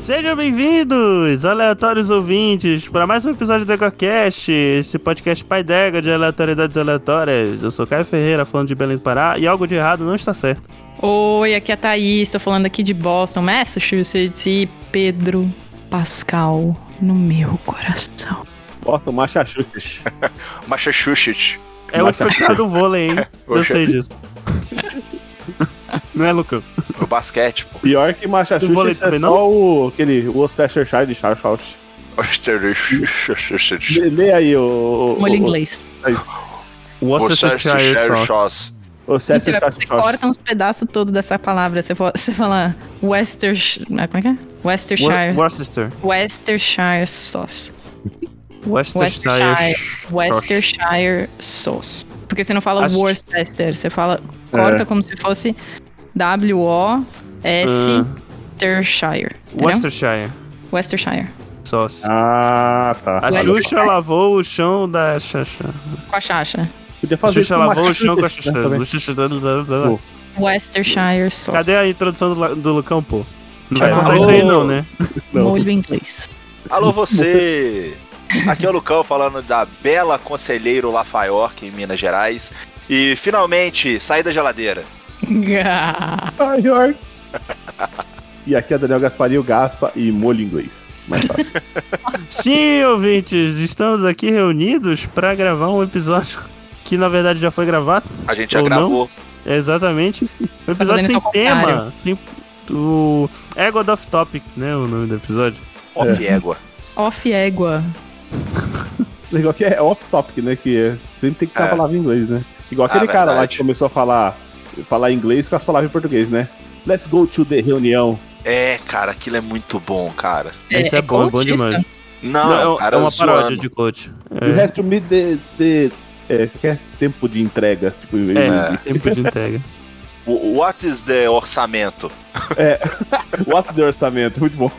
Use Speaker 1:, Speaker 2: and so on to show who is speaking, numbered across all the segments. Speaker 1: Sejam bem-vindos, aleatórios ouvintes, para mais um episódio do EgoCast, esse podcast pai dega de aleatoriedades aleatórias. Eu sou Caio Ferreira, falando de Belém do Pará, e algo de errado não está certo.
Speaker 2: Oi, aqui é a Thaís, tô falando aqui de Boston, Massachusetts e Pedro Pascal no meu coração.
Speaker 3: Boston, Massachusetts.
Speaker 4: Massachusetts.
Speaker 1: É onde foi criado o vôlei, hein? Eu
Speaker 4: Poxa.
Speaker 1: sei disso. Não é, Lucão?
Speaker 4: Pro basquete, pô.
Speaker 3: Pior
Speaker 1: Do
Speaker 3: que
Speaker 1: vôlei
Speaker 3: Massachusetts é
Speaker 1: também,
Speaker 3: só o, aquele Worcestershire de Charles
Speaker 4: Worcestershire.
Speaker 3: Lê, lê aí o... é
Speaker 2: Molho inglês.
Speaker 1: Worcestershire só.
Speaker 4: Sauce.
Speaker 3: O
Speaker 2: Você,
Speaker 1: tá
Speaker 2: vai- você
Speaker 3: Worcestershire Sauce.
Speaker 2: corta uns pedaços todos dessa palavra. Você, fo- você fala Westershire. Como é que é?
Speaker 1: Wor-
Speaker 2: Westershire.
Speaker 1: Worcester.
Speaker 2: Westershire sauce.
Speaker 1: Worcestershire.
Speaker 2: Westershire sauce. Porque você não fala
Speaker 1: Acho-
Speaker 2: Worcester, você fala. Corta
Speaker 3: É.
Speaker 2: como se fosse
Speaker 1: Ah.
Speaker 2: W-O-S-Tershire. entendeu?
Speaker 1: Worcestershire.
Speaker 2: Westershire.
Speaker 1: Sauce.
Speaker 3: Ah, tá.
Speaker 1: A
Speaker 2: West-
Speaker 1: Xuxa lavou o chão da Xaxã.
Speaker 2: Com a chacha.
Speaker 3: Podia
Speaker 1: A
Speaker 3: fazer
Speaker 1: Xuxa
Speaker 3: com
Speaker 1: lavou o chão com a
Speaker 3: Massachusetts, né, também.
Speaker 1: Xaxã.
Speaker 3: Pô.
Speaker 2: Westershire sauce.
Speaker 1: Cadê a introdução do, La- do Lucão, pô? Não vai
Speaker 2: Tchau.
Speaker 1: contar isso aí, não, né?
Speaker 3: Não.
Speaker 2: Molho inglês.
Speaker 4: Alô, você! Aqui é o Lucão falando da bela Conselheiro Lafaiorque, em Minas Gerais. E finalmente, saí da geladeira.
Speaker 3: Nova York. E aqui é Daniel Gasparinho, Gaspa e molho inglês. Mais fácil.
Speaker 1: Sim, ouvintes, estamos aqui reunidos pra gravar um episódio que na verdade já foi gravado,
Speaker 4: A gente já
Speaker 1: Ou não?
Speaker 4: gravou.
Speaker 1: exatamente. Um episódio
Speaker 2: fazendo isso
Speaker 1: sem
Speaker 2: ao
Speaker 1: tema, sem, o Egod of Topic, né, o nome do episódio.
Speaker 4: Off égua.
Speaker 2: Off égua.
Speaker 3: Igual que é off-topic, né? Que é- sempre tem que estar
Speaker 4: É.
Speaker 3: a palavra em inglês, né? Igual aquele
Speaker 4: Ah,
Speaker 3: cara lá
Speaker 4: verdade.
Speaker 3: que começou a falar, falar inglês com as palavras em português, né? Let's go to the reunião.
Speaker 4: É, cara, aquilo é muito bom, cara.
Speaker 1: Esse é, bom, é bom
Speaker 2: coach isso?
Speaker 1: demais.
Speaker 4: Não,
Speaker 1: Não, é um-
Speaker 4: cara,
Speaker 1: é uma
Speaker 4: zoando.
Speaker 1: paródia de coach.
Speaker 3: You
Speaker 1: É,
Speaker 3: have to meet the. the é, que é tempo de entrega. Tipo, em
Speaker 1: é,
Speaker 3: inglês.
Speaker 1: tempo de entrega.
Speaker 4: O- What is the orçamento?
Speaker 3: What's the orçamento? Muito bom.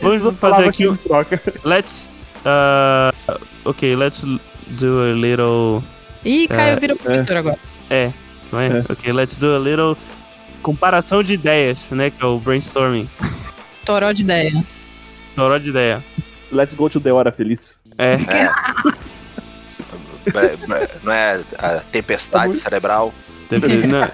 Speaker 1: Vamos
Speaker 3: Duas
Speaker 1: fazer
Speaker 3: palavras
Speaker 1: aqui
Speaker 3: que
Speaker 1: um-
Speaker 3: eles trocam.
Speaker 1: Let's. Uh, ok, let's do a little.
Speaker 2: Ih, Caio virou professor agora.
Speaker 1: Não é?
Speaker 3: É.
Speaker 1: Ok, let's do a little. Comparação de ideias, né? Que é o brainstorming.
Speaker 2: Toró de ideia.
Speaker 1: Toró de ideia.
Speaker 3: Let's go to the hora feliz.
Speaker 1: É.
Speaker 4: É. Bre- bre- Não é a
Speaker 1: É
Speaker 4: tempestade cerebral?
Speaker 1: Depende- Não, não,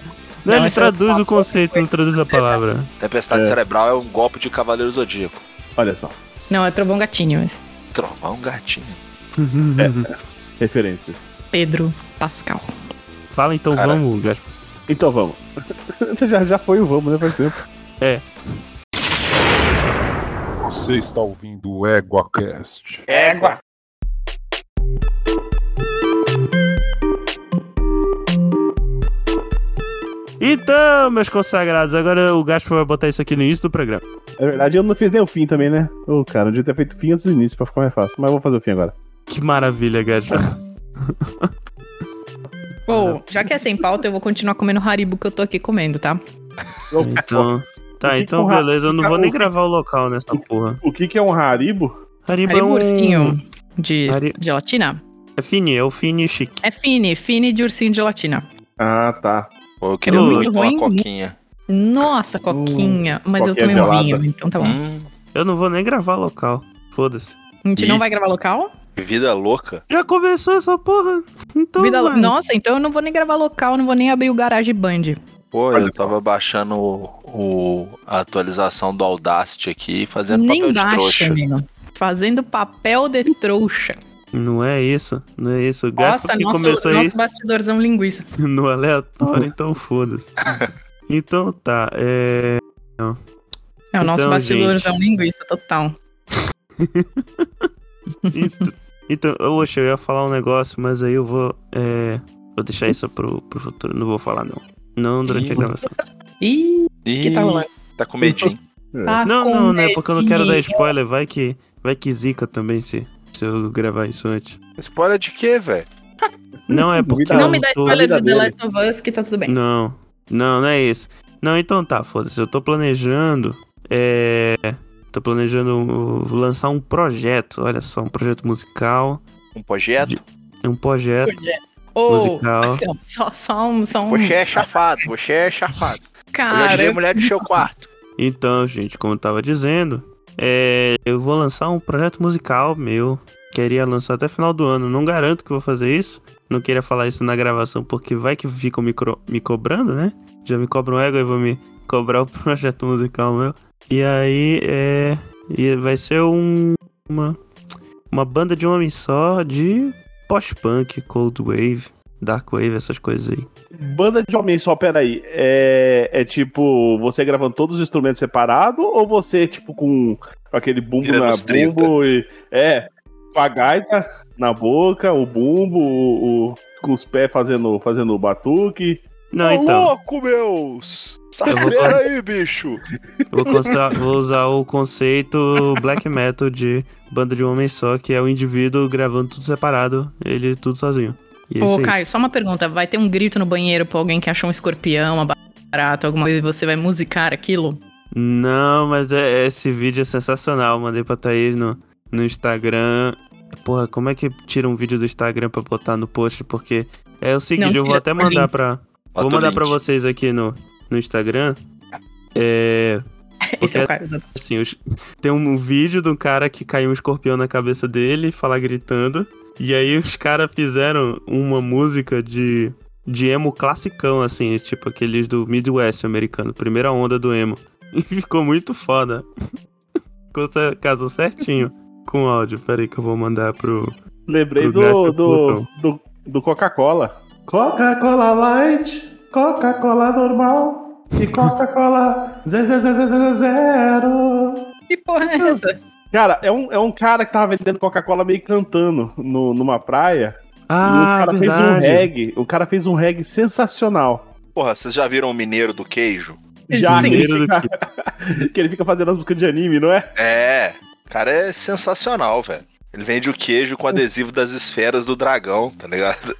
Speaker 2: Não,
Speaker 1: ele
Speaker 2: essa é
Speaker 1: traduz
Speaker 2: outra
Speaker 1: o conceito, não traduz a palavra.
Speaker 4: Tempestade
Speaker 3: É.
Speaker 4: cerebral é um golpe de cavaleiro zodíaco.
Speaker 3: Olha só,
Speaker 2: Não, é trovão gatinho, mas.
Speaker 4: Trovão gatinho.
Speaker 3: referências.
Speaker 2: Pedro Pascal.
Speaker 1: Fala então,
Speaker 4: Cara.
Speaker 1: vamos, Gaspar.
Speaker 3: Então vamos. já, já foi o vamos, né? Faz tempo.
Speaker 5: Você está ouvindo o EguaCast.
Speaker 4: Égua.
Speaker 1: Então, meus consagrados, agora o Gaspar vai botar isso aqui no início do programa.
Speaker 3: Na É verdade, eu não fiz nem o fim também, né? Ô, cara, eu devia ter feito o fim antes do início pra ficar mais fácil. Mas eu vou fazer o fim agora.
Speaker 1: Que maravilha, Gaspar.
Speaker 2: Bom, já que é sem pauta, eu vou continuar comendo haribo que eu tô aqui comendo, tá?
Speaker 1: Então.
Speaker 3: O
Speaker 1: Tá,
Speaker 3: que
Speaker 1: então
Speaker 3: que o ra-
Speaker 1: beleza, eu não
Speaker 3: o-
Speaker 1: vou nem gravar o local nessa porra.
Speaker 3: O que, que é um haribo?
Speaker 1: Haribo é
Speaker 2: Haribo
Speaker 1: um...
Speaker 2: ursinho de
Speaker 1: Hari-
Speaker 2: gelatina.
Speaker 1: É fini, é o fini chique.
Speaker 2: É fine, fine de ursinho de gelatina.
Speaker 3: Ah, tá.
Speaker 4: Eu queria
Speaker 1: Muito
Speaker 4: muito
Speaker 2: ruim.
Speaker 4: uma coquinha.
Speaker 2: Nossa, coquinha. Mas eu
Speaker 3: coquinha
Speaker 2: tomei um
Speaker 3: gelada.
Speaker 2: vinho, então tá bom.
Speaker 4: Hum,
Speaker 1: Eu não vou nem gravar local. Foda-se.
Speaker 2: A gente
Speaker 4: E-
Speaker 2: não vai gravar local?
Speaker 4: vida louca.
Speaker 1: Já começou essa porra? Então,
Speaker 2: Vida lo-
Speaker 1: mano.
Speaker 2: Nossa, então eu não vou nem gravar local, não vou nem abrir o garagem band.
Speaker 4: Pô,
Speaker 3: Olha
Speaker 4: eu
Speaker 3: só.
Speaker 4: tava baixando o, o- a atualização do Audacity aqui, fazendo
Speaker 2: Nem
Speaker 4: papel de
Speaker 2: baixa,
Speaker 4: trouxa.
Speaker 2: amigo. Fazendo papel de trouxa.
Speaker 1: Não é isso, não é isso. O
Speaker 2: Nossa,
Speaker 1: Gaspar que
Speaker 2: nosso,
Speaker 1: começou aí
Speaker 2: nosso bastidorzão linguiça.
Speaker 1: no aleatório, então foda-se. Então tá, é...
Speaker 2: É o nosso
Speaker 1: Então,
Speaker 2: bastidorzão linguiça total.
Speaker 1: Ent- Então, oxe, eu ia falar um negócio, mas aí eu vou. é, vou deixar isso pro, pro futuro. Não vou falar, não. Não durante a gravação.
Speaker 2: tá Ih, o
Speaker 4: Ih,
Speaker 2: que tá rolando?
Speaker 4: Tá com medinho.
Speaker 2: Tá
Speaker 1: Não,
Speaker 2: com
Speaker 1: não, né? Porque eu não quero dar
Speaker 2: medinho.
Speaker 1: spoiler. Vai que, vai que zica também se, se eu gravar isso antes.
Speaker 4: Spoiler de quê, velho?
Speaker 1: Não é porque.
Speaker 2: Não
Speaker 1: eu
Speaker 2: me dá
Speaker 1: tô-
Speaker 2: spoiler de The
Speaker 3: verdadeiro.
Speaker 2: Last of Us que tá tudo bem.
Speaker 1: Não, não, não é isso. Não, então tá, foda-se. Eu tô planejando. É. Tô planejando uh, lançar um projeto. Olha só, um projeto musical.
Speaker 4: Um projeto?
Speaker 1: É um projeto
Speaker 2: Ou,
Speaker 1: musical.
Speaker 2: então, só, só um, só um...
Speaker 4: Você é chafado, você é chafado. Eu já
Speaker 2: Cara,
Speaker 4: tirei a mulher do seu quarto.
Speaker 1: Então, gente, como eu tava dizendo, é, eu vou lançar um projeto musical meu. Queria lançar até final do ano. Não garanto que vou fazer isso. Não queria falar isso na gravação, porque vai que ficam me, cro- me cobrando, né? Já me cobram ego e vão me cobrar o projeto musical meu. E aí, é. E vai ser um, uma, uma banda de um homem só de post-punk, cold wave, dark wave, essas coisas aí.
Speaker 3: Banda de homens só, peraí. É, é tipo, você gravando todos os instrumentos separado ou você, tipo, com aquele bumbo
Speaker 4: Vira
Speaker 3: na
Speaker 4: nos 30.
Speaker 3: bumbo e. É, com a gaita na boca, o bumbo, o, o- com os pés fazendo, fazendo o batuque.
Speaker 1: Não, então.
Speaker 4: louco, meus! Sai
Speaker 1: Eu vou-
Speaker 4: fora aí, bicho!
Speaker 1: Vou, constar- vou usar o conceito black metal de banda de um homem só, que é o indivíduo gravando tudo separado, ele tudo sozinho. E é
Speaker 2: Ô,
Speaker 1: isso aí.
Speaker 2: Caio, só uma pergunta. Vai ter um grito no banheiro pra alguém que achou um escorpião, uma barata, alguma coisa, e você vai musicar aquilo?
Speaker 1: Não, mas é- esse vídeo é sensacional. Mandei pra Thaís no, no Instagram. Porra, como é que tira um vídeo do Instagram pra botar no post? Porque é o seguinte,
Speaker 2: Não,
Speaker 1: eu vou
Speaker 2: tira,
Speaker 1: até
Speaker 2: por
Speaker 1: mandar
Speaker 2: link.
Speaker 1: pra.
Speaker 4: Bota
Speaker 1: vou
Speaker 4: o
Speaker 1: mandar
Speaker 4: link.
Speaker 1: pra vocês aqui no, no Instagram. É.
Speaker 2: Esse é
Speaker 1: Porque-
Speaker 2: o Caio, exato.
Speaker 1: Assim, os- tem um vídeo de um cara que caiu um escorpião na cabeça dele, falar gritando. E aí os caras fizeram uma música de, de emo classicão, assim, tipo aqueles do Midwest americano, primeira onda do emo. E ficou muito foda. Ficou cer- Casou certinho com o áudio. Peraí que eu vou mandar pro.
Speaker 3: Lembrei
Speaker 1: Pro
Speaker 3: do,
Speaker 1: Gato
Speaker 3: do,
Speaker 1: Plutão.
Speaker 3: do, do Coca-Cola. Coca-Cola Light, Coca-Cola normal e Coca-Cola zero.
Speaker 2: Que porra é essa?
Speaker 3: Cara, é um, é um cara que tava vendendo Coca-Cola meio cantando no, numa praia.
Speaker 1: Ah,
Speaker 3: e o cara
Speaker 1: verdade.
Speaker 3: fez um reggae. O cara fez um reggae sensacional.
Speaker 4: Porra, vocês já viram o mineiro do queijo?
Speaker 3: Já
Speaker 2: Sim.
Speaker 3: que ele,
Speaker 1: Mineiro do
Speaker 3: fica, que ele fica fazendo as músicas de anime, não é?
Speaker 4: É, o cara é sensacional, velho. Ele vende o queijo
Speaker 2: Hum.
Speaker 4: com adesivo das esferas do dragão, tá ligado?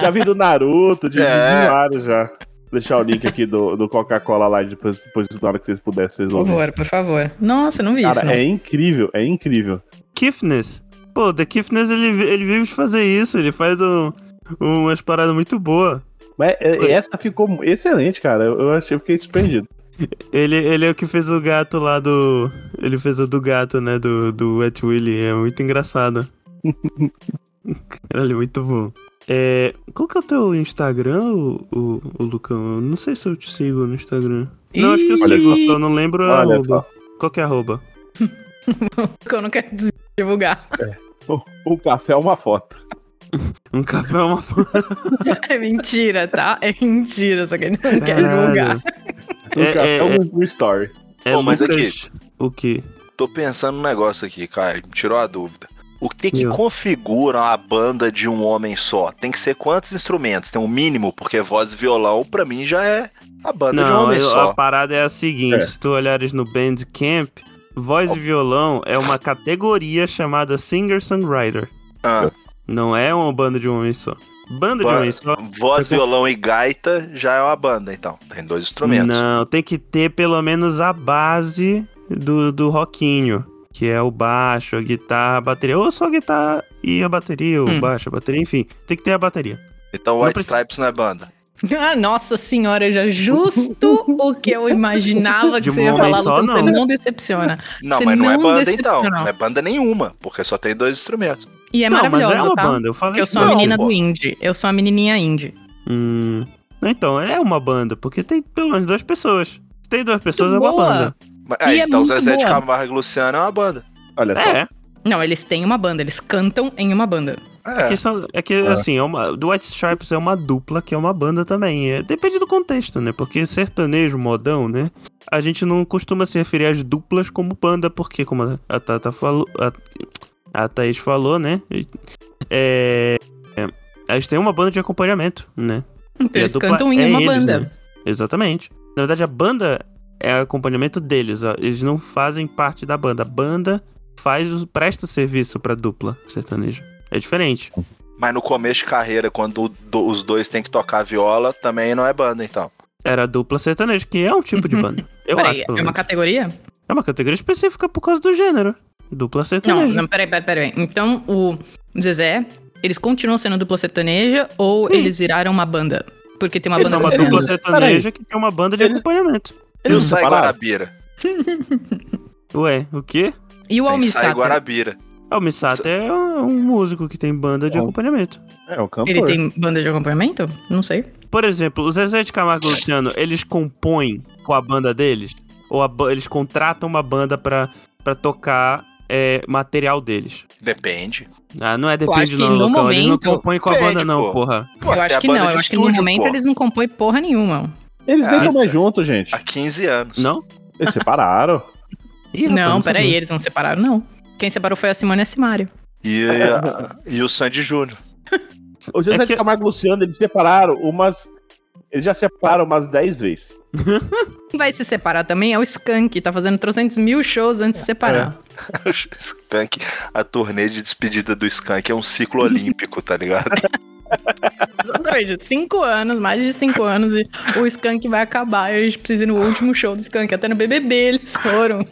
Speaker 3: Já vi do Naruto, de, de
Speaker 4: É.
Speaker 3: vários já. Vou Deixar o link aqui do, do Coca-Cola lá depois, depois na hora que vocês pudessem, vocês
Speaker 2: Por
Speaker 3: vão ver.
Speaker 2: favor, por favor. Nossa, não vi isso,
Speaker 3: Cara,
Speaker 2: não.
Speaker 3: é incrível, é incrível.
Speaker 1: Kiffness. Pô, The Kiffness ele, vi- ele vive de fazer isso. Ele faz um, umas paradas muito boas.
Speaker 3: Mas é,
Speaker 1: Foi.
Speaker 3: essa ficou excelente, cara. Eu eu achei, eu fiquei surpreendido.
Speaker 1: Ele, ele é o que fez o gato lá do. Ele fez o do gato, né? Do, do Wet Willy. É muito engraçado. Caralho, muito bom. É, qual que é o teu Instagram, o, o, o Lucão? Eu não sei se eu te sigo no Instagram. Não, acho que eu
Speaker 2: Ih,
Speaker 1: sigo, só não lembro a
Speaker 3: Olha
Speaker 1: arroba. Qual que é a arroba?
Speaker 2: que eu não quero des- divulgar.
Speaker 3: só. Um café, uma foto.
Speaker 1: Um café, uma foto.
Speaker 2: É mentira, tá? É mentira, só que ele não quer divulgar.
Speaker 3: Um
Speaker 1: É, é,
Speaker 3: café,
Speaker 1: é,
Speaker 3: um story.
Speaker 1: é
Speaker 4: Bom, mas
Speaker 1: Lucas- O que?
Speaker 4: Tô pensando num negócio aqui, cara, me tirou a dúvida. O que que
Speaker 1: Eu.
Speaker 4: configura a banda de um homem só? Tem que ser quantos instrumentos? Tem um mínimo, porque voz e violão, pra mim, já é a banda de um
Speaker 1: Não,
Speaker 4: homem
Speaker 1: eu-
Speaker 4: só.
Speaker 1: a parada é a seguinte:
Speaker 3: É.
Speaker 1: se tu olhares no Bandcamp, voz e violão é uma categoria chamada singer-songwriter.
Speaker 4: Ah,
Speaker 1: Não é uma banda de um homem só. Banda de um
Speaker 4: Ba-
Speaker 1: homem só.
Speaker 4: voz,
Speaker 1: eu-
Speaker 4: violão e gaita já é uma banda, então. Tem dois instrumentos.
Speaker 1: Não, tem que ter pelo menos a base do, do rockinho. Que é o baixo, a guitarra, a bateria. Ou só a guitarra e a bateria, ou
Speaker 2: Hum.
Speaker 1: baixo, a bateria, enfim. Tem que ter a bateria.
Speaker 4: Então
Speaker 1: Não
Speaker 4: White
Speaker 1: precisa-
Speaker 4: Stripes não é banda.
Speaker 2: Ah, nossa senhora, já justo o que eu imaginava que
Speaker 1: De um
Speaker 2: você ia
Speaker 1: homem
Speaker 2: falar,
Speaker 1: só,
Speaker 2: Lucas, você
Speaker 1: não.
Speaker 2: não decepciona.
Speaker 4: Não,
Speaker 2: Você
Speaker 4: mas não, é
Speaker 2: não
Speaker 4: banda
Speaker 2: decepcionou.
Speaker 4: então. Não é banda nenhuma, porque só tem dois instrumentos.
Speaker 2: E é
Speaker 1: não, mas
Speaker 2: maravilhosa,
Speaker 1: é uma
Speaker 2: tá?
Speaker 1: banda. Eu falei
Speaker 2: Porque eu
Speaker 1: que
Speaker 2: sou a
Speaker 1: não.
Speaker 4: Não,
Speaker 2: menina
Speaker 4: pô.
Speaker 2: do indie. Eu sou a menininha indie.
Speaker 1: Hum, então, é uma banda, porque tem pelo menos duas pessoas. Se tem duas pessoas, é uma
Speaker 2: boa.
Speaker 1: banda.
Speaker 4: Mas- É,
Speaker 2: E é
Speaker 4: então
Speaker 2: muito
Speaker 4: Zezé de
Speaker 2: boa.
Speaker 4: Camargo e Luciano é uma banda.
Speaker 3: Olha só.
Speaker 1: É.
Speaker 2: Não, eles têm uma banda, eles cantam em uma banda.
Speaker 1: A
Speaker 4: É.
Speaker 1: questão é que, assim, é uma, do White Stripes é uma dupla que é uma banda também. É, depende do contexto, né? Porque sertanejo, modão, né? A gente não costuma se referir às duplas como banda, porque, como a- a Tata falou. A, a Thaís falou, né? É, é, eles têm uma banda de acompanhamento, né?
Speaker 2: Então
Speaker 1: E a
Speaker 2: eles
Speaker 1: dupla
Speaker 2: cantam em
Speaker 1: é
Speaker 2: uma
Speaker 1: eles,
Speaker 2: banda.
Speaker 1: né? Exatamente. Na verdade, a banda é acompanhamento deles. ó. Eles não fazem parte da banda. A banda faz o- presta o serviço pra dupla sertaneja. É diferente.
Speaker 4: Mas no começo de carreira, quando o- do- os dois têm que tocar viola, também não é banda, então.
Speaker 1: Era dupla sertaneja, que é um tipo de banda. Eu
Speaker 2: peraí,
Speaker 1: acho,
Speaker 2: é
Speaker 1: pelo
Speaker 2: uma
Speaker 1: menos.
Speaker 2: categoria?
Speaker 1: É uma categoria específica por causa do gênero. Dupla
Speaker 2: Não,
Speaker 1: sertaneja.
Speaker 2: não, peraí, peraí, peraí. Então, o Zezé, eles continuam sendo dupla sertaneja ou
Speaker 1: Sim.
Speaker 2: eles viraram é uma banda? Porque tem uma
Speaker 1: Eles
Speaker 2: banda
Speaker 1: são é uma
Speaker 2: com
Speaker 1: dupla
Speaker 2: banda.
Speaker 1: sertaneja que tem uma banda de
Speaker 3: Eles-
Speaker 1: acompanhamento.
Speaker 4: E
Speaker 3: não
Speaker 4: o Sai
Speaker 3: separaram?
Speaker 4: Guarabira?
Speaker 1: Ué, o quê?
Speaker 2: E o
Speaker 4: Tem Sai
Speaker 2: Almissata?
Speaker 4: Guarabira.
Speaker 1: Ah, O Misato é um um músico que tem banda de
Speaker 3: É.
Speaker 1: acompanhamento.
Speaker 3: É, o
Speaker 4: Então
Speaker 3: cantor.
Speaker 2: Ele tem banda de acompanhamento? Não sei.
Speaker 1: Por exemplo, o Zezé de Camargo e Luciano, eles compõem com a banda deles? Ou a ba- eles contratam uma banda pra, pra tocar é, material deles?
Speaker 4: Depende.
Speaker 1: Ah, não é
Speaker 2: acho
Speaker 1: depende
Speaker 2: que
Speaker 1: não,
Speaker 2: no
Speaker 1: Lucão. Eles não
Speaker 2: momento-
Speaker 1: compõem com a
Speaker 4: Depende,
Speaker 1: banda não,
Speaker 4: pô.
Speaker 1: porra.
Speaker 4: Pô,
Speaker 2: eu
Speaker 4: até
Speaker 2: acho
Speaker 4: a
Speaker 2: que
Speaker 4: banda
Speaker 2: não.
Speaker 4: de
Speaker 2: Eu acho que no
Speaker 4: estúdio,
Speaker 2: momento
Speaker 4: pô.
Speaker 2: eles não compõem porra nenhuma.
Speaker 3: Eles nem
Speaker 1: É.
Speaker 4: Ah,
Speaker 3: estão mais
Speaker 4: tá.
Speaker 3: juntos, gente.
Speaker 4: Há 15 anos.
Speaker 1: Não?
Speaker 3: Eles separaram.
Speaker 1: Ih, rapaz,
Speaker 2: não,
Speaker 1: sabia.
Speaker 2: peraí, eles não separaram, não. Quem separou foi a Simone e a Simário.
Speaker 4: E, a- e o Sandy Júnior.
Speaker 3: O José
Speaker 1: É que-
Speaker 3: de Camargo e Luciano, eles separaram umas. Eles já separaram umas 10 vezes.
Speaker 2: Quem vai se separar também é o Skank, tá fazendo 300 mil shows antes de separar.
Speaker 4: É. Skank, a turnê de despedida do Skank é um ciclo olímpico, tá ligado?
Speaker 2: Exatamente, cinco anos, mais de cinco anos, e o Skank vai acabar e a gente precisa ir no último show do Skank. Até no BBB eles foram.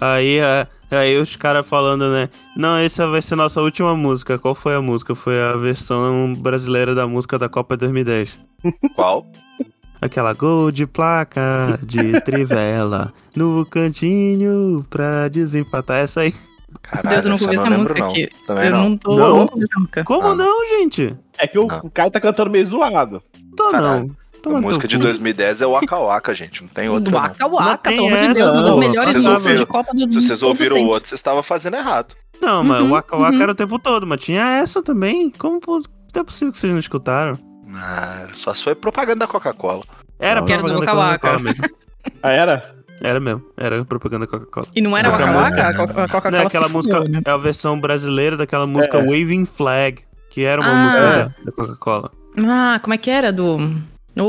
Speaker 1: Aí, a- aí os caras falando, né? Não, essa vai ser nossa última música. Qual foi a música? Foi a versão brasileira da música da Copa 2010.
Speaker 4: Qual?
Speaker 1: Aquela gol de placa de trivela no cantinho pra desempatar. Essa aí.
Speaker 4: Caralho,
Speaker 2: Deus, eu não
Speaker 4: essa
Speaker 2: conheço essa
Speaker 4: lembro,
Speaker 2: música
Speaker 4: não.
Speaker 2: aqui.
Speaker 4: Também
Speaker 2: eu
Speaker 4: não.
Speaker 2: não, tô.
Speaker 1: Não?
Speaker 2: Não. conheço essa música.
Speaker 1: Como
Speaker 4: Ah.
Speaker 1: não, gente?
Speaker 3: É que o
Speaker 1: Ah.
Speaker 4: Não.
Speaker 3: Caio tá cantando meio zoado.
Speaker 1: Tô
Speaker 4: Caralho.
Speaker 1: não.
Speaker 4: A
Speaker 1: Toma
Speaker 4: música
Speaker 1: teu
Speaker 4: de
Speaker 1: cu.
Speaker 4: 2010 é o Waka Waka, gente. Não tem outra.
Speaker 2: Do
Speaker 4: Não.
Speaker 2: Waka
Speaker 1: Mas
Speaker 2: Waka,
Speaker 1: tem
Speaker 2: pelo amor de
Speaker 1: essa,
Speaker 2: Deus, uma das
Speaker 1: pô.
Speaker 2: melhores
Speaker 4: Vocês
Speaker 2: músicas de
Speaker 4: ouviram?
Speaker 2: Copa do
Speaker 4: Se
Speaker 2: de todos
Speaker 4: vocês
Speaker 2: os
Speaker 4: ouviram o
Speaker 2: tempos.
Speaker 4: outro, vocês estavam fazendo errado.
Speaker 1: Não, mas
Speaker 2: Uhum,
Speaker 1: o Waka Waka
Speaker 2: uhum.
Speaker 1: era o tempo todo, mas tinha essa também. Como pô- não é possível que vocês não escutaram?
Speaker 4: Ah, só se foi propaganda da Coca-Cola.
Speaker 1: Era
Speaker 3: Não.
Speaker 2: Que era do
Speaker 1: propaganda
Speaker 2: Waka Waka.
Speaker 1: Coca-Cola mesmo.
Speaker 3: Ah, era?
Speaker 1: Era mesmo. Era propaganda Coca-Cola.
Speaker 2: E não era
Speaker 1: Outra
Speaker 2: Waka
Speaker 1: música.
Speaker 2: Waka? A Coca- a Coca-Cola
Speaker 1: Não é aquela
Speaker 2: se
Speaker 1: música,
Speaker 2: fudeu, né?
Speaker 1: é a versão brasileira daquela música
Speaker 3: É.
Speaker 1: Waving Flag, que era uma
Speaker 2: Ah.
Speaker 1: música da, da Coca-Cola.
Speaker 2: Ah, como é que era do... Ô,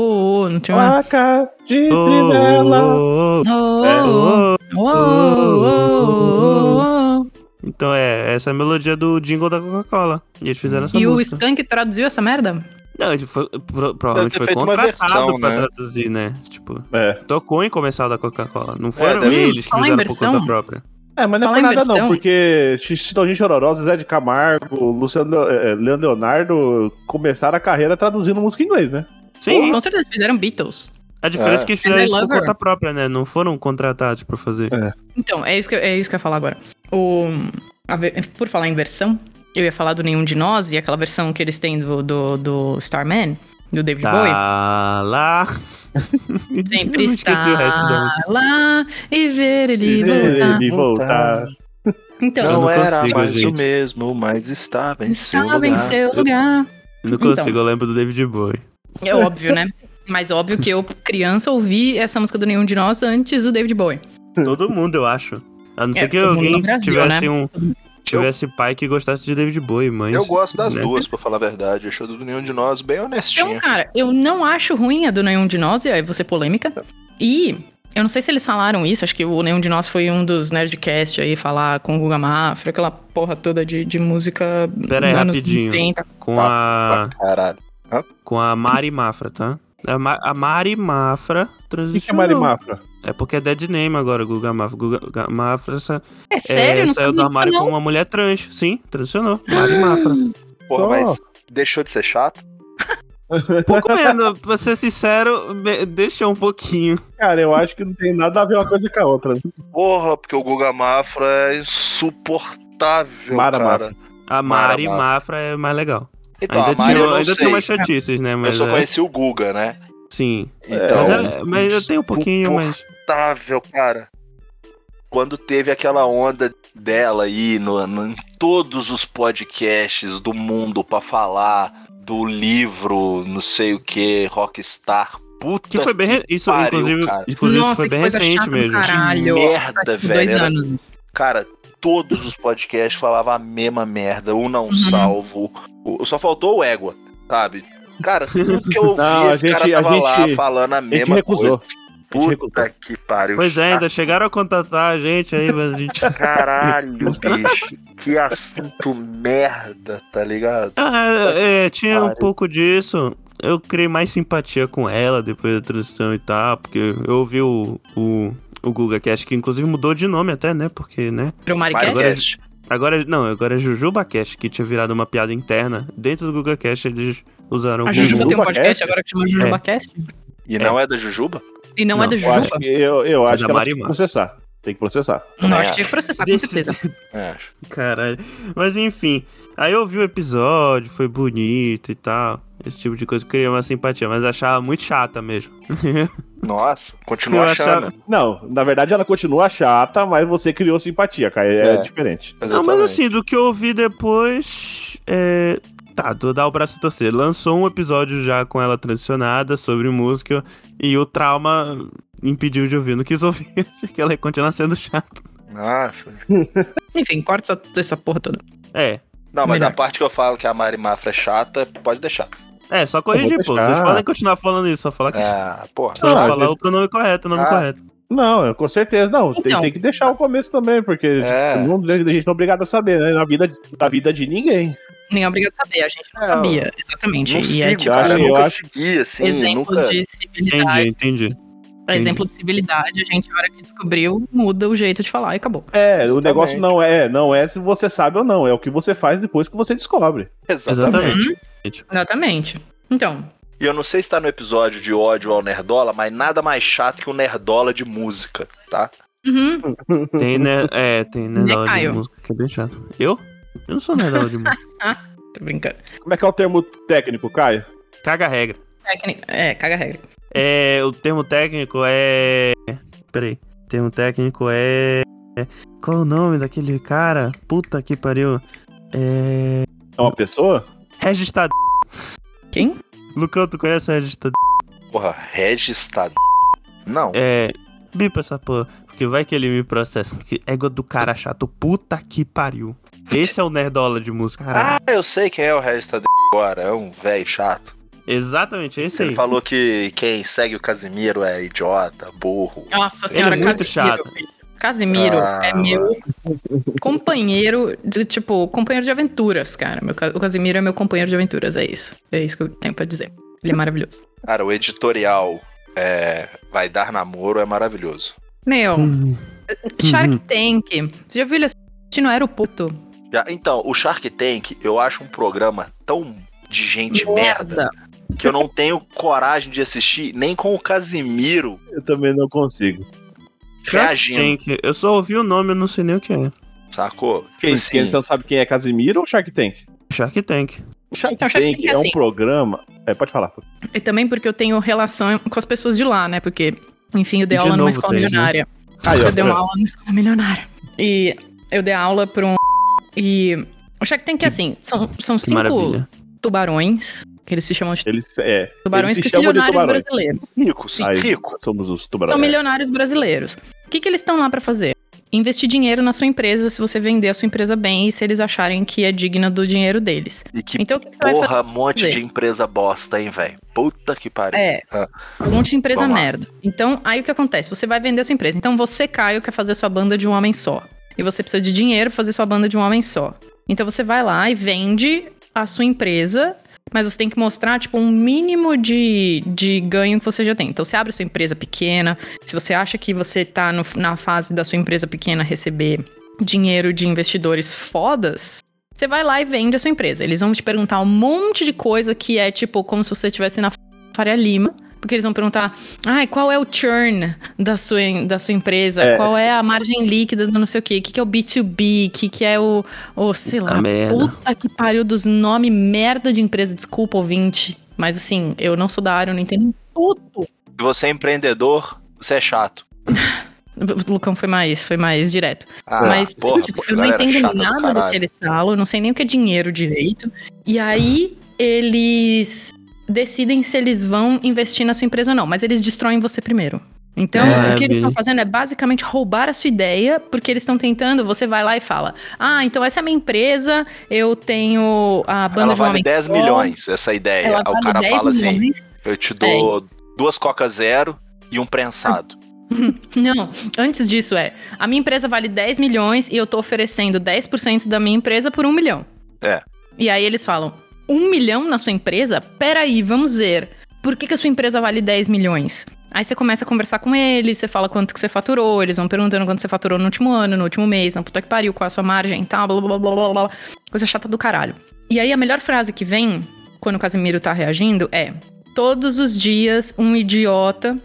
Speaker 2: ô, não tinha
Speaker 3: Ah.
Speaker 2: uma...
Speaker 3: Placa de
Speaker 1: Oh,
Speaker 3: trivela.
Speaker 1: oh, oh,
Speaker 2: Ô,
Speaker 3: É.
Speaker 2: ô,
Speaker 1: oh.
Speaker 2: ô, ô, ô, ô, ô.
Speaker 1: Então é, essa é a melodia do jingle da Coca-Cola. E eles fizeram essa
Speaker 2: E o
Speaker 1: música.
Speaker 2: Skank traduziu essa merda?
Speaker 1: Não, ele foi, pro- provavelmente
Speaker 4: ter
Speaker 1: foi
Speaker 4: feito uma
Speaker 1: contratado
Speaker 4: versão,
Speaker 1: pra
Speaker 4: né?
Speaker 1: traduzir, né? Tipo,
Speaker 3: É.
Speaker 1: tocou em comercial da Coca-Cola. Não foram
Speaker 4: É, deve-
Speaker 1: eles que
Speaker 2: Falar em
Speaker 1: fizeram por
Speaker 2: versão?
Speaker 1: conta própria.
Speaker 3: É, mas não é
Speaker 2: Fala
Speaker 3: por
Speaker 2: em
Speaker 3: nada
Speaker 2: versão.
Speaker 3: não, porque Chitãozinho Chororó, Zé de Camargo, Luciano eh, eh, Leonardo começaram a carreira traduzindo música em inglês, né?
Speaker 1: Sim,
Speaker 2: Com certeza fizeram Beatles.
Speaker 1: a diferença é que eles fizeram
Speaker 2: And I
Speaker 1: isso por
Speaker 2: Love Her.
Speaker 1: conta própria, né? Não foram contratados pra fazer.
Speaker 3: É.
Speaker 2: Então, é isso que eu, é isso que eu ia falar agora. O, a ver- por falar em versão, eu ia falar do Nenhum de Nós e aquela versão que eles têm do, do, do Starman, do David Bowie.
Speaker 1: Tá lá.
Speaker 2: Sempre
Speaker 1: Eu não esqueci o resto da música.
Speaker 2: está lá e ver ele voltar.
Speaker 3: E voltar.
Speaker 2: Então,
Speaker 1: não
Speaker 4: não era
Speaker 1: consigo,
Speaker 4: mais
Speaker 1: gente.
Speaker 4: o mesmo, mas estava em seu
Speaker 2: estava em
Speaker 4: lugar.
Speaker 2: seu lugar.
Speaker 1: Não
Speaker 2: Então.
Speaker 1: consigo, eu lembro do David Bowie.
Speaker 2: É óbvio, né? Mas óbvio que eu, criança, ouvi essa música do Nenhum de Nós antes do David Bowie.
Speaker 1: Todo mundo, eu acho. A não
Speaker 2: É,
Speaker 1: ser que
Speaker 2: todo mundo
Speaker 1: alguém
Speaker 2: no Brasil, né?
Speaker 1: tivesse um. Tivesse pai que gostasse de David Bowie, mãe.
Speaker 4: Eu gosto das
Speaker 1: né?
Speaker 4: duas, pra falar a verdade. Achou do nenhum de nós bem
Speaker 2: Então,
Speaker 4: honestinha.
Speaker 2: cara, eu não acho ruim a do Nenhum de Nós, e aí vou ser polêmica. E eu não sei se eles falaram isso, acho que o Nenhum de Nós foi um dos Nerdcast aí falar com o Guga Mafra, aquela porra toda de, de música.
Speaker 1: Pera aí,
Speaker 2: dos anos
Speaker 1: rapidinho.
Speaker 2: 90.
Speaker 1: Com
Speaker 4: tá?
Speaker 1: a.
Speaker 4: Caralho.
Speaker 1: Com a Mari Mafra, tá? A, Ma- a Mari Mafra
Speaker 3: O que, que é
Speaker 1: transicionou.
Speaker 3: Mari Mafra?
Speaker 1: É porque é dead name agora, Guga Mafra. Guga Guga Mafra sa-
Speaker 2: É
Speaker 1: é,
Speaker 2: sério, não
Speaker 1: saiu
Speaker 2: sei
Speaker 1: do armário
Speaker 2: disso,
Speaker 1: com
Speaker 2: não.
Speaker 1: uma mulher trans. Sim, transicionou. Mari Mafra.
Speaker 4: Porra,
Speaker 3: Só.
Speaker 4: mas deixou de ser chato?
Speaker 1: Pouco menos, pra ser sincero, me- deixou um pouquinho.
Speaker 3: Cara, eu acho que não tem nada a ver uma coisa com a outra. né?
Speaker 4: Porra, porque o Guga Mafra é insuportável,
Speaker 3: Mara
Speaker 4: cara.
Speaker 1: A
Speaker 4: Mara
Speaker 1: Mari
Speaker 4: Mafra.
Speaker 1: Mafra é mais legal.
Speaker 4: Então,
Speaker 1: ainda
Speaker 4: a Mari,
Speaker 1: tinha-
Speaker 4: eu não
Speaker 1: ainda
Speaker 4: sei.
Speaker 1: tem umas chatices, né?
Speaker 4: Eu
Speaker 1: Mas
Speaker 4: só
Speaker 1: é-
Speaker 4: conheci o Guga, né?
Speaker 1: Sim.
Speaker 4: Então,
Speaker 1: Mas, era- mas eu tenho um pouquinho, mas.
Speaker 4: insuportável, cara. Quando teve aquela onda dela aí no, no- em todos os podcasts do mundo pra falar do livro, não sei o que, Rockstar. Puta
Speaker 1: Que foi bem. re- Isso,
Speaker 4: pariu,
Speaker 1: inclusive,
Speaker 4: cara.
Speaker 1: inclusive
Speaker 2: Nossa,
Speaker 1: foi
Speaker 2: que
Speaker 1: bem
Speaker 2: coisa
Speaker 1: recente
Speaker 2: chata do
Speaker 1: mesmo.
Speaker 2: caralho.
Speaker 4: que merda,
Speaker 2: Faz dois
Speaker 4: velho. Era-
Speaker 2: anos. isso.
Speaker 4: cara, todos os podcasts falavam a mesma merda. O
Speaker 2: Uhum.
Speaker 4: não salvo. O, só faltou o égua, sabe? Cara, tudo que eu ouvi,
Speaker 3: Não, a
Speaker 4: esse cara
Speaker 3: gente- a
Speaker 4: tava lá
Speaker 3: gente-
Speaker 4: falando a
Speaker 3: A gente
Speaker 4: mesma
Speaker 3: recusou.
Speaker 4: coisa.
Speaker 3: A gente recusou.
Speaker 4: Puta que pariu.
Speaker 1: Pois é, ainda chegaram a contratar a gente aí, mas a gente.
Speaker 4: Caralho, bicho. Que assunto merda, tá ligado?
Speaker 1: Ah, é, tinha um
Speaker 4: Pariu.
Speaker 1: pouco disso. Eu criei mais simpatia com ela depois da transição e tal, porque eu ouvi o, o, o Guga que acho que inclusive mudou de nome até, né? Porque, né?
Speaker 2: Pro Maricast?
Speaker 1: Agora-
Speaker 4: Maricast.
Speaker 1: Agora, não, agora é Jujuba Cash, que tinha virado uma piada interna. Dentro do Guga Cash, eles usaram é o
Speaker 2: A
Speaker 1: Guga.
Speaker 2: Jujuba tem um
Speaker 3: Jujubacast?
Speaker 2: podcast agora que chama Jujubacast?
Speaker 4: E não é da Jujuba?
Speaker 2: E não, é
Speaker 1: Não,
Speaker 2: da
Speaker 3: Eu acho
Speaker 2: Jujuba?
Speaker 3: que, eu, eu acho
Speaker 1: da
Speaker 3: que ela
Speaker 1: Mari
Speaker 3: tem que
Speaker 1: Mar.
Speaker 3: processar. Tem que processar.
Speaker 2: Não, acho que tinha que processar, com
Speaker 1: Desse-
Speaker 2: certeza.
Speaker 4: É.
Speaker 1: Caralho. Mas enfim, aí eu vi o episódio, foi bonito e tal. Esse tipo de coisa criou uma simpatia, mas achava muito chata mesmo.
Speaker 4: Nossa, continua
Speaker 1: Eu
Speaker 4: achando.
Speaker 1: achava-
Speaker 3: Não, na verdade ela continua chata, mas você criou simpatia, cara. É,
Speaker 4: É.
Speaker 3: diferente.
Speaker 1: Não, mas
Speaker 4: Exatamente.
Speaker 1: assim, do que eu ouvi depois. É. Tá, vou dar o braço a torcer. Lançou um episódio já com ela transicionada sobre música e o trauma impediu de ouvir. Não quis ouvir, achei que ela ia continuar sendo chata.
Speaker 4: Nossa.
Speaker 2: Enfim, corta essa, essa porra toda.
Speaker 1: É.
Speaker 4: Não, mas
Speaker 2: Melhor.
Speaker 4: a parte que eu falo que a Mari Mafra é chata, pode deixar.
Speaker 1: É, só corrigir,
Speaker 3: Eu
Speaker 1: pô.
Speaker 3: vou
Speaker 1: Vocês
Speaker 3: deixar.
Speaker 1: podem continuar falando isso, só falar que.
Speaker 4: Ah, porra.
Speaker 1: Só
Speaker 3: Ah,
Speaker 1: falar
Speaker 3: gente-
Speaker 1: o pronome correto, o nome
Speaker 4: Ah.
Speaker 1: correto.
Speaker 3: Não, eu- com certeza. Não, tem-
Speaker 2: Então.
Speaker 3: tem, que deixar o começo também, porque
Speaker 4: É.
Speaker 3: tipo, não- a gente não é obrigado a saber, né? Na vida, na vida de ninguém.
Speaker 2: Nem é obrigado a saber, a gente não
Speaker 4: É,
Speaker 2: sabia, exatamente.
Speaker 4: Não
Speaker 2: e é
Speaker 4: sigo,
Speaker 2: tipo
Speaker 4: cara.
Speaker 3: acho-
Speaker 4: Eu
Speaker 3: eu
Speaker 4: nunca
Speaker 3: acho-
Speaker 4: segui, assim.
Speaker 2: exemplo
Speaker 4: nunca...
Speaker 2: de
Speaker 1: Entendi,
Speaker 2: civilidade.
Speaker 1: entendi.
Speaker 2: Exemplo de civilidade, a gente, a hora que descobriu, muda o jeito de falar e acabou.
Speaker 3: É, o
Speaker 4: Exatamente.
Speaker 3: negócio não é, não é se você sabe ou não, é o que você faz depois que você descobre.
Speaker 4: Exatamente.
Speaker 1: Exatamente.
Speaker 2: Exatamente. Então,
Speaker 4: E eu não sei se tá no episódio de ódio ao Nerdola, mas nada mais chato que o Nerdola de música, tá?
Speaker 2: uhum,
Speaker 1: Tem, né? É, tem nerdola de
Speaker 2: Caio?
Speaker 1: música, que é bem chato. Eu? Eu não sou nerdola de música.
Speaker 2: tô brincando.
Speaker 3: Como é que é o termo técnico, Caio?
Speaker 1: Caga a regra.
Speaker 2: Técnica, é, caga a regra.
Speaker 1: É, o termo técnico é. Peraí. O termo técnico é. é- Qual o nome daquele cara? Puta que pariu. É.
Speaker 3: É uma pessoa?
Speaker 1: Registad.
Speaker 2: Quem?
Speaker 1: Lucão, tu conhece o Registad?
Speaker 4: Porra, registado. Não.
Speaker 1: É. Bipa essa porra. Porque vai que ele me processa. Que égua do cara chato. Puta que pariu. Esse é o nerdola de música, caralho.
Speaker 4: Ah, eu sei quem é o registado agora. É um velho chato.
Speaker 1: Exatamente, é esse
Speaker 4: Ele
Speaker 1: aí.
Speaker 4: falou que quem segue o Casimiro é idiota, burro.
Speaker 2: Nossa
Speaker 1: Ele
Speaker 2: senhora,
Speaker 1: é muito
Speaker 2: Casimiro. Casimiro
Speaker 4: Ah.
Speaker 2: é meu companheiro de, tipo, companheiro de aventuras, cara. Meu, ca- o Casimiro é meu companheiro de aventuras, é isso. É isso que eu tenho pra dizer. Ele é maravilhoso.
Speaker 4: Cara, o editorial é, vai dar namoro é maravilhoso.
Speaker 2: Meu,
Speaker 1: Hum,
Speaker 2: Shark
Speaker 1: Uhum.
Speaker 2: Tank. Você já viu ele assistindo aeroporto?
Speaker 4: Já- então, o Shark Tank, eu acho um programa tão de gente merda que eu não tenho coragem de assistir nem com o Casimiro
Speaker 3: Eu também não consigo.
Speaker 4: reagindo.
Speaker 1: Tank. Eu só ouvi o nome, eu não sei nem o que é.
Speaker 4: Sacou?
Speaker 3: Quem,
Speaker 4: Assim,
Speaker 3: quem- você não sabe quem é Casimiro ou Shark Tank?
Speaker 1: Shark Tank.
Speaker 3: O Shark
Speaker 2: Não,
Speaker 3: Tank,
Speaker 2: Shark Tank é
Speaker 3: é um
Speaker 2: assim.
Speaker 3: programa. É, pode falar.
Speaker 2: E também porque eu tenho relação com as pessoas de lá, né? Porque, enfim, eu dei
Speaker 1: De
Speaker 2: aula numa
Speaker 1: novo
Speaker 2: escola
Speaker 1: tem, né? É.
Speaker 2: milionária.
Speaker 3: Aí, ó,
Speaker 2: eu dei
Speaker 3: tá
Speaker 2: uma aula numa escola milionária. E eu dei aula pra um. E. O Shark Tank é assim, são, são
Speaker 1: Que
Speaker 2: cinco
Speaker 1: maravilha.
Speaker 2: tubarões, que eles se chamam de
Speaker 3: Eles, é,
Speaker 2: tubarões,
Speaker 3: eles
Speaker 2: que
Speaker 3: se
Speaker 2: são
Speaker 3: chamam de
Speaker 2: milionários
Speaker 3: tubarões.
Speaker 2: brasileiros.
Speaker 4: Rico, sim,
Speaker 3: Aí.
Speaker 4: rico.
Speaker 3: Somos os
Speaker 2: São
Speaker 3: tubarões.
Speaker 2: milionários brasileiros. O que, que eles estão lá pra fazer? Investir dinheiro na sua empresa se você vender a sua empresa bem e se eles acharem que é digna do dinheiro deles.
Speaker 4: E que
Speaker 2: Então o que, que você vai fazer?
Speaker 4: porra, monte de
Speaker 2: fazer?
Speaker 4: empresa bosta, hein, velho? Puta que pariu.
Speaker 2: É.
Speaker 4: Ah.
Speaker 2: Um monte de empresa
Speaker 4: Vamos lá.
Speaker 2: merda. Então, aí o que acontece? Você vai vender a sua empresa. Então, você, Caio, quer fazer sua banda de um homem só. E você precisa de dinheiro pra fazer sua banda de um homem só. Então, você vai lá e vende a sua empresa, mas você tem que mostrar, tipo, um mínimo de, de ganho que você já tem. Então, você abre sua empresa pequena. Se você acha que você tá no- na fase da sua empresa pequena receber dinheiro de investidores fodas. Você vai lá e vende a sua empresa. Eles vão te perguntar um monte de coisa que é tipo como se você estivesse na Faria Lima. Porque eles vão perguntar, ai, qual é o churn da sua, da sua empresa?
Speaker 3: É.
Speaker 2: Qual é a margem líquida do não sei o quê? O que, que é o B2B? O que, que é o, o, sei lá,
Speaker 1: Puta merda.
Speaker 2: é puta que pariu dos nomes merda de empresa. Desculpa, ouvinte. Mas assim, eu não sou da área, eu não entendo tudo.
Speaker 4: Se você é empreendedor, você é chato.
Speaker 2: O Lucão foi mais, foi mais direto.
Speaker 4: Ah,
Speaker 2: Mas,
Speaker 4: porra,
Speaker 2: tipo, eu não
Speaker 4: galera é
Speaker 2: entendo
Speaker 4: chata do
Speaker 2: nada do
Speaker 4: caralho.
Speaker 2: que eles falam, eu não sei nem o que é dinheiro direito. E aí, eles decidem se eles vão investir na sua empresa ou não, mas eles destroem você primeiro. Então,
Speaker 1: É,
Speaker 2: o que eles
Speaker 1: bi.
Speaker 2: estão fazendo é basicamente roubar a sua ideia, porque eles estão tentando, você vai lá e fala: Ah, então essa é a minha empresa, eu tenho a banda
Speaker 4: Ela
Speaker 2: de homens.
Speaker 4: vale 10
Speaker 2: só,
Speaker 4: milhões, essa ideia.
Speaker 2: Ela
Speaker 4: Aí o
Speaker 2: vale
Speaker 4: cara
Speaker 2: 10
Speaker 4: fala assim:
Speaker 2: milhões. É.
Speaker 4: eu te dou duas Coca Zero e um prensado.
Speaker 2: Não, antes disso é, a minha empresa vale 10 milhões e eu tô oferecendo 10% da minha empresa por 1 milhão.
Speaker 4: É.
Speaker 2: E aí eles falam, 1 milhão na sua empresa? Peraí, vamos ver. Por que, que a sua empresa vale 10 milhões? Aí você começa a conversar com eles, você fala quanto que você faturou, eles vão perguntando quanto você faturou no último ano, no último mês, na puta que pariu, qual a sua margem e tal, blá blá blá blá blá. blá. Coisa chata do caralho. E aí a melhor frase que vem, quando o Casimiro tá reagindo, é: Todos os dias um idiota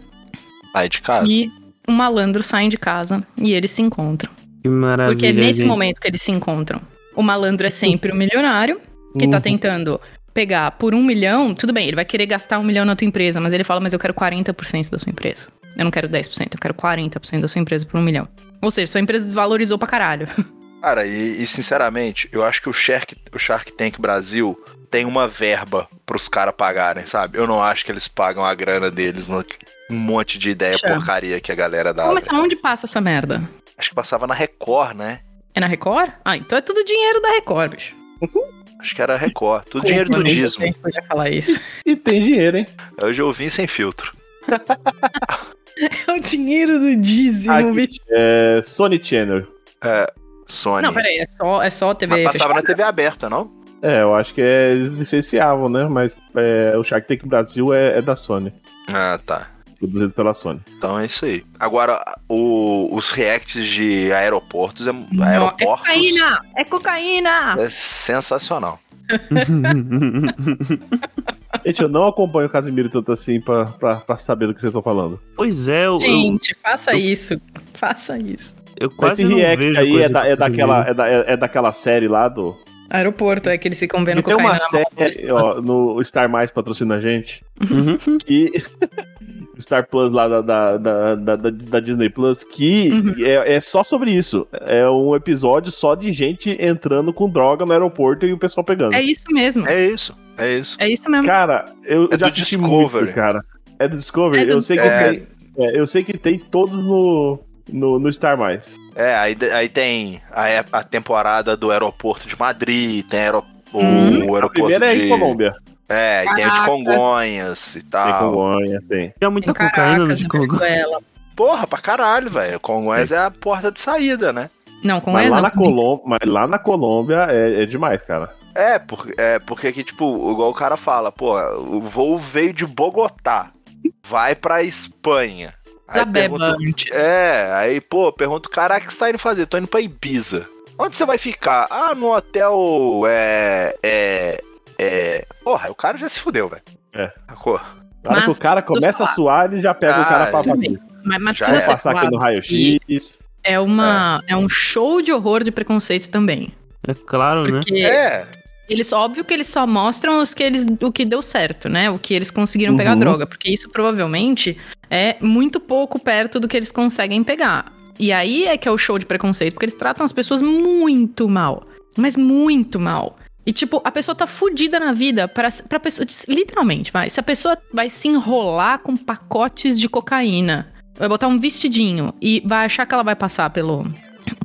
Speaker 4: Sai de casa.
Speaker 2: E o malandro saem de casa e eles se encontram.
Speaker 1: Que maravilha.
Speaker 2: Porque é nesse
Speaker 1: gente.
Speaker 2: momento que eles se encontram. O malandro é sempre o milionário que tá tentando pegar por um milhão. Tudo bem, ele vai querer gastar um milhão na tua empresa, mas ele fala, mas eu quero 40% da sua empresa. Eu não quero 10%, eu quero 40% da sua empresa por um milhão. Ou seja, sua empresa desvalorizou pra caralho.
Speaker 4: Cara, e, e sinceramente, eu acho que o Shark, o Shark Tank Brasil tem uma verba pros caras pagarem, sabe? Eu não acho que eles pagam a grana deles no um monte de ideia
Speaker 2: Chama.
Speaker 4: porcaria que a galera dá.
Speaker 2: Mas aonde passa essa merda?
Speaker 4: Acho que passava na Record, né?
Speaker 2: É na Record? Ah, então é tudo dinheiro da Record, bicho.
Speaker 4: Acho que era Record. Tudo dinheiro do É
Speaker 2: Uma vez
Speaker 4: dízimo.
Speaker 2: A gente podia falar isso.
Speaker 3: E tem dinheiro, hein?
Speaker 4: Hoje eu vim sem filtro.
Speaker 2: É o dinheiro do dízimo,
Speaker 3: Aqui.
Speaker 2: bicho.
Speaker 3: É, Sony Channel.
Speaker 4: É, Sony.
Speaker 2: Não, peraí, é só, é só TV
Speaker 4: Mas passava
Speaker 2: fechada?
Speaker 4: na TV aberta, não?
Speaker 3: É, eu acho que é, eles licenciavam, né? Mas é, o Shark Tank Brasil é, é da Sony.
Speaker 4: Ah, tá.
Speaker 3: Produzido pela Sony.
Speaker 4: Então é isso aí. Agora, o- os reacts de aeroportos é,
Speaker 2: Não, é
Speaker 4: aeroportos
Speaker 2: cocaína! É cocaína!
Speaker 4: é sensacional.
Speaker 3: Gente, eu não acompanho o Casimiro tanto assim pra, pra, pra saber do que vocês estão falando.
Speaker 1: pois é, eu, eu,
Speaker 2: Gente, faça isso. Faça isso.
Speaker 1: eu quase
Speaker 3: Esse
Speaker 1: não
Speaker 3: react
Speaker 1: vejo
Speaker 3: aí
Speaker 1: coisa tipo assim, né? do
Speaker 3: é, da, é, daquela,
Speaker 1: Casimiro.
Speaker 3: é, da, é, é daquela série lá do.
Speaker 2: Aeroporto é que eles ficam vendo
Speaker 3: E tem
Speaker 2: cocaína
Speaker 3: uma
Speaker 2: na mão.
Speaker 3: série ó, no Star Mais patrocina a gente.
Speaker 1: Uhum.
Speaker 3: E. Star Plus lá da, da, da, da, da- da Disney Plus, que
Speaker 2: Uhum.
Speaker 3: é, é só sobre isso. É um episódio só de gente entrando com droga no aeroporto e o pessoal pegando.
Speaker 2: É isso mesmo. É,
Speaker 4: É isso. É isso.
Speaker 2: isso mesmo.
Speaker 3: Cara, eu
Speaker 4: É
Speaker 3: já
Speaker 4: do
Speaker 3: assisti
Speaker 4: Discovery.
Speaker 3: muito, cara. É do Discovery?
Speaker 2: É do
Speaker 3: eu, sei que
Speaker 4: Discovery.
Speaker 3: tem, é, eu sei que tem todos no, no, no Star Mais.
Speaker 4: É, aí, aí tem a, é- a temporada do aeroporto de Madrid, tem aero- o
Speaker 2: Hum.
Speaker 4: aeroporto
Speaker 3: A primeira
Speaker 4: de...
Speaker 3: é em Colômbia.
Speaker 4: É, e tem o de
Speaker 2: Caracas.
Speaker 4: Congonhas e
Speaker 3: Tem
Speaker 4: tal.
Speaker 3: Congonhas, tem.
Speaker 1: Tinha muita
Speaker 2: Em
Speaker 1: cocaína no
Speaker 2: Caracas, é
Speaker 1: de
Speaker 2: na
Speaker 1: Congo.
Speaker 2: Venezuela.
Speaker 4: Porra, pra caralho, velho. Congonhas é a porta de saída, né?
Speaker 2: Não, com
Speaker 3: Mas
Speaker 2: essa
Speaker 3: lá, na
Speaker 2: não.
Speaker 3: Colômbia, mas lá na Colômbia é, é demais, cara.
Speaker 4: É, por, é porque aqui, tipo, igual o cara fala, pô, o voo veio de Bogotá, vai pra Espanha. Aí
Speaker 2: Da beba
Speaker 4: pergunta-
Speaker 2: antes.
Speaker 4: É, aí, pô, pergunta o cara "Ah, o que você tá indo fazer? Tô indo pra Ibiza. Onde você vai ficar? Ah, no hotel. É. É. É. Porra, o cara já se fudeu, velho.
Speaker 3: É.
Speaker 4: Sacou?
Speaker 3: Na hora que
Speaker 2: Mas,
Speaker 3: o cara começa a suar, ele já pega o
Speaker 4: Ah,
Speaker 3: cara pra
Speaker 4: tudo
Speaker 3: bater.
Speaker 2: Mas, mas
Speaker 4: Já
Speaker 2: precisa
Speaker 4: é.
Speaker 2: ser
Speaker 3: Passar aqui
Speaker 2: falado.
Speaker 3: no
Speaker 2: que
Speaker 3: raio-x.
Speaker 2: É, uma, é um show de horror de preconceito também.
Speaker 1: É claro, né?
Speaker 2: Porque
Speaker 4: É.
Speaker 2: Eles, óbvio que eles só mostram os que eles, o que deu certo, né? O que eles conseguiram pegar
Speaker 3: Uhum.
Speaker 2: droga, porque isso provavelmente é muito pouco perto do que eles conseguem pegar. E aí é que é o show de preconceito, porque eles tratam as pessoas muito mal, mas muito mal. E tipo, a pessoa tá fudida na vida para para pessoa, literalmente, vai. Se a pessoa vai se enrolar com pacotes de cocaína, vai botar um vestidinho e vai achar que ela vai passar pelo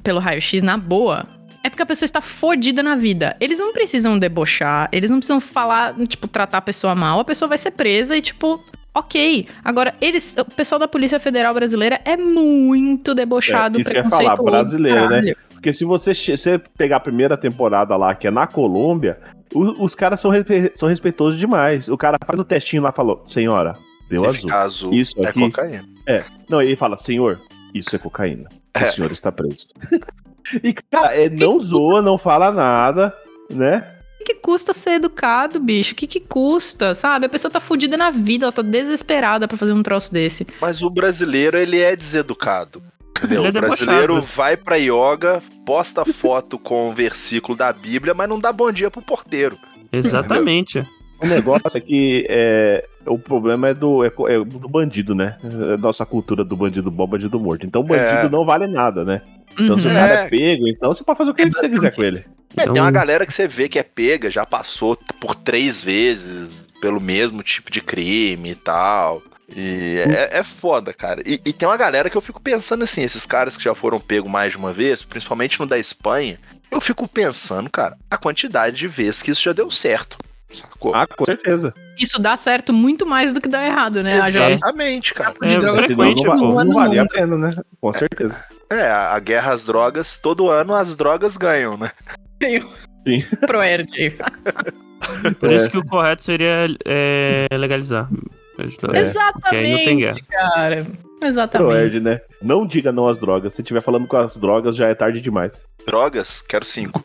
Speaker 2: pelo raio-x na boa, é porque a pessoa está fodida na vida. Eles não precisam debochar, eles não precisam falar, tipo, tratar a pessoa mal, a pessoa vai ser presa e, tipo, ok. Agora, eles. O pessoal da Polícia Federal Brasileira é muito debochado,
Speaker 3: É, isso que eu ia falar,
Speaker 2: preconceituoso,
Speaker 3: brasileiro, né?
Speaker 2: caralho.
Speaker 3: Porque se você, che- se você pegar a primeira temporada lá, que é na Colômbia, o- os caras são, respe- são respeitosos demais. O cara faz o testinho lá e falou, senhora, deu
Speaker 4: se
Speaker 3: azul.
Speaker 4: ficar azul,
Speaker 3: Isso
Speaker 4: é
Speaker 3: aqui.
Speaker 4: cocaína.
Speaker 3: Não, ele fala, senhor, isso é cocaína. O
Speaker 4: É.
Speaker 3: senhor está preso. e, cara, é, não zoa, não fala nada, né?
Speaker 2: O que que custa ser educado, bicho? O que, que custa, sabe? A pessoa tá fodida na vida, ela tá desesperada pra fazer um troço desse.
Speaker 4: Mas o brasileiro, ele é deseducado. Entendeu?
Speaker 1: Ele é
Speaker 4: o brasileiro
Speaker 1: debochado.
Speaker 4: vai pra yoga, posta foto com o versículo da Bíblia, mas não dá bom dia pro porteiro.
Speaker 1: Exatamente.
Speaker 3: O negócio é que é, o problema é do, é co- é do bandido, né? É nossa cultura do bandido bom, bandido morto. Então, bandido
Speaker 4: É.
Speaker 3: não vale nada, né? Então,
Speaker 2: Uhum.
Speaker 3: se o
Speaker 4: É.
Speaker 3: cara é pego, então você pode fazer o que você quiser com ele.
Speaker 4: É,
Speaker 1: Então-
Speaker 4: tem uma galera que você vê que é pega, já passou t- por três vezes pelo mesmo tipo de crime e tal. E
Speaker 1: Hum.
Speaker 4: é, é foda, cara. E, e tem uma galera que eu fico pensando assim, esses caras que já foram pego mais de uma vez, principalmente no da Espanha, eu fico pensando, cara, a quantidade de vezes que isso já deu certo. Sacou?
Speaker 3: Ah, com certeza.
Speaker 2: Isso dá certo muito mais do que dá errado, né? A gente
Speaker 4: Exatamente, cara.
Speaker 2: de
Speaker 1: É,
Speaker 2: droga
Speaker 1: você-
Speaker 3: Senão
Speaker 1: frequente,
Speaker 3: não, va-
Speaker 1: pô.
Speaker 3: não
Speaker 2: Ano no
Speaker 3: valia a
Speaker 2: mundo.
Speaker 3: pena, né? Com certeza.
Speaker 4: É, a a guerra às drogas, todo ano as drogas ganham, né?
Speaker 2: pro Erd.
Speaker 1: Por
Speaker 3: É.
Speaker 1: isso que o correto seria é, legalizar. Exatamente. Porque aí não tem
Speaker 2: Exatamente,
Speaker 1: guerra.
Speaker 2: cara.
Speaker 3: Pro
Speaker 2: Exatamente.
Speaker 3: Erd, né? Não diga não às drogas. Se estiver falando com as drogas, já é tarde demais.
Speaker 4: Drogas, quero cinco.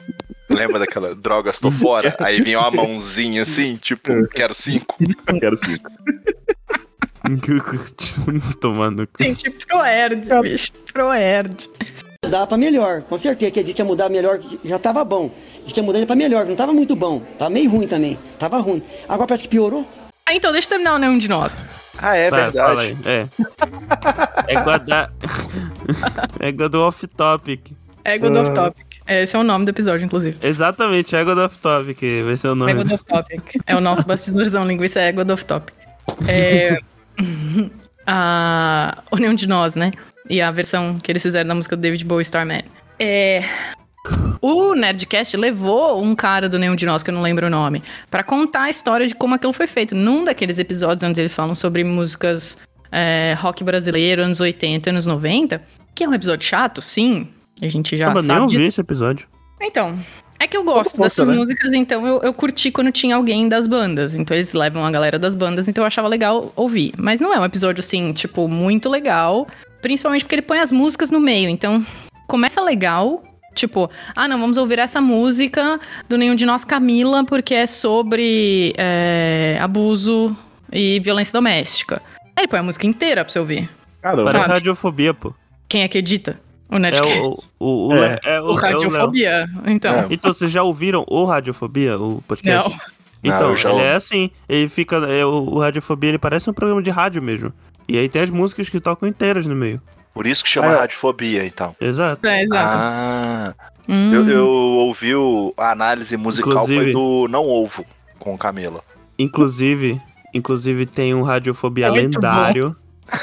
Speaker 4: Lembra daquela drogas, tô fora? Aí vinha uma mãozinha assim, tipo, quero cinco.
Speaker 3: Quero sim.
Speaker 1: Tomando
Speaker 3: É
Speaker 1: cu.
Speaker 2: Gente, proerd, bicho. Proerd.
Speaker 6: mudar pra melhor. Com certeza que a gente ia mudar melhor, que já tava bom. Diz que ia mudar pra melhor, que não tava muito bom. Tava meio ruim também. Tava ruim. Agora parece que piorou.
Speaker 2: Ah, então deixa eu terminar o Nenhum de Nós.
Speaker 4: Ah, é
Speaker 1: Tá, fala aí.
Speaker 4: verdade.
Speaker 1: É. É guardar. é do off topic.
Speaker 2: Ego
Speaker 3: Ah.
Speaker 2: do Off Topic. Esse é o nome do episódio, inclusive.
Speaker 1: Exatamente, Ego do off topic. Vai ser o nome.
Speaker 2: Ego do Off Topic. É o nosso bastidorzão linguiça Ego do Off Topic. É... a... O Nenhum de Nós, né? E a versão que eles fizeram da música do David Bowie, Starman. É... O Nerdcast levou um cara do Nenhum de Nós, que eu não lembro o nome, pra contar a história de como aquilo foi feito. Num daqueles episódios onde eles falam sobre músicas é, rock brasileiro, anos 80, anos 90, que é um episódio chato, sim. A gente já
Speaker 1: Caramba, Ah, nem
Speaker 2: sabe disso.
Speaker 1: ouvi esse episódio.
Speaker 2: Então, é que eu gosto
Speaker 3: Como
Speaker 2: dessas
Speaker 4: né?
Speaker 3: funciona?
Speaker 2: músicas, então eu, eu curti quando tinha alguém das bandas. Então eles levam a galera das bandas, então eu achava legal ouvir. Mas não é um episódio, assim, tipo, muito legal. Principalmente porque ele põe as músicas no meio. Então, começa legal. Tipo, ah, não, vamos ouvir essa música do Nenhum de Nós Camila, porque é sobre é, abuso e violência doméstica. Aí ele põe a música inteira pra você ouvir.
Speaker 3: Caramba.
Speaker 1: Parece
Speaker 2: Sabe.
Speaker 1: radiofobia, pô.
Speaker 2: Quem é que edita? O
Speaker 1: É
Speaker 2: Nerdcast.
Speaker 1: o, o, o,
Speaker 3: É.
Speaker 1: Le- é o, é
Speaker 2: O
Speaker 1: o Léo.
Speaker 2: Radiofobia. Então,
Speaker 4: É.
Speaker 1: Então, vocês já ouviram o Radiofobia, o podcast?
Speaker 2: não.
Speaker 1: Então,
Speaker 4: Não, eu já
Speaker 1: ele
Speaker 4: ouvi.
Speaker 1: é assim, ele fica. é, o, o Radiofobia ele parece um programa de rádio mesmo. E aí tem as músicas que tocam inteiras no meio.
Speaker 4: Por isso que chama
Speaker 3: Ah, é.
Speaker 4: radiofobia, então.
Speaker 1: Exato.
Speaker 2: É, exato.
Speaker 4: Ah,
Speaker 2: Hum.
Speaker 4: eu, eu ouvi o- a análise musical
Speaker 1: Inclusive-
Speaker 4: foi do Não Ovo com Camila.
Speaker 1: Inclusive, inclusive tem um Radiofobia
Speaker 2: É muito
Speaker 1: lendário.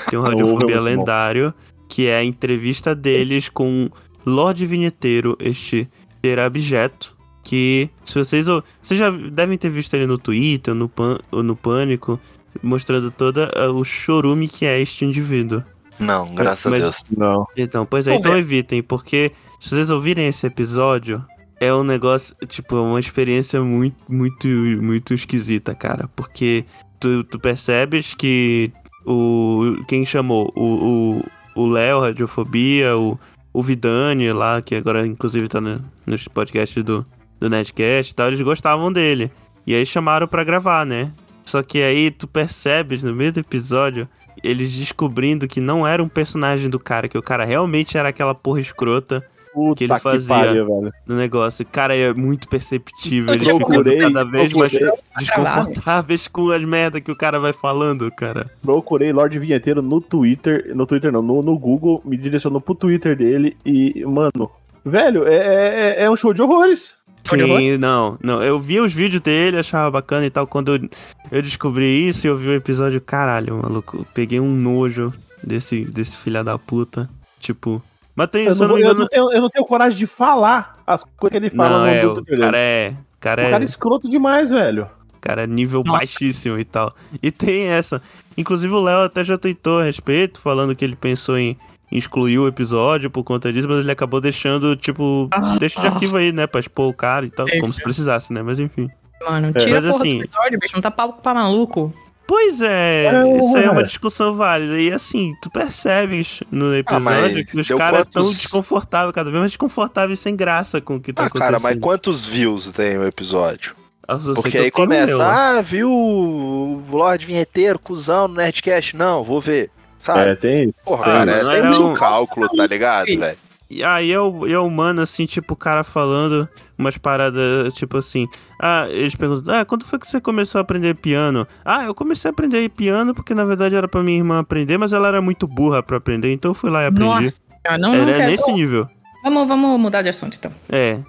Speaker 1: Tem um
Speaker 3: Ouve,
Speaker 1: Radiofobia
Speaker 3: é muito bom.
Speaker 1: lendário, que é a entrevista deles com Lorde Vinheteiro, este ser abjeto. Que se vocês. ou- Vocês já devem ter visto ele no Twitter, no, pan, ou no Pânico, mostrando todo o chorume que é este indivíduo.
Speaker 4: Não, graças
Speaker 1: Mas-
Speaker 4: a Deus.
Speaker 3: Não.
Speaker 1: Então, pois é,
Speaker 2: Vamos
Speaker 1: então
Speaker 2: ver.
Speaker 1: evitem, porque se vocês ouvirem esse episódio, é um negócio, tipo, é uma experiência muito, muito, muito esquisita, cara. Porque tu, tu percebes que o. Quem chamou? O Léo, o, Léo, Radiofobia, o, o Vidani lá, que agora inclusive tá no- nos podcasts do, do Nerdcast e tal, eles gostavam dele. E aí chamaram pra gravar, né? Só que aí tu percebes no meio do episódio eles descobrindo que não era um personagem do cara, que o cara realmente era aquela porra escrota
Speaker 3: Puta
Speaker 1: Que ele fazia.
Speaker 3: pariu, velho.
Speaker 1: do negócio. Cara, é muito perceptível.
Speaker 2: Eu
Speaker 1: Eles
Speaker 3: procurei,
Speaker 1: ficam cada vez mais
Speaker 3: procurei.
Speaker 1: desconfortáveis com as merda que o cara vai falando, cara.
Speaker 3: Procurei Lorde Vinheteiro no Twitter. No Twitter não, no, no Google. Me direcionou pro Twitter dele e, mano. Velho, é, é, é um show de horrores.
Speaker 2: Onde eu vou?
Speaker 1: Sim, não, não. Eu via os vídeos dele, achava bacana e tal. Quando eu, eu descobri isso e eu vi o episódio, caralho, maluco. eu peguei um nojo desse, desse filha da puta. Tipo. Mas tem,
Speaker 3: Eu
Speaker 1: se eu não
Speaker 3: não, vou-
Speaker 1: me
Speaker 3: eu
Speaker 1: engano.
Speaker 3: não tenho, eu não tenho coragem de falar as coisas que ele fala
Speaker 1: Não,
Speaker 3: no
Speaker 1: é, o
Speaker 3: Twitter dele.
Speaker 1: cara é. Cara
Speaker 3: né? O
Speaker 1: é,
Speaker 3: cara é escroto demais, velho.
Speaker 1: Cara, nível
Speaker 2: Nossa.
Speaker 1: baixíssimo e tal. E tem essa. Inclusive o Léo até já tweetou a respeito, falando que ele pensou em excluir o episódio por conta disso, mas ele acabou deixando, tipo,
Speaker 2: Ah.
Speaker 1: deixa de arquivo aí, né? Pra expor o cara e tal,
Speaker 2: Deixa.
Speaker 1: como se precisasse, né? Mas enfim.
Speaker 2: Mano, tira
Speaker 1: Mas
Speaker 2: a porra
Speaker 1: assim-
Speaker 2: do episódio, bicho. Não tá palco pra maluco.
Speaker 1: Pois é,
Speaker 3: É,
Speaker 1: isso aí é uma
Speaker 3: cara.
Speaker 1: discussão válida. E assim, tu percebes no episódio
Speaker 4: Ah, mas
Speaker 1: que os
Speaker 4: deu
Speaker 1: caras estão
Speaker 4: quantos-
Speaker 1: desconfortáveis, cada vez mais desconfortáveis sem graça com o que tá
Speaker 4: Ah, cara,
Speaker 1: acontecendo.
Speaker 4: mas quantos views tem o episódio?
Speaker 1: Eu só sei
Speaker 4: Porque
Speaker 1: que eu
Speaker 4: aí
Speaker 1: tenho o
Speaker 4: começa,
Speaker 1: meu.
Speaker 4: ah, viu o Lorde Vinheteiro, cuzão no Nerdcast? Não, vou ver. Sabe?
Speaker 3: É, tem isso.
Speaker 4: Ah, Porra,
Speaker 3: tem
Speaker 4: cara,
Speaker 1: mas
Speaker 4: é,
Speaker 3: isso.
Speaker 4: tem
Speaker 1: era
Speaker 4: muito
Speaker 1: um-
Speaker 4: cálculo, tá ligado,
Speaker 2: Sim.
Speaker 4: velho?
Speaker 1: E aí eu, eu, mano, assim, tipo, o cara falando umas paradas, tipo assim. Ah, eles perguntam, ah, quando foi que você começou a aprender piano? Ah, eu comecei a aprender piano porque na verdade era pra minha irmã aprender, mas ela era muito burra pra aprender, então eu fui lá e aprendi.
Speaker 2: Nossa, cara, não, não
Speaker 1: era
Speaker 2: quero.
Speaker 1: nesse nível.
Speaker 2: Vamos, vamos mudar de assunto, então.
Speaker 1: É.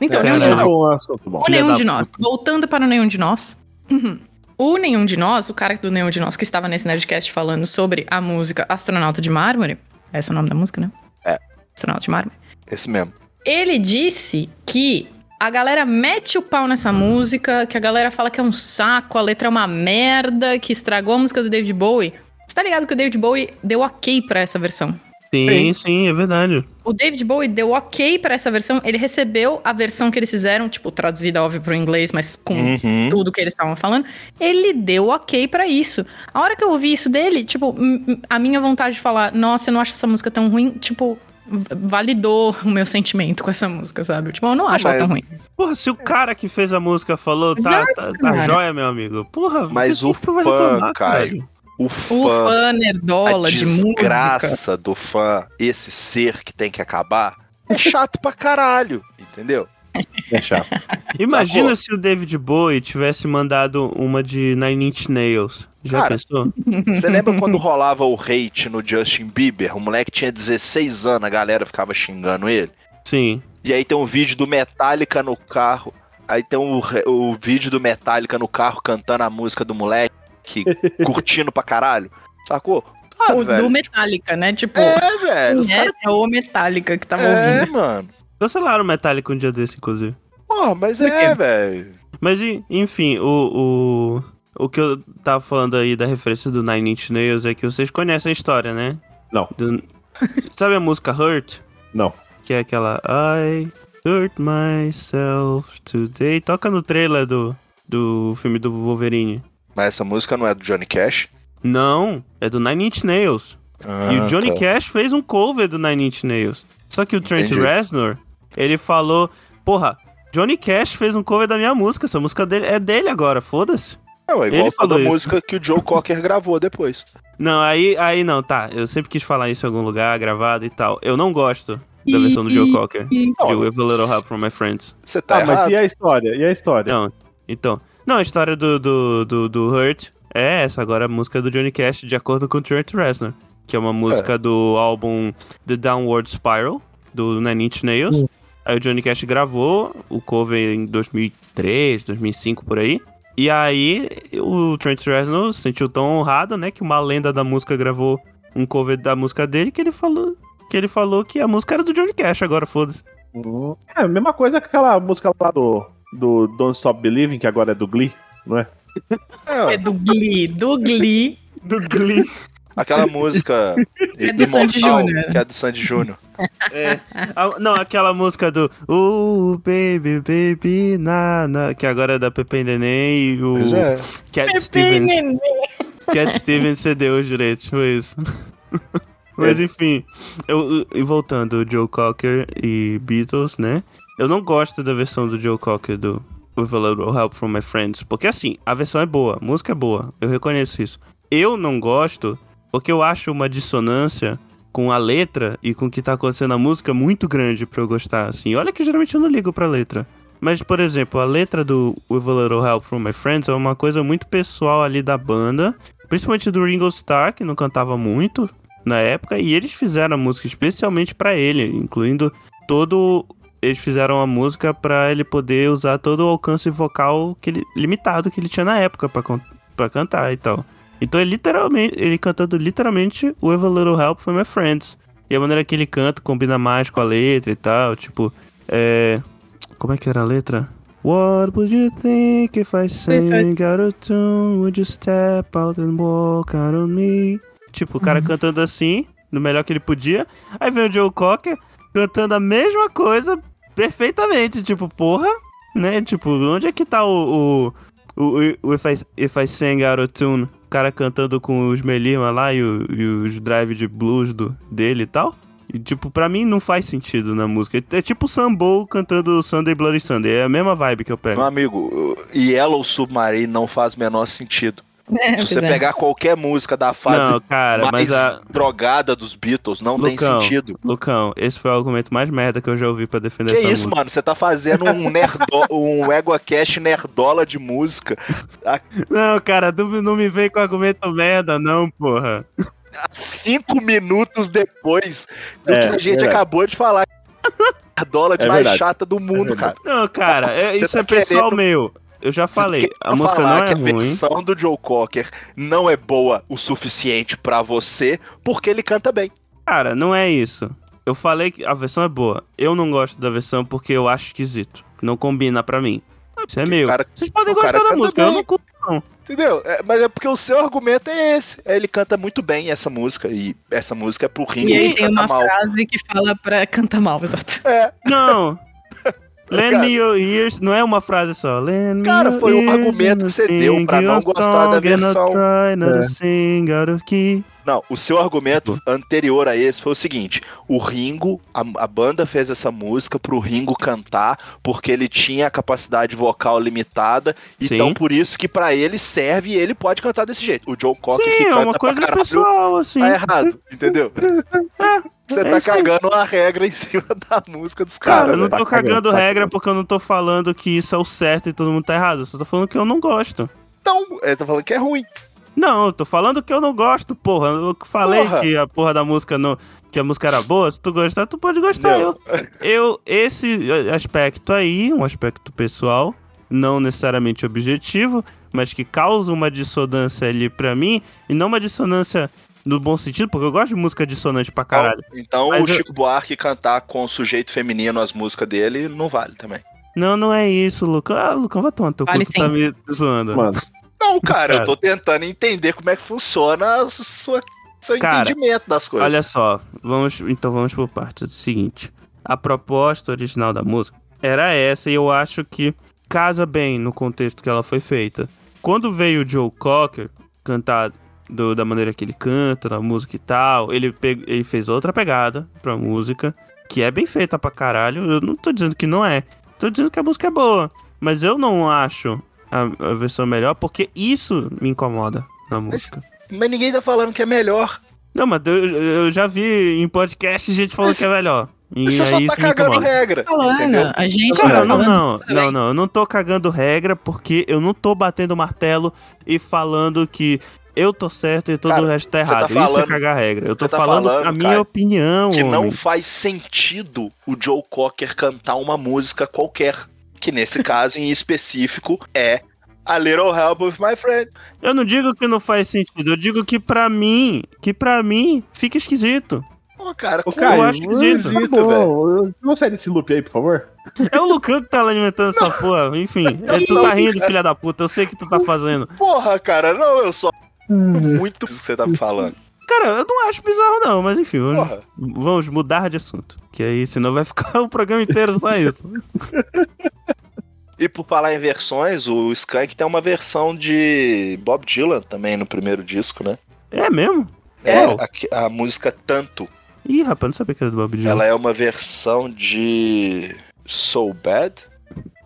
Speaker 2: Então,
Speaker 4: É,
Speaker 2: nenhum de
Speaker 3: Cara, é
Speaker 2: nós.
Speaker 3: um assunto bom.
Speaker 2: O
Speaker 1: Filha
Speaker 2: nenhum
Speaker 1: da
Speaker 2: de nós. Voltando para o nenhum de nós. Uhum. O nenhum de nós, o cara do nenhum de nós que estava nesse Nerdcast falando sobre a música Astronauta de Mármore. Esse é o nome da música, né?
Speaker 4: É.
Speaker 2: Astronauta de Mármore.
Speaker 4: Esse mesmo.
Speaker 2: Ele disse que a galera mete o pau nessa música, que a galera fala que é um saco, a letra é uma merda, que estragou a música do David Bowie. Você tá ligado que o David Bowie deu ok pra essa versão?
Speaker 1: Sim, sim, é verdade.
Speaker 2: O David Bowie deu ok pra essa versão. Ele recebeu a versão que eles fizeram, tipo, traduzida, óbvio, pro inglês, mas com
Speaker 4: Uhum.
Speaker 2: tudo que eles estavam falando. Ele deu ok pra isso. A hora que eu ouvi isso dele, tipo, m- m- a minha vontade de falar, nossa, eu não acho essa música tão ruim, tipo, v- validou o meu sentimento com essa música, sabe? Tipo, eu não acho ela
Speaker 4: mas- é
Speaker 2: tão ruim.
Speaker 1: Porra, se o cara que fez a música falou, tá,
Speaker 2: Exato,
Speaker 1: tá, tá
Speaker 2: cara.
Speaker 1: jóia, meu amigo. Porra,
Speaker 4: Mas
Speaker 1: por que
Speaker 4: o
Speaker 1: que tu vai
Speaker 4: fã,
Speaker 1: reclamar,
Speaker 4: Caio.
Speaker 1: caralho?
Speaker 4: O
Speaker 2: O
Speaker 4: fã,
Speaker 2: fã nerdola
Speaker 4: a
Speaker 2: de música.
Speaker 4: desgraça do fã, esse ser que tem que acabar, é chato pra caralho, entendeu?
Speaker 3: É chato.
Speaker 1: Imagina se o David Bowie tivesse mandado uma de Nine Inch Nails. Já
Speaker 4: Cara,
Speaker 1: pensou?
Speaker 4: Você lembra quando rolava o hate no Justin Bieber? O moleque tinha 16 anos, a galera ficava xingando ele.
Speaker 1: Sim.
Speaker 4: E aí tem um vídeo do Metallica no carro. Aí tem o, re- o vídeo do Metallica no carro cantando a música do moleque, curtindo pra caralho. Sacou? Ah,
Speaker 2: O do
Speaker 4: velho.
Speaker 2: Metallica, né? Tipo,
Speaker 4: É, velho. Os
Speaker 2: quem
Speaker 4: caras.
Speaker 2: é o Metallica que tava
Speaker 4: É,
Speaker 2: ouvindo.
Speaker 4: mano.
Speaker 1: Cancelaram o Metallica um dia desse, inclusive.
Speaker 4: Porra, mas
Speaker 2: Por
Speaker 4: é,
Speaker 2: quê?
Speaker 4: velho.
Speaker 1: Mas, e- enfim, o, o, o que eu tava falando aí da referência do Nine Inch Nails é que vocês conhecem a história, né?
Speaker 3: Não.
Speaker 1: Do- Sabe a música Hurt?
Speaker 3: Não.
Speaker 1: Que é aquela I hurt myself today. Toca no trailer do, do filme do Wolverine.
Speaker 4: Mas essa música não é do Johnny Cash?
Speaker 1: Não, é do Nine Inch Nails.
Speaker 4: Ah,
Speaker 1: E o Johnny
Speaker 4: Cash.
Speaker 1: Cash fez um cover do Nine Inch Nails. Só que o Trent
Speaker 4: Entendi.
Speaker 1: Reznor, ele falou, porra, Johnny Cash fez um cover da minha música, essa música dele é dele agora, foda-se.
Speaker 4: É, ué, igual
Speaker 1: Ele
Speaker 4: toda
Speaker 1: falou isso.
Speaker 4: música que o Joe Cocker gravou depois.
Speaker 1: Não, aí, aí não, tá, eu sempre quis falar isso em algum lugar, gravado e tal. Eu não gosto da
Speaker 2: Ih,
Speaker 1: versão do Joe Cocker, de
Speaker 4: Não,
Speaker 1: With a Little Help From My Friends.
Speaker 4: você tá
Speaker 3: Ah, mas
Speaker 4: errado.
Speaker 3: e a história? E a história?
Speaker 1: Não, então, não, a história do, do, do, do Hurt é essa, agora a música do Johnny Cash, de acordo com o Trent Reznor, que é uma música do álbum The Downward Spiral, do Nine Inch Nails. Aí o Johnny Cash gravou o cover em 2003, 2005, por aí. E aí o Trent Reznor se sentiu tão honrado, né, que uma lenda da música gravou um cover da música dele que ele falou que ele falou que a música era do Johnny Cash agora, foda-se.
Speaker 3: Hum, É a mesma coisa que aquela música lá do, do Don't Stop Believing, que agora é do Glee.
Speaker 4: É,
Speaker 2: É
Speaker 4: ué,
Speaker 2: do Glee, do Glee.
Speaker 1: Do Glee.
Speaker 4: aquela música
Speaker 2: É do Sandy
Speaker 4: Imortal,
Speaker 2: Júnior.
Speaker 4: que é do Sandy Júnior.
Speaker 1: É. A- não, aquela música do Oh, baby, baby, na, na, que agora é da Pepe Neném e o
Speaker 4: Pois é.
Speaker 1: Cat Stevens. Cat Stevens cedeu os direitos, foi isso. Mas enfim, eu, e voltando, Joe Cocker e Beatles, né? Eu não gosto da versão do Joe Cocker do With a Little Help From My Friends, porque assim, a versão é boa, a música é boa, eu reconheço isso. Eu não gosto porque eu acho uma dissonância com a letra e com o que tá acontecendo na música muito grande pra eu gostar, assim. Olha que geralmente eu não ligo pra letra. Mas, por exemplo, a letra do With a Little Help From My Friends é uma coisa muito pessoal ali da banda, principalmente do Ringo Starr, que não cantava muito na época, e eles fizeram a música especialmente pra ele, incluindo todo... Eles fizeram a música pra ele poder usar todo o alcance vocal que ele- limitado que ele tinha na época pra con- pra cantar e tal. Então é literalmente, ele cantando literalmente With a Little Help From My Friends. E a maneira que ele canta combina mais com a letra e tal, tipo... É... Como é que era a letra? What would you think if I sang out of tune? Would you step out and walk out on me? Tipo, o cara cantando assim, no melhor que ele podia. Aí vem o Joe Cocker cantando a mesma coisa perfeitamente. Tipo, porra, né? Tipo, onde é que tá o. o, o, o if, I, if I sang out of tune? O cara cantando com os melismas lá e, o- e os drive de blues do, dele e tal. E, tipo, pra mim não faz sentido na música. É tipo o Sambo cantando Sunday Bloody Sunday. É a mesma vibe que eu pego.
Speaker 4: Meu amigo, Yellow Submarine não faz o menor sentido.
Speaker 2: É,
Speaker 4: Se você
Speaker 2: pois é.
Speaker 4: pegar qualquer música da fase
Speaker 1: não, cara,
Speaker 4: mais
Speaker 1: mas a.
Speaker 4: drogada dos Beatles, não tem
Speaker 1: Lucão,
Speaker 4: sentido.
Speaker 1: Lucão, esse foi o argumento mais merda que eu já ouvi pra defender
Speaker 4: Que
Speaker 1: essa
Speaker 4: isso,
Speaker 1: música.
Speaker 4: mano? Você tá fazendo um, nerdo, um EgoCast nerdola de música.
Speaker 1: Não, cara, tu não me vem com argumento merda, não, porra.
Speaker 4: Cinco minutos depois do
Speaker 3: É,
Speaker 4: que a gente
Speaker 3: verdade.
Speaker 4: acabou de falar. Nerdola de
Speaker 3: É
Speaker 4: mais
Speaker 3: verdade.
Speaker 4: chata do mundo,
Speaker 3: verdade.
Speaker 4: cara.
Speaker 1: Não, cara, é-
Speaker 4: Você
Speaker 1: isso
Speaker 4: tá
Speaker 1: é pessoal
Speaker 4: querendo-
Speaker 1: meu. Eu já falei,
Speaker 4: Você
Speaker 1: a
Speaker 4: quer
Speaker 1: música
Speaker 4: falar
Speaker 1: não é
Speaker 4: que a
Speaker 1: ruim.
Speaker 4: versão do Joe Cocker não é boa o suficiente pra você, porque ele canta bem.
Speaker 1: Cara, não é isso. Eu falei que a versão é boa. Eu não gosto da versão porque eu acho esquisito. Não combina pra mim. Isso é
Speaker 4: porque o
Speaker 1: meu.
Speaker 4: cara-
Speaker 1: Vocês podem
Speaker 4: o cara
Speaker 1: gostar da
Speaker 4: canta
Speaker 1: música, eu
Speaker 4: bem.
Speaker 1: não culpo, não.
Speaker 4: Entendeu? É, mas é porque o seu argumento é esse. É, Ele canta muito bem essa música, e essa música é pro Ringo
Speaker 2: E aí
Speaker 4: que
Speaker 2: tem
Speaker 4: canta
Speaker 2: uma
Speaker 4: mal. É,
Speaker 2: frase que fala pra cantar mal, exato.
Speaker 1: Não. Lend
Speaker 4: Cara-
Speaker 1: me your ears. Não é uma frase só. Lend me
Speaker 4: Cara,
Speaker 1: your
Speaker 4: foi um
Speaker 1: ears
Speaker 4: argumento
Speaker 1: and
Speaker 4: que você deu
Speaker 1: sing
Speaker 4: pra não
Speaker 1: your
Speaker 4: gostar da
Speaker 1: song and I'll
Speaker 4: versão.
Speaker 1: try not to
Speaker 3: É.
Speaker 1: sing out of key.
Speaker 4: Não, o seu argumento anterior a esse foi o seguinte: o Ringo, a, a banda fez essa música pro Ringo cantar, porque ele tinha a capacidade vocal limitada,
Speaker 1: Sim.
Speaker 4: então por isso que pra ele serve e ele pode cantar desse jeito. O John Cocker que
Speaker 1: Sim, é
Speaker 4: canta
Speaker 1: uma
Speaker 4: pra
Speaker 1: coisa
Speaker 4: caralho,
Speaker 1: pessoal, assim.
Speaker 4: tá errado, entendeu? Você
Speaker 1: é
Speaker 4: tá
Speaker 1: isso aí.
Speaker 4: cagando uma regra em cima da música dos
Speaker 1: Cara,
Speaker 4: caras.
Speaker 1: eu não
Speaker 4: velho.
Speaker 1: tô
Speaker 3: tá cagando,
Speaker 1: cagando
Speaker 3: tá
Speaker 1: regra
Speaker 3: cagando.
Speaker 1: porque eu não tô falando que isso é o certo e todo mundo tá errado. Eu só tô falando que eu não gosto.
Speaker 4: Então, ele tá falando que é ruim.
Speaker 1: Não, eu tô falando que eu não gosto, porra. Eu falei
Speaker 4: Porra.
Speaker 1: que a porra da música não. Que a música era boa, se tu gostar, tu pode gostar. Eu,
Speaker 4: Não.
Speaker 1: eu- esse aspecto aí, um aspecto pessoal, não necessariamente objetivo, mas que causa uma dissonância ali pra mim, e não uma dissonância no bom sentido, porque eu gosto de música dissonante pra caralho.
Speaker 4: Então,
Speaker 1: Mas
Speaker 4: o
Speaker 1: eu-
Speaker 4: Chico Buarque cantar com o sujeito feminino as músicas dele não vale também.
Speaker 1: Não, não é isso, Lucão. Ah, Lucão, vai tomar teu
Speaker 2: Vale
Speaker 1: cu, tu tá
Speaker 2: sim.
Speaker 1: me zoando.
Speaker 3: Mano,
Speaker 4: Não, cara, eu
Speaker 1: Cara.
Speaker 4: tô tentando entender como é que funciona a sua, seu
Speaker 1: Cara,
Speaker 4: entendimento das coisas.
Speaker 1: Olha só, vamos, então vamos por partes. É o seguinte, a proposta original da música era essa e eu acho que casa bem no contexto que ela foi feita. Quando veio o Joe Cocker cantar do- da maneira que ele canta, na música e tal, ele, pe- ele fez outra pegada pra música, que é bem feita pra caralho. Eu não tô dizendo que não é, tô dizendo que a música é boa, mas eu não acho a, a versão melhor porque isso me incomoda na música.
Speaker 4: Mas ninguém tá falando que é melhor.
Speaker 1: Não, mas eu, eu já vi em podcast gente falando
Speaker 4: Mas-
Speaker 1: que é melhor. E
Speaker 4: Você só
Speaker 1: aí
Speaker 4: tá
Speaker 1: isso me
Speaker 4: cagando
Speaker 1: incomoda.
Speaker 4: regra. Entendeu?
Speaker 2: Falando, a gente
Speaker 1: Cara,
Speaker 2: tá
Speaker 1: não,
Speaker 2: falando.
Speaker 1: não,
Speaker 2: também.
Speaker 1: não, não, eu não tô cagando regra porque eu não tô batendo martelo e falando que eu tô certo e todo
Speaker 4: Cara,
Speaker 1: o resto tá
Speaker 4: você tá
Speaker 1: errado. Isso é
Speaker 4: falando-
Speaker 1: cagar regra. Eu tô
Speaker 4: você tá
Speaker 1: falando, a
Speaker 4: falando,
Speaker 1: minha
Speaker 4: cara,
Speaker 1: opinião.
Speaker 4: Que não
Speaker 1: homem.
Speaker 4: faz sentido o Joe Cocker cantar uma música qualquer. Que nesse caso, em específico, é A Little Help of My Friend.
Speaker 1: Eu não digo que não faz sentido, eu digo que pra mim, que pra mim fica esquisito.
Speaker 4: Pô, cara,
Speaker 3: Ô,
Speaker 4: como
Speaker 3: Caio,
Speaker 1: eu acho
Speaker 4: é
Speaker 1: esquisito.
Speaker 3: tá
Speaker 4: esquisito, velho.
Speaker 3: bom, eu- vamos sair desse loop aí, por favor?
Speaker 1: É o Lucão que tá alimentando essa porra, enfim.
Speaker 4: Eu
Speaker 1: é, tu
Speaker 4: não,
Speaker 1: tá rindo,
Speaker 4: cara.
Speaker 1: filha da puta, eu sei o que tu tá fazendo.
Speaker 4: Porra, cara, não, eu só. Muito isso que você tá me falando.
Speaker 1: Cara, eu não acho bizarro não, mas enfim, vamos,
Speaker 4: Porra.
Speaker 1: Vamos mudar de assunto. Que aí, senão vai ficar o programa inteiro só isso.
Speaker 4: E por falar em versões, o Skank tem uma versão de Bob Dylan também no primeiro disco, né?
Speaker 1: É mesmo?
Speaker 4: É,
Speaker 1: Uau.
Speaker 4: a, a música Tanto.
Speaker 1: Ih, rapaz, não sabia que era do Bob Dylan.
Speaker 4: Ela é uma versão de So Bad.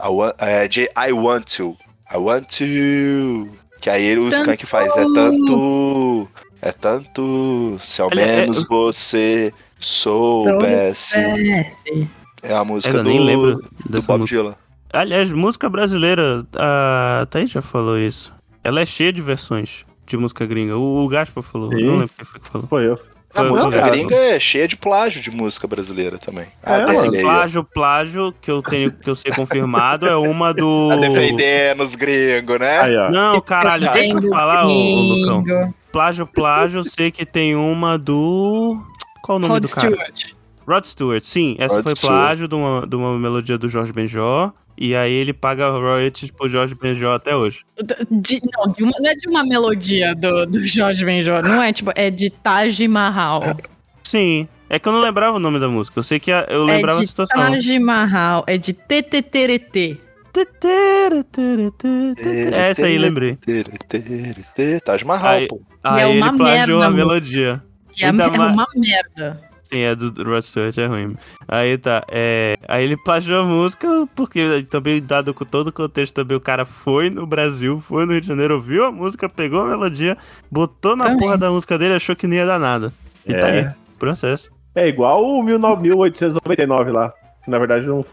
Speaker 4: I wa- é, de I Want To. I Want To. Que aí o
Speaker 2: Tanto.
Speaker 4: Skank faz. É tanto. É tanto. Se ao
Speaker 1: Ele- é-
Speaker 4: menos você soubesse.
Speaker 2: Parece.
Speaker 4: É a música
Speaker 1: Ela
Speaker 4: do,
Speaker 1: nem lembra
Speaker 4: do
Speaker 1: dessa
Speaker 4: Bob
Speaker 1: música.
Speaker 4: Dylan.
Speaker 1: Aliás, música brasileira, a Thaís já falou isso. Ela é cheia de versões de música gringa. O, o Gaspar falou,
Speaker 3: Sim.
Speaker 1: não lembro quem foi que falou.
Speaker 3: Foi eu.
Speaker 4: A
Speaker 1: Foi-
Speaker 4: música
Speaker 1: foi o Gaspar.
Speaker 4: gringa é cheia de plágio de música brasileira também. Ah, A
Speaker 3: É,
Speaker 1: Assim,
Speaker 3: mano.
Speaker 4: defender-
Speaker 1: plágio, plágio, que eu tenho que eu sei confirmado, é uma do.
Speaker 4: Tá defendendo os gringos, né?
Speaker 3: Aí, ó.
Speaker 1: Não, caralho, deixa eu falar, ô, ô Lucão.
Speaker 2: Gringo.
Speaker 1: Plágio, plágio, eu sei que tem uma do. Qual o nome
Speaker 2: Rod
Speaker 1: do cara?
Speaker 2: Stewart.
Speaker 1: Rod Stewart, sim. Essa
Speaker 4: Rod
Speaker 1: foi
Speaker 4: Stewart.
Speaker 1: plágio de uma, de uma melodia do Jorge Benjó. E aí ele paga royalties pro Jorge Benjó até hoje.
Speaker 2: De- não, de uma- não é de uma melodia do, do Jorge Benjó. Não é tipo, é de Taj Mahal.
Speaker 1: Sim. É que eu não lembrava o nome da música. Eu sei que a- eu lembrava
Speaker 2: é
Speaker 1: a
Speaker 2: de
Speaker 1: situação.
Speaker 2: Taj Mahal. É de TTTRT.
Speaker 1: Tê, tê, tê, tê, tê,
Speaker 4: É,
Speaker 1: tê. É, Essa aí, lembrei.
Speaker 4: Tere, tere, tere. Taj Mahal,
Speaker 1: Aí-
Speaker 4: Tá pô.
Speaker 1: Aí
Speaker 2: é uma
Speaker 1: ele plagiou
Speaker 2: merda a
Speaker 1: a
Speaker 2: música.
Speaker 1: melodia.
Speaker 2: E é,
Speaker 1: Ainda
Speaker 2: é
Speaker 1: mais-
Speaker 2: uma merda.
Speaker 1: Sim, é do Rod Stewart, é ruim. Aí tá, é... Aí ele plagiou a música, porque é também, dado com todo o contexto, também o cara foi no Brasil, foi no Rio de Janeiro, ouviu a música, pegou a melodia, botou na
Speaker 2: Também.
Speaker 1: porra da música dele, achou que não ia dar nada. E tá aí,
Speaker 3: É,
Speaker 1: processo.
Speaker 3: é igual o 19- 1899 lá. Que na verdade não.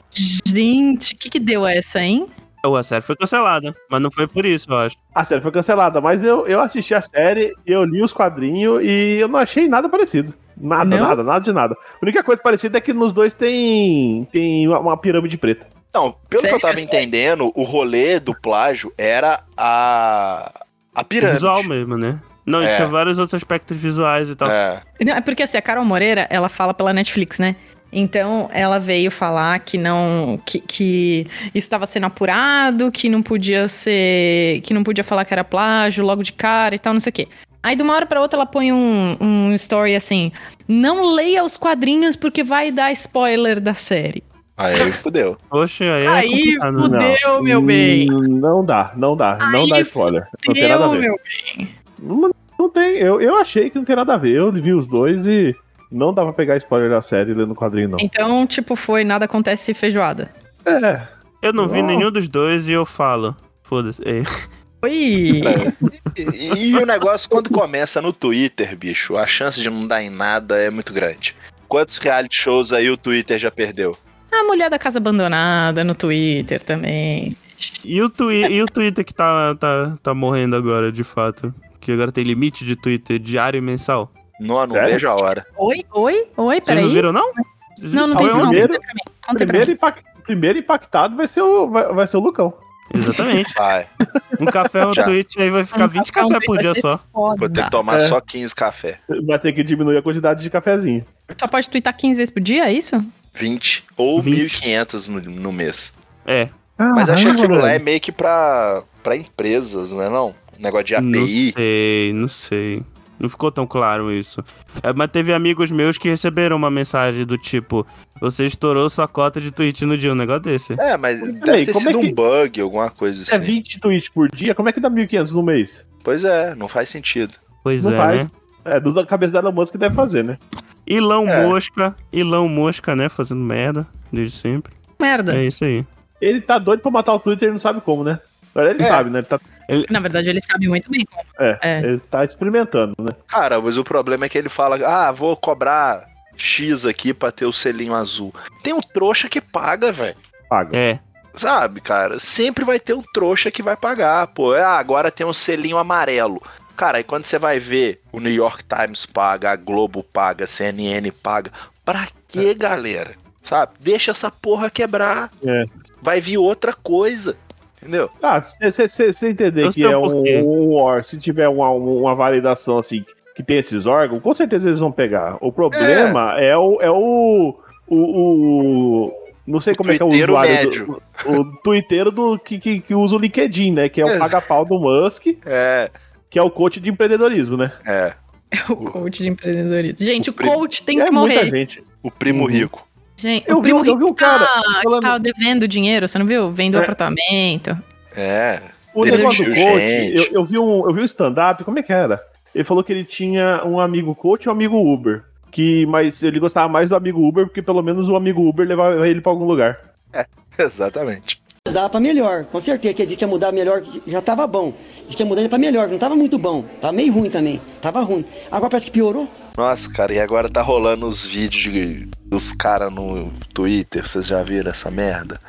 Speaker 2: Gente, o que que deu essa, hein?
Speaker 1: Ou a série foi cancelada, mas não foi por isso, eu acho.
Speaker 3: A série foi cancelada, mas eu, eu assisti a série, eu li os quadrinhos e eu não achei nada parecido. Nada,
Speaker 2: Não?
Speaker 3: nada, nada de nada. A única coisa parecida é que nos dois tem, tem uma, uma pirâmide preta.
Speaker 4: Então, pelo que eu
Speaker 2: Sério?
Speaker 4: tava entendendo, o rolê do plágio era a. A
Speaker 1: O
Speaker 4: pirâmide.
Speaker 1: visual mesmo, né? Não, e
Speaker 4: É.
Speaker 1: tinha vários outros aspectos visuais e tal.
Speaker 4: É.
Speaker 2: Não, é porque assim, a Carol Moreira, ela fala pela Netflix, né? Então, ela veio falar que não. que, que isso estava sendo apurado, que não podia ser. que não podia falar que era plágio logo de cara e tal, não sei o quê. Aí, de uma hora pra outra, ela põe um, um story assim: não leia os quadrinhos porque vai dar spoiler da série.
Speaker 4: Aí fudeu.
Speaker 1: Poxa, aí, é
Speaker 2: Aí,
Speaker 1: complicado, né?
Speaker 2: fudeu, meu bem.
Speaker 3: Hum, Não dá, não dá, não
Speaker 2: Aí
Speaker 3: dá spoiler. Não tem nada a então.
Speaker 2: Fudeu,
Speaker 3: ver.
Speaker 2: meu
Speaker 3: Não, Não tem, eu, eu achei que não tem nada a ver. Eu vi os dois e não dá pra pegar spoiler da série lendo o quadrinho, não.
Speaker 2: Então, tipo, foi nada acontece feijoada.
Speaker 3: É,
Speaker 1: Eu não vi
Speaker 3: Uau.
Speaker 1: nenhum dos dois e eu falo. Foda-se. É.
Speaker 2: Oi!
Speaker 3: É.
Speaker 4: É. E, e o negócio, quando começa no Twitter, bicho, a chance de não dar em nada é muito grande. Quantos reality shows aí o Twitter já perdeu?
Speaker 2: A mulher da casa abandonada no Twitter também.
Speaker 1: E, o twi e o Twitter que tá, tá, tá morrendo agora, de fato. Que agora tem limite de Twitter diário e mensal.
Speaker 4: Não, não
Speaker 3: Sério?
Speaker 4: vejo a hora.
Speaker 2: Oi, oi,
Speaker 1: Vocês
Speaker 2: oi,
Speaker 1: não
Speaker 2: peraí.
Speaker 1: viram, não?
Speaker 2: Não, não
Speaker 1: Só um.
Speaker 2: vi isso,
Speaker 1: eu
Speaker 2: não.
Speaker 1: vi.
Speaker 3: primeiro-
Speaker 2: Conta pra mim. Conta pra
Speaker 3: primeiro,
Speaker 2: mim.
Speaker 3: impact- primeiro impactado vai ser o, vai, vai ser o Lucão.
Speaker 1: Exatamente.
Speaker 4: Vai.
Speaker 1: Um café, um
Speaker 4: Já.
Speaker 1: tweet, aí vai ficar
Speaker 2: Um
Speaker 1: 20
Speaker 2: café, um
Speaker 1: cafés por
Speaker 2: tweet,
Speaker 1: dia
Speaker 2: vai ser
Speaker 1: só.
Speaker 4: Vou ter
Speaker 2: Foda.
Speaker 4: que tomar
Speaker 3: É.
Speaker 4: só 15 café.
Speaker 3: Vai ter que diminuir a quantidade de cafezinho.
Speaker 2: Só pode twittar 15 vezes por dia, é isso?
Speaker 4: 20 ou
Speaker 1: 20.
Speaker 4: 1.500 no, no mês.
Speaker 1: É.
Speaker 4: Mas acho que aquilo lá é
Speaker 3: velho.
Speaker 4: meio que pra, pra empresas, não é não? Um negócio de
Speaker 1: Não
Speaker 4: API.
Speaker 1: sei, não sei. Não ficou tão claro isso. É, mas teve amigos meus que receberam uma mensagem do tipo: Você estourou sua cota de tweet no dia, um negócio desse.
Speaker 4: É, mas deve
Speaker 3: aí,
Speaker 4: ter
Speaker 3: como
Speaker 4: sido
Speaker 3: é que-
Speaker 4: um bug, alguma coisa
Speaker 3: É
Speaker 4: assim.
Speaker 3: 20 tweets por dia, como é que dá 1.500 no mês?
Speaker 4: Pois é, não faz sentido.
Speaker 1: Pois
Speaker 3: não
Speaker 1: é, né?
Speaker 3: faz. É, dos da cabeça da Elon Musk deve fazer, né?
Speaker 1: Ilão
Speaker 4: É.
Speaker 1: Mosca, Ilão Mosca, né? Fazendo merda, desde sempre.
Speaker 2: Merda.
Speaker 1: É isso aí.
Speaker 3: Ele tá doido pra matar o Twitter e não sabe como, né? Agora ele
Speaker 4: É.
Speaker 3: sabe, né? Ele tá,
Speaker 2: Na verdade, ele sabe muito bem como. É.
Speaker 3: é, ele tá experimentando, né?
Speaker 4: Cara, mas o problema é que ele fala: ah, vou cobrar X aqui pra ter o selinho azul. Tem um trouxa que paga, velho.
Speaker 3: Paga.
Speaker 1: É.
Speaker 4: Sabe, cara? Sempre vai ter um trouxa que vai pagar, pô. Ah, agora tem um selinho amarelo. Cara, aí quando você vai ver, o New York Times paga, a Globo paga, a CNN paga. Pra quê, galera? Sabe? Deixa essa porra quebrar.
Speaker 3: É.
Speaker 4: Vai vir outra coisa. Entendeu?
Speaker 3: Ah, você entender
Speaker 1: Eu
Speaker 3: que
Speaker 1: sei
Speaker 3: é
Speaker 1: o
Speaker 3: um,
Speaker 1: porquê.
Speaker 3: um or, se tiver uma, um, uma validação assim que tem esses órgãos, com certeza eles vão pegar. O problema é, o. É o, o, o- não sei
Speaker 4: O
Speaker 3: como é que é o
Speaker 4: tuiteiro
Speaker 3: usuário.
Speaker 4: médio.
Speaker 3: Do, o tuiteiro do, que, que, que usa o LinkedIn, né? Que é
Speaker 4: É.
Speaker 3: o paga-pau do Musk,
Speaker 4: É,
Speaker 3: que é o coach de empreendedorismo, né?
Speaker 4: é.
Speaker 2: É o coach de empreendedorismo. Gente, o,
Speaker 4: O primo-
Speaker 2: coach tem
Speaker 3: é
Speaker 2: que
Speaker 3: muita
Speaker 2: morrer.
Speaker 3: gente.
Speaker 4: O primo
Speaker 3: Uhum.
Speaker 4: rico.
Speaker 2: Gente,
Speaker 3: Eu
Speaker 2: o
Speaker 3: vi,
Speaker 2: primo
Speaker 3: um- eu vi um
Speaker 2: que tá-
Speaker 3: cara.
Speaker 2: que
Speaker 3: falando-
Speaker 2: tava devendo dinheiro, você não viu? Vendo o
Speaker 3: É.
Speaker 2: apartamento.
Speaker 4: É.
Speaker 3: O
Speaker 4: Demitiu
Speaker 3: negócio do coach,
Speaker 4: gente.
Speaker 3: eu, eu vi um, eu vi um stand-up, como é que era? Ele falou que ele tinha um amigo coach e um amigo Uber. Que, mas ele gostava mais do amigo Uber, porque pelo menos o amigo Uber levava ele pra algum lugar.
Speaker 4: Exatamente.
Speaker 6: Mudar pra melhor, com certeza. Que a gente ia mudar melhor, que já tava bom. Diz que ia mudar pra melhor, que não tava muito bom. Tava meio ruim também. Tava ruim. Agora parece que piorou.
Speaker 4: Nossa, cara, e agora tá rolando os vídeos de- dos caras no Twitter, vocês já viram essa merda?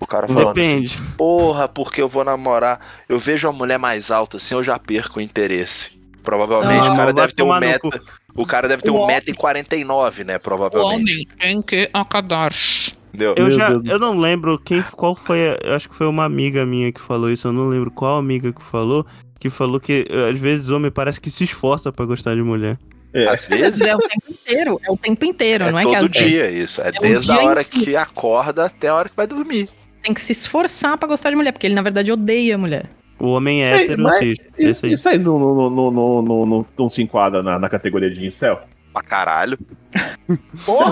Speaker 4: O cara falando assim,
Speaker 1: Depende.
Speaker 4: porra, porque eu vou namorar, eu vejo uma mulher mais alta assim, eu já perco o interesse. Provavelmente
Speaker 2: Não,
Speaker 4: o
Speaker 1: vai
Speaker 4: cara deve ter um
Speaker 1: tomar no
Speaker 4: meta,
Speaker 1: cu.
Speaker 4: o cara deve ter
Speaker 2: O
Speaker 4: um
Speaker 2: homem-
Speaker 4: meta e 49, né, provavelmente.
Speaker 2: tem que acadar-se.
Speaker 4: Entendeu?
Speaker 1: Eu
Speaker 3: Meu
Speaker 1: já,
Speaker 3: Deus do
Speaker 1: eu não lembro quem, qual foi, a- eu acho que foi uma amiga minha que falou isso, eu não lembro qual amiga que falou, que falou que eh, às vezes homem parece que se esforça pra gostar de mulher.
Speaker 3: É.
Speaker 4: Às vezes
Speaker 2: É o tempo inteiro, é o tempo inteiro,
Speaker 4: é
Speaker 2: não é que
Speaker 4: todo
Speaker 2: às vezes
Speaker 4: dia isso, é,
Speaker 2: um
Speaker 4: desde a
Speaker 2: dia
Speaker 4: hora que acorda até a hora que vai dormir.
Speaker 2: tem que se esforçar pra gostar de mulher, porque ele na verdade odeia a mulher.
Speaker 1: O homem é
Speaker 3: Sei,
Speaker 1: hétero,
Speaker 3: mas-
Speaker 1: cis,
Speaker 3: E-
Speaker 1: esse aí.
Speaker 3: Isso aí não, não, não, não, não, não, não se enquadra na, na categoria de incel.
Speaker 4: Pra caralho.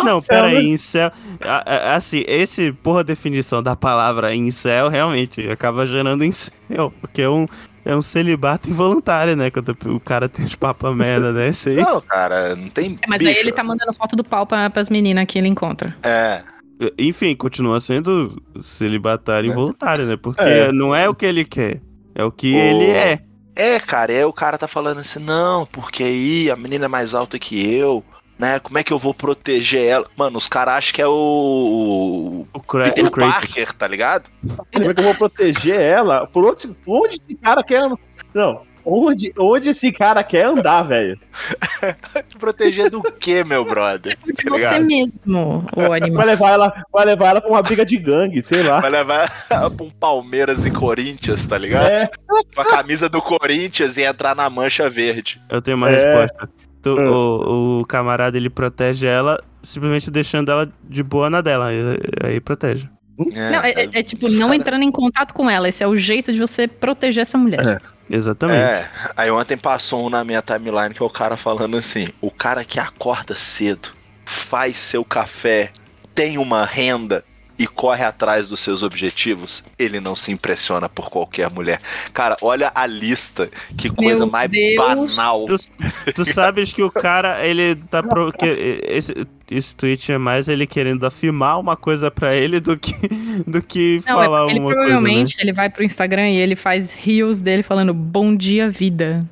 Speaker 1: não,
Speaker 3: incel,
Speaker 1: peraí,
Speaker 3: né?
Speaker 1: incel. a- a- Assim, esse porra definição da palavra incel realmente acaba gerando incel, porque é um, é um celibato involuntário, né? Quando o cara tem os papas merda desse aí.
Speaker 4: Não, cara, não tem
Speaker 2: É, mas aí
Speaker 4: bicho.
Speaker 2: ele tá mandando foto do pau pra, pras meninas que ele encontra.
Speaker 4: É,
Speaker 1: Enfim, continua sendo celibatário involuntário, né? Porque
Speaker 3: É.
Speaker 1: não é o que ele quer, é o que
Speaker 4: O-
Speaker 1: ele é.
Speaker 4: É, cara, e aí o cara tá falando assim, não, porque aí a menina é mais alta que eu, né? Como é que eu vou proteger ela? Mano, os caras acham que é o.
Speaker 1: O
Speaker 4: o
Speaker 1: cra- É, o
Speaker 4: Peter
Speaker 1: Craig.
Speaker 4: Parker, tá ligado?
Speaker 3: Como é que eu vou proteger ela? Por onde, onde esse cara quer andar? Não, onde, onde esse cara quer andar, velho?
Speaker 4: Te proteger do quê, meu brother?
Speaker 2: De
Speaker 4: Tá
Speaker 2: você
Speaker 4: ligado?
Speaker 2: mesmo, o animal.
Speaker 3: Vai levar ela, vai levar ela pra uma briga de gangue, sei lá.
Speaker 4: Vai levar pra um Palmeiras e Corinthians, tá ligado?
Speaker 3: É,
Speaker 4: Com a camisa do Corinthians e entrar na mancha verde.
Speaker 1: Eu tenho uma
Speaker 3: É.
Speaker 1: resposta. Tu-
Speaker 3: Hum.
Speaker 1: o, o camarada ele protege ela simplesmente deixando ela de boa na dela. Aí, aí protege.
Speaker 2: Não, é, é- é tipo,
Speaker 4: os
Speaker 2: não
Speaker 4: cara-
Speaker 2: entrando em contato com ela. Esse é o jeito de você proteger essa mulher.
Speaker 3: É.
Speaker 1: Exatamente.
Speaker 4: É, aí ontem passou um na minha timeline que é o cara falando assim: o cara que acorda cedo, faz seu café, tem uma renda, e corre atrás dos seus objetivos, ele não se impressiona por qualquer mulher. Cara, olha a lista. Que coisa mais
Speaker 2: Deus.
Speaker 4: banal.
Speaker 1: Tu, tu sabes que o cara, ele tá. Pro, que- esse, esse tweet é mais ele querendo afirmar uma coisa pra ele do que, do que
Speaker 2: Não,
Speaker 1: falar
Speaker 2: ele
Speaker 1: uma coisa. né?
Speaker 2: provavelmente ele vai pro Instagram e ele faz reels dele falando bom dia vida.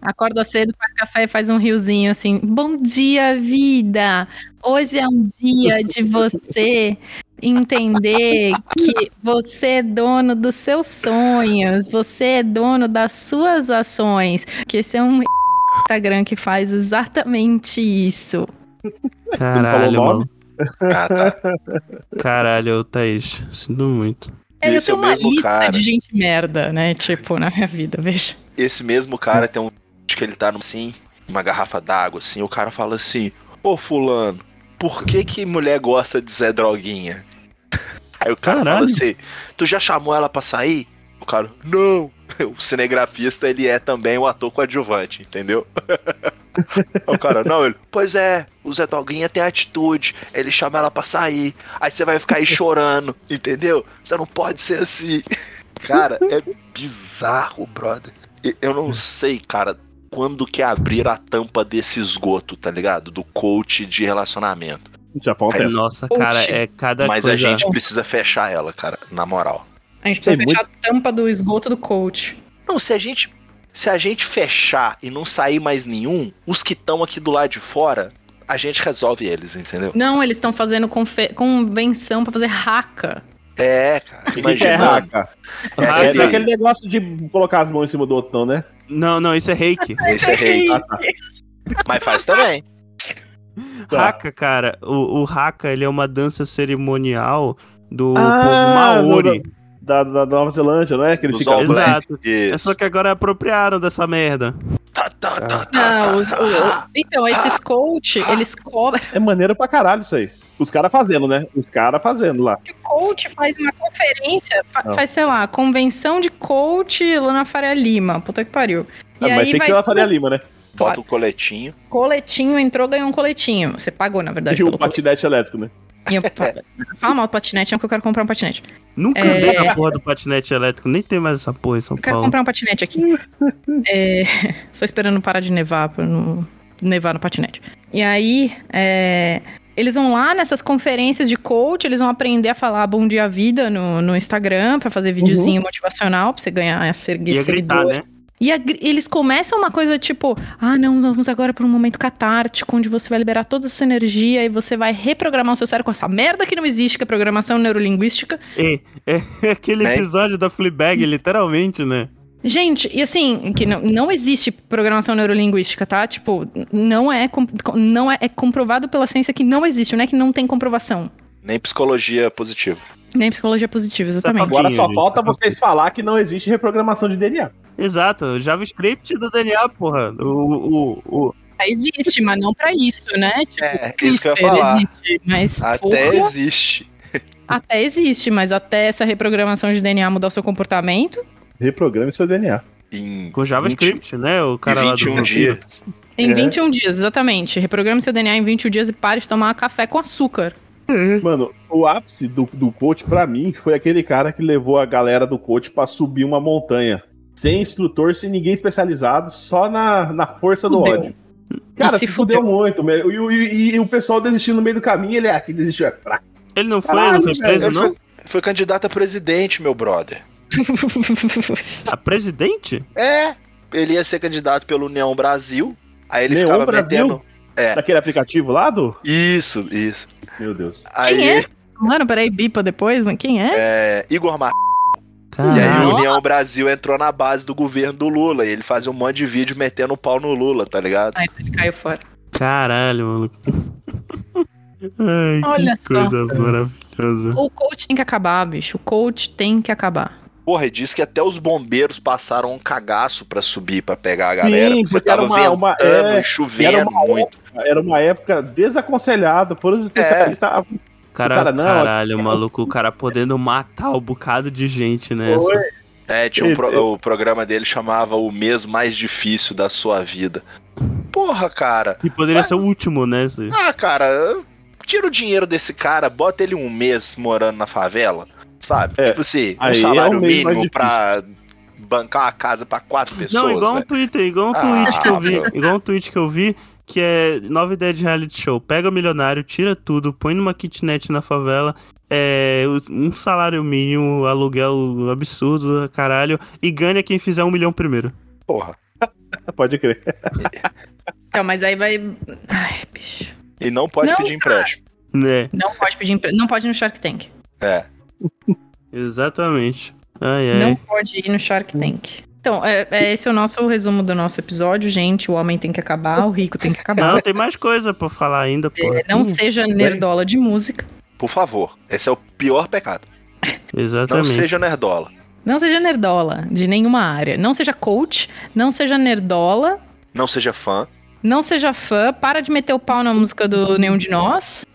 Speaker 2: Acorda cedo, faz café e faz um riozinho assim. Bom dia, vida! Hoje é um dia de você entender que você é dono dos seus sonhos, você é dono das suas ações. Que esse é um Instagram que faz exatamente isso.
Speaker 1: Caralho,
Speaker 3: Falou
Speaker 1: mano.
Speaker 4: Ah, tá.
Speaker 1: Caralho, Thaís. Sinto muito.
Speaker 2: É, eu
Speaker 4: Esse é
Speaker 2: tenho
Speaker 4: o
Speaker 2: uma
Speaker 4: mesmo
Speaker 2: lista
Speaker 4: cara.
Speaker 2: de gente merda, né? Tipo, na minha vida, veja.
Speaker 4: Esse mesmo cara tem um vídeo que ele tá num- assim, uma garrafa d'água, assim, o cara fala assim, ô fulano, por que que mulher gosta de Zé Droguinha? Aí o cara
Speaker 1: Caralho.
Speaker 4: fala assim, tu já chamou ela pra sair? O cara, não! O cinegrafista, ele é também o ator coadjuvante, entendeu? Aí o cara, não, ele, pois é, o Zé Droguinha tem atitude, ele chama ela pra sair, aí você vai ficar aí chorando, entendeu? Você não pode ser assim. Cara, é bizarro, brother. E- Eu
Speaker 1: É.
Speaker 4: não sei, cara, quando que abrir a tampa desse esgoto, tá ligado? Do coach de relacionamento.
Speaker 3: Já falta tempo.
Speaker 1: Nossa, cara,
Speaker 4: Oxi.
Speaker 1: é cada
Speaker 4: um Mas a
Speaker 1: coisa.
Speaker 4: gente precisa fechar ela, cara, na moral.
Speaker 2: A gente precisa
Speaker 3: Tem
Speaker 2: fechar a tampa do esgoto do coach.
Speaker 4: Não, se a gente se a gente fechar e não sair mais nenhum, os que estão aqui do lado de fora, a gente resolve eles, entendeu?
Speaker 2: Não, eles estão fazendo confe- convenção pra fazer raca.
Speaker 4: É, cara.
Speaker 3: O que que é
Speaker 4: Imagina.
Speaker 3: raca?
Speaker 4: É
Speaker 3: É,
Speaker 4: aquele-
Speaker 3: é aquele negócio de colocar as mãos em cima do outro, não, né?
Speaker 1: Não, não, isso é reiki.
Speaker 4: Esse é rei. Mas faz também.
Speaker 3: Tá.
Speaker 1: Haka, cara, o, o Haka, ele é uma dança cerimonial do
Speaker 3: Ah,
Speaker 1: povo Maori.
Speaker 3: Da, da, da Nova Zelândia, não é? Que eles
Speaker 4: Dos
Speaker 3: ficam-
Speaker 4: All Blacks.
Speaker 1: Exato. É
Speaker 4: Isso.
Speaker 1: só que agora apropriaram dessa merda.
Speaker 4: Tá, tá, tá, tá,
Speaker 3: Ah,
Speaker 2: Não,
Speaker 4: tá.
Speaker 2: Ah, os- o- então, esses coach, eles cobram.
Speaker 3: É maneiro pra caralho isso aí. Os caras fazendo, né? Os caras fazendo lá.
Speaker 2: que O coach faz uma conferência, fa-
Speaker 3: Não.
Speaker 2: faz, sei lá, convenção de coach lá na Faria Lima. Puta que pariu. E
Speaker 3: Ah, Mas
Speaker 2: aí
Speaker 3: tem que
Speaker 2: vai
Speaker 3: ser uma Faria Lima, né?
Speaker 4: Bota o coletinho.
Speaker 2: coletinho, entrou, ganhou um coletinho. Você pagou, na verdade,
Speaker 3: E o
Speaker 2: pelo
Speaker 3: patinete é. elétrico, né?
Speaker 2: coletinho. Fala mal do patinete, não, que eu quero comprar um patinete.
Speaker 1: Nunca
Speaker 2: É.
Speaker 1: andei na porra do patinete elétrico, nem tem mais essa porra em São
Speaker 2: Eu quero
Speaker 1: Paulo.
Speaker 2: comprar um patinete aqui. É, só esperando parar de nevar pra não nevar no patinete. E aí, é, eles vão lá nessas conferências de coach, eles vão aprender a falar bom dia vida no, no Instagram pra fazer videozinho motivacional pra você ganhar seguir
Speaker 1: Ia gritar, né?
Speaker 2: E a gri- eles começam uma coisa tipo: ah, não, vamos agora pra um momento catártico, onde você vai liberar toda a sua energia e você vai reprogramar o seu cérebro com essa merda que não existe, que é programação neurolinguística.
Speaker 1: É, é aquele
Speaker 4: Né?
Speaker 1: episódio da Fleabag, literalmente, né?
Speaker 2: Gente, e assim, que não, não existe programação neurolinguística, tá? Tipo, n- não é, com- com- não é, é comprovado pela ciência que não existe, não é que não tem comprovação.
Speaker 4: Nem psicologia positiva.
Speaker 2: Nem psicologia positiva, exatamente.
Speaker 1: Sabe
Speaker 3: Agora
Speaker 1: Pouquinho,
Speaker 3: só
Speaker 1: gente.
Speaker 3: falta vocês falar que não existe reprogramação de DNA.
Speaker 1: Exato, o JavaScript do DNA, porra. O, o, o-
Speaker 2: Tá, Existe, mas não pra isso, né? Tipo,
Speaker 4: É, isso que eu ia falar.
Speaker 2: existe, mas
Speaker 4: Até
Speaker 2: porra,
Speaker 4: existe.
Speaker 2: até existe, mas até essa reprogramação de DNA mudar o seu comportamento,
Speaker 3: Reprograme seu DNA.
Speaker 4: Em
Speaker 1: com JavaScript, né? O cara
Speaker 4: em
Speaker 1: lá
Speaker 4: 21
Speaker 1: do
Speaker 4: dias.
Speaker 2: em
Speaker 3: É.
Speaker 2: 21 dias, exatamente. Reprograma seu DNA em 21 dias e pare de tomar café com açúcar.
Speaker 3: Mano, o ápice do, do coach, pra mim, foi aquele cara que levou a galera do coach pra subir uma montanha. Sem instrutor, sem ninguém especializado, só na, na força do
Speaker 2: Fudeu.
Speaker 3: ódio. Cara,
Speaker 2: se
Speaker 3: se, fudeu, muito. meu. E, o- e- e o pessoal desistindo no meio do caminho, ele é aqui, desistiu, é fraco.
Speaker 1: Ele não foi,
Speaker 3: Caralho,
Speaker 1: não foi
Speaker 3: velho,
Speaker 1: preso,
Speaker 4: Ele
Speaker 1: não?
Speaker 4: foi, foi candidato a presidente, meu brother.
Speaker 1: A Ah, presidente?
Speaker 4: É, ele ia ser candidato pelo União Brasil. Aí ele
Speaker 3: Neon
Speaker 4: ficava
Speaker 3: Brasil?
Speaker 4: metendo. É.
Speaker 3: Daquele aplicativo lá do.
Speaker 4: Isso, isso.
Speaker 3: Meu Deus.
Speaker 4: Aí,
Speaker 2: Quem é? esse Mano, peraí, bipa depois, mas quem é?
Speaker 4: é, Igor Mar. E aí
Speaker 1: Caralho.
Speaker 4: o União Brasil entrou na base do governo do Lula. E ele fazia um monte de vídeo metendo o pau no Lula, tá ligado?
Speaker 2: Ai, ele caiu fora.
Speaker 1: Caralho, maluco. Ai,
Speaker 2: Olha
Speaker 1: que
Speaker 2: só.
Speaker 1: coisa maravilhosa.
Speaker 2: O coach tem que acabar, bicho. O coach tem que acabar.
Speaker 4: Porra, e diz que até os bombeiros passaram um cagaço pra subir, pra pegar a galera.
Speaker 3: Sim,
Speaker 4: porque
Speaker 3: porque era
Speaker 4: tava
Speaker 3: uma- uma-
Speaker 4: ventando
Speaker 3: é,
Speaker 4: e chovendo
Speaker 3: era uma-
Speaker 4: muito.
Speaker 3: Era uma época desaconselhada por
Speaker 4: É.
Speaker 3: os especialistas. a-
Speaker 1: Cara,
Speaker 3: Cara, não,
Speaker 1: caralho, maluco, o cara podendo matar o bocado de gente né?
Speaker 3: Foi.
Speaker 4: É, tinha um
Speaker 3: Ele-
Speaker 4: pro- o programa dele chamava O Mês Mais Difícil da Sua Vida. Porra, cara.
Speaker 1: E poderia ser o último, né? Se-
Speaker 4: Ah, cara, Tira o dinheiro desse cara, bota ele um mês morando na favela, sabe?
Speaker 3: É,
Speaker 4: tipo assim, um
Speaker 3: aí é
Speaker 4: salário
Speaker 3: o mês mais difícil.
Speaker 4: mínimo pra bancar uma casa pra quatro pessoas.
Speaker 1: Não, igual um
Speaker 4: velho.
Speaker 1: Twitter, igual um
Speaker 4: Ah,
Speaker 1: tweet que eu vi.
Speaker 4: meu.
Speaker 1: Igual um tweet que eu vi, que é nova ideia de reality show. Pega o milionário, tira tudo, põe numa kitnet na favela, é, os- um salário mínimo, aluguel absurdo, caralho, e ganha quem fizer um milhão primeiro.
Speaker 4: Porra.
Speaker 3: Pode crer.
Speaker 2: Então, mas aí vai. Ai, bicho.
Speaker 4: E não pode
Speaker 2: Não,
Speaker 4: pedir empréstimo.
Speaker 1: Né,
Speaker 2: Não pode pedir empre... Não pode ir no Shark Tank.
Speaker 4: É.
Speaker 1: exatamente. Ai, ai.
Speaker 2: Não pode ir no Shark Tank. Então, é, é esse é o nosso o resumo do nosso episódio, gente. O homem tem que acabar, o rico tem que acabar.
Speaker 1: Não, tem mais coisa pra falar ainda, pô.
Speaker 2: É, não seja nerdola de música.
Speaker 4: Por favor. Esse é o pior pecado. Não
Speaker 1: Exatamente.
Speaker 4: seja nerdola.
Speaker 2: Não seja nerdola de nenhuma área. Não seja coach. Não seja nerdola.
Speaker 4: Não seja fã.
Speaker 2: Não seja fã. Para de meter o pau na música do Nenhum de Nós.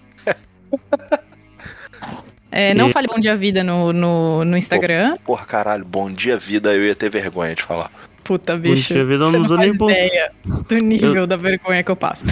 Speaker 2: É, não
Speaker 1: E-
Speaker 2: fale Bom Dia Vida no, no, no Instagram.
Speaker 4: Porra, caralho, bom dia, vida. Eu ia ter vergonha de falar.
Speaker 2: Puta, bicho.
Speaker 1: Dia Vida eu
Speaker 2: você
Speaker 1: não
Speaker 2: não
Speaker 1: dou nem
Speaker 2: faz
Speaker 1: bom-
Speaker 2: ideia do nível da vergonha que eu passo.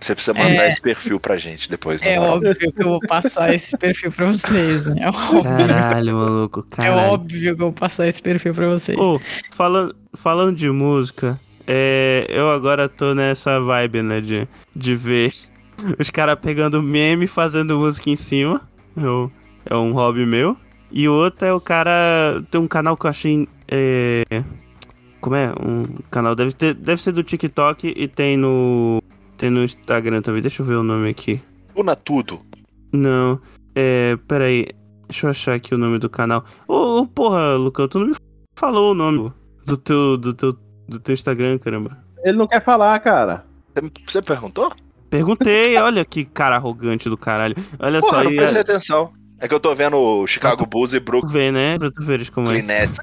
Speaker 4: Você
Speaker 1: É.
Speaker 4: precisa mandar esse perfil pra gente depois. na
Speaker 2: É
Speaker 4: moral.
Speaker 2: óbvio que eu vou passar esse perfil pra vocês, né? É óbvio,
Speaker 1: Caralho, maluco,
Speaker 2: é
Speaker 1: caralho.
Speaker 2: óbvio que eu vou passar esse perfil pra vocês.
Speaker 1: Ô, falando, falando de música, é, eu agora tô nessa vibe, né, de, de ver os caras pegando meme e fazendo música em cima. Eu- é um hobby meu. E outro é o cara... Tem um canal que eu achei... é, como é? Um canal... Deve, ter, deve ser do TikTok e tem no... Tem no Instagram também. Deixa eu ver o nome aqui.
Speaker 4: Una tudo.
Speaker 1: Não. É, peraí. Deixa eu achar aqui o nome do canal. Ô, ô, porra, Lucão, tu não me falou o nome do teu, do teu, do teu Instagram, caramba.
Speaker 3: Ele não quer falar, cara.
Speaker 4: Você- Você perguntou?
Speaker 1: Perguntei, olha que cara arrogante do caralho. Olha
Speaker 4: Porra,
Speaker 1: só,
Speaker 4: não
Speaker 1: e
Speaker 4: prestei atenção. É que eu tô vendo o Chicago Bulls e
Speaker 1: tu
Speaker 4: Brooklyn
Speaker 1: vê, né? Pra tu veres como é.
Speaker 4: Nets.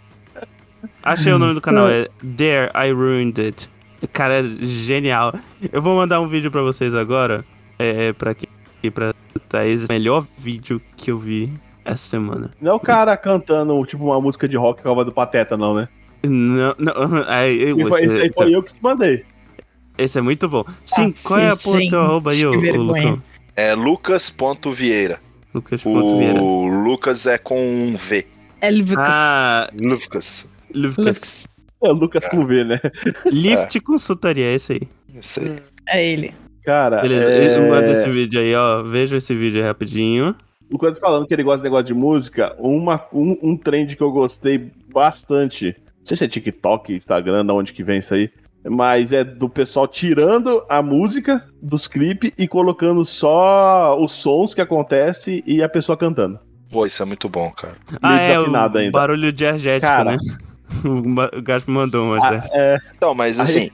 Speaker 1: Achei o nome do canal, é There I Ruined It. Cara, é genial. Eu vou mandar um vídeo pra vocês agora. É, pra quem pra Thaís, é o melhor vídeo que eu vi essa semana.
Speaker 3: Não é o cara cantando, tipo, uma música de rock com a voz do Pateta, não, né?
Speaker 1: Não, não, aí, tá eu-
Speaker 3: E foi, esse aí foi eu que te mandei.
Speaker 1: Esse é muito bom. Sim,
Speaker 2: Ah,
Speaker 1: qual é a porra do
Speaker 2: gente,
Speaker 1: teu arroba aí, ô,
Speaker 2: que
Speaker 1: ô
Speaker 2: vergonha.
Speaker 1: Lucão?
Speaker 4: É Lucas.Vieira.
Speaker 1: Lucas Ponto Vieira.
Speaker 4: O Lucas é com um V.
Speaker 2: É Lucas.
Speaker 1: Ah,
Speaker 4: Lucas.
Speaker 1: Lucas.
Speaker 2: Lucas.
Speaker 3: É o Lucas com V, né?
Speaker 1: Lift Consultoria, é esse aí.
Speaker 4: Não sei.
Speaker 2: É ele.
Speaker 3: Cara,
Speaker 1: Beleza,
Speaker 3: é...
Speaker 1: ele manda esse vídeo aí, ó. Veja esse vídeo aí rapidinho.
Speaker 3: O Lucas falando que ele gosta de negócio de música, uma, um, um trend que eu gostei bastante. Não sei se é TikTok, Instagram, da onde que vem isso aí. Mas é do pessoal tirando a música dos clipes e colocando só os sons que acontece e a pessoa cantando.
Speaker 4: Pô, isso é muito bom, cara.
Speaker 1: Ah, é, o
Speaker 3: desafinado ainda.
Speaker 1: barulho de argético,
Speaker 3: Cara.
Speaker 1: né? O Ma- o Gaspo mandou uma
Speaker 3: Ah,
Speaker 1: dessa.
Speaker 3: é,
Speaker 4: Então, mas
Speaker 3: Aí-
Speaker 4: assim,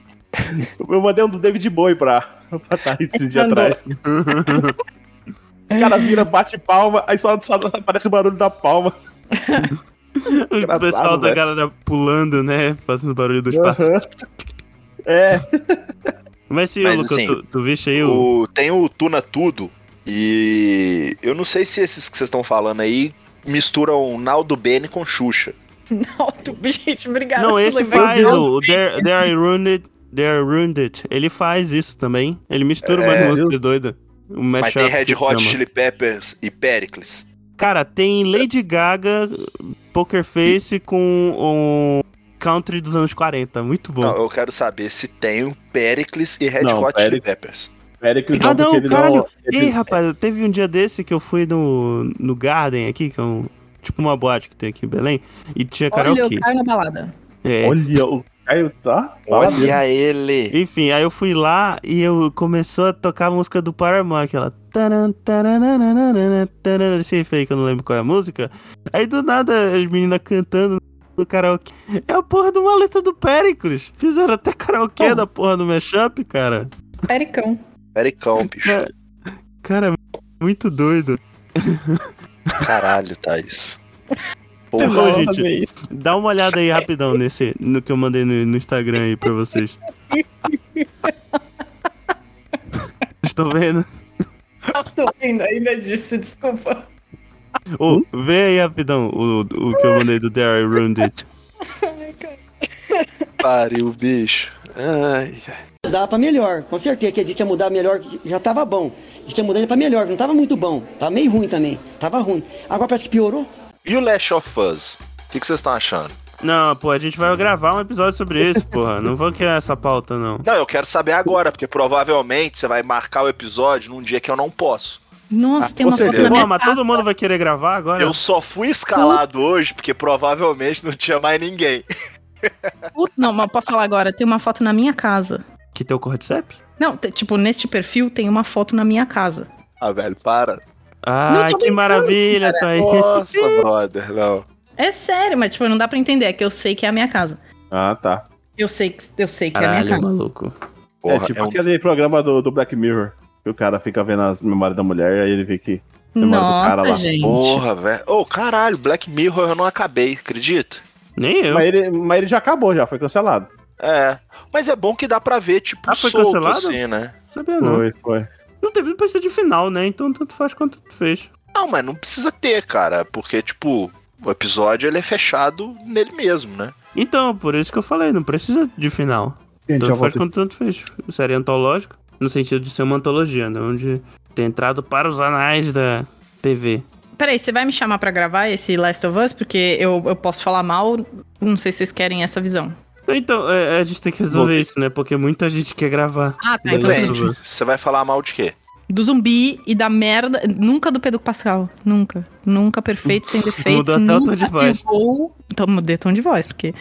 Speaker 3: eu mandei um do David Bowie pra, pra Thaís esse dia
Speaker 2: Mandou.
Speaker 3: atrás. O cara vira, bate palma, aí só, só aparece o barulho da palma.
Speaker 1: o pessoal da
Speaker 3: velho.
Speaker 1: galera pulando, né? Fazendo barulho do espaço.
Speaker 3: Aham. É,
Speaker 1: Mas se, ô,
Speaker 4: Mas,
Speaker 1: Lucão,
Speaker 4: assim,
Speaker 1: tu, tu viste aí o.
Speaker 4: o- tem o Tuna Tudo. E eu não sei se esses que vocês estão falando aí misturam Naldo Bene com Xuxa.
Speaker 2: Alto, gente, obrigada.
Speaker 1: Não,
Speaker 2: por
Speaker 1: esse
Speaker 2: lembrar.
Speaker 1: faz o o There, There I Ruined It. There I Ruined It. Ele faz isso também. Ele mistura uma
Speaker 4: É,
Speaker 1: música doida. Um
Speaker 4: Mas tem
Speaker 1: mashup que
Speaker 4: Red Hot
Speaker 1: chama.
Speaker 4: Chili Peppers e Pericles.
Speaker 1: Cara, tem Lady Gaga, Poker Face com um country dos anos 40. Muito bom.
Speaker 4: Não, eu quero saber se tem o Pericles e Red
Speaker 3: Não,
Speaker 4: Hot Chili
Speaker 3: Pericles-
Speaker 4: Peppers.
Speaker 3: Pericles
Speaker 1: Ah, não,
Speaker 3: porque ele
Speaker 1: caralho.
Speaker 3: ele-
Speaker 1: Ei, rapaz, teve um dia desse que eu fui no, no Garden aqui, que é um. Tipo uma boate que tem aqui em Belém. E tinha
Speaker 2: Olha, eu
Speaker 1: karaokê.
Speaker 2: caio na balada.
Speaker 1: É.
Speaker 3: Olha, o Caio tá. fala mesmo.
Speaker 4: Olha ele!
Speaker 1: Enfim, aí eu fui lá e eu começou a tocar a música do Paramore, aquela. taran, tarananana, taran, Esse riff aí que eu não lembro qual é a música. Aí do nada as meninas cantando no karaokê. É a porra de uma letra do Pericles. Fizeram até karaokê
Speaker 2: Porra.
Speaker 1: da porra do mashup, cara.
Speaker 2: Pericão.
Speaker 4: Pericão, bicho.
Speaker 1: Mas- Cara, muito doido.
Speaker 4: Caralho, Thaís.
Speaker 1: Muito Tá
Speaker 4: Porra.
Speaker 1: bom,
Speaker 3: Vamos
Speaker 1: gente.
Speaker 3: fazer isso.
Speaker 1: Dá uma olhada aí rapidão nesse, no que eu mandei no, no Instagram aí pra vocês. Estão vendo?
Speaker 2: Tô vendo, ainda disse, desculpa.
Speaker 3: Hum?
Speaker 1: Ô, vê aí rapidão o, o que eu mandei do There I Ruined It.
Speaker 4: Pariu, bicho. Ai.
Speaker 6: mudar pra melhor. Com certeza que a gente ia mudar melhor, que já tava bom. Diz que ia mudar pra melhor, que não tava muito bom. Tava meio ruim também. Tava ruim. Agora parece que piorou.
Speaker 4: E o Last of Us? O que que vocês estão achando?
Speaker 1: Não, pô, a gente vai gravar um episódio sobre isso, porra. Não vou criar essa pauta, não.
Speaker 4: Não, eu quero saber agora, porque provavelmente você vai marcar o episódio num dia que eu não posso.
Speaker 2: Nossa,
Speaker 3: Ah,
Speaker 2: tem uma
Speaker 3: com
Speaker 2: foto
Speaker 3: certeza.
Speaker 2: na minha
Speaker 1: Pô, mas
Speaker 2: casa.
Speaker 1: todo mundo vai querer gravar agora?
Speaker 4: Eu só fui escalado hoje porque provavelmente não tinha mais ninguém.
Speaker 2: Puta, Não, mas posso falar agora. Tem uma foto na minha casa.
Speaker 1: Que tem o Cordyceps?
Speaker 2: Não, te- tipo, neste perfil tem uma foto na minha casa.
Speaker 4: Ah, velho, para.
Speaker 2: Não, tô
Speaker 1: Ah, que
Speaker 2: brincando,
Speaker 1: maravilha, tá aí.
Speaker 4: Nossa, brother, não.
Speaker 2: É sério, mas tipo, não dá pra entender. É que eu sei que é a minha casa.
Speaker 3: Ah, tá.
Speaker 2: Eu sei, que- eu sei que é a
Speaker 1: Caralho,
Speaker 2: minha casa.
Speaker 1: maluco.
Speaker 4: Porra,
Speaker 3: é tipo
Speaker 4: é um-
Speaker 3: aquele programa do, do Black Mirror. Que o cara fica vendo as memórias da mulher, aí ele vê que. Memória do cara
Speaker 2: Nossa,
Speaker 3: lá.
Speaker 2: gente.
Speaker 4: Porra, velho. Ô, caralho, Black Mirror eu não acabei, acredita?
Speaker 1: Nem eu.
Speaker 3: Mas ele, mas ele já acabou, já foi cancelado.
Speaker 4: É. Mas é bom que dá pra ver, tipo,
Speaker 1: Ah, foi
Speaker 4: solto,
Speaker 1: cancelado?
Speaker 4: assim, né?
Speaker 1: Sabia Ah, não.
Speaker 3: Foi, foi.
Speaker 1: Não tem não precisa de final, né? Então tanto faz quanto tanto fez.
Speaker 4: Não, mas não precisa ter, cara, porque, tipo, o episódio ele é fechado nele mesmo, né?
Speaker 1: Então, por isso que eu falei, não precisa de final.
Speaker 3: Gente,
Speaker 1: Tanto
Speaker 3: eu
Speaker 1: faz
Speaker 3: voltei.
Speaker 1: quanto tanto fez. Série antológica, no sentido de ser uma antologia, né? Onde tem entrado para os anais da TV.
Speaker 2: Peraí, você vai me chamar pra gravar esse Last of Us? Porque eu, eu posso falar mal. Não sei se vocês querem essa visão.
Speaker 1: Então, é, a gente tem que resolver
Speaker 3: Voltei.
Speaker 1: isso, né? Porque muita gente quer gravar.
Speaker 2: Ah, tá.
Speaker 1: Beleza.
Speaker 2: Então,
Speaker 1: Depende.
Speaker 4: Depende. Você vai falar mal de quê?
Speaker 2: do zumbi e da merda. Nunca do Pedro Pascal. Nunca. Nunca perfeito, sem defeito.
Speaker 1: Mudou até o tom
Speaker 2: nunca
Speaker 1: de voz.
Speaker 2: errou. Então mudei o tom de voz, porque.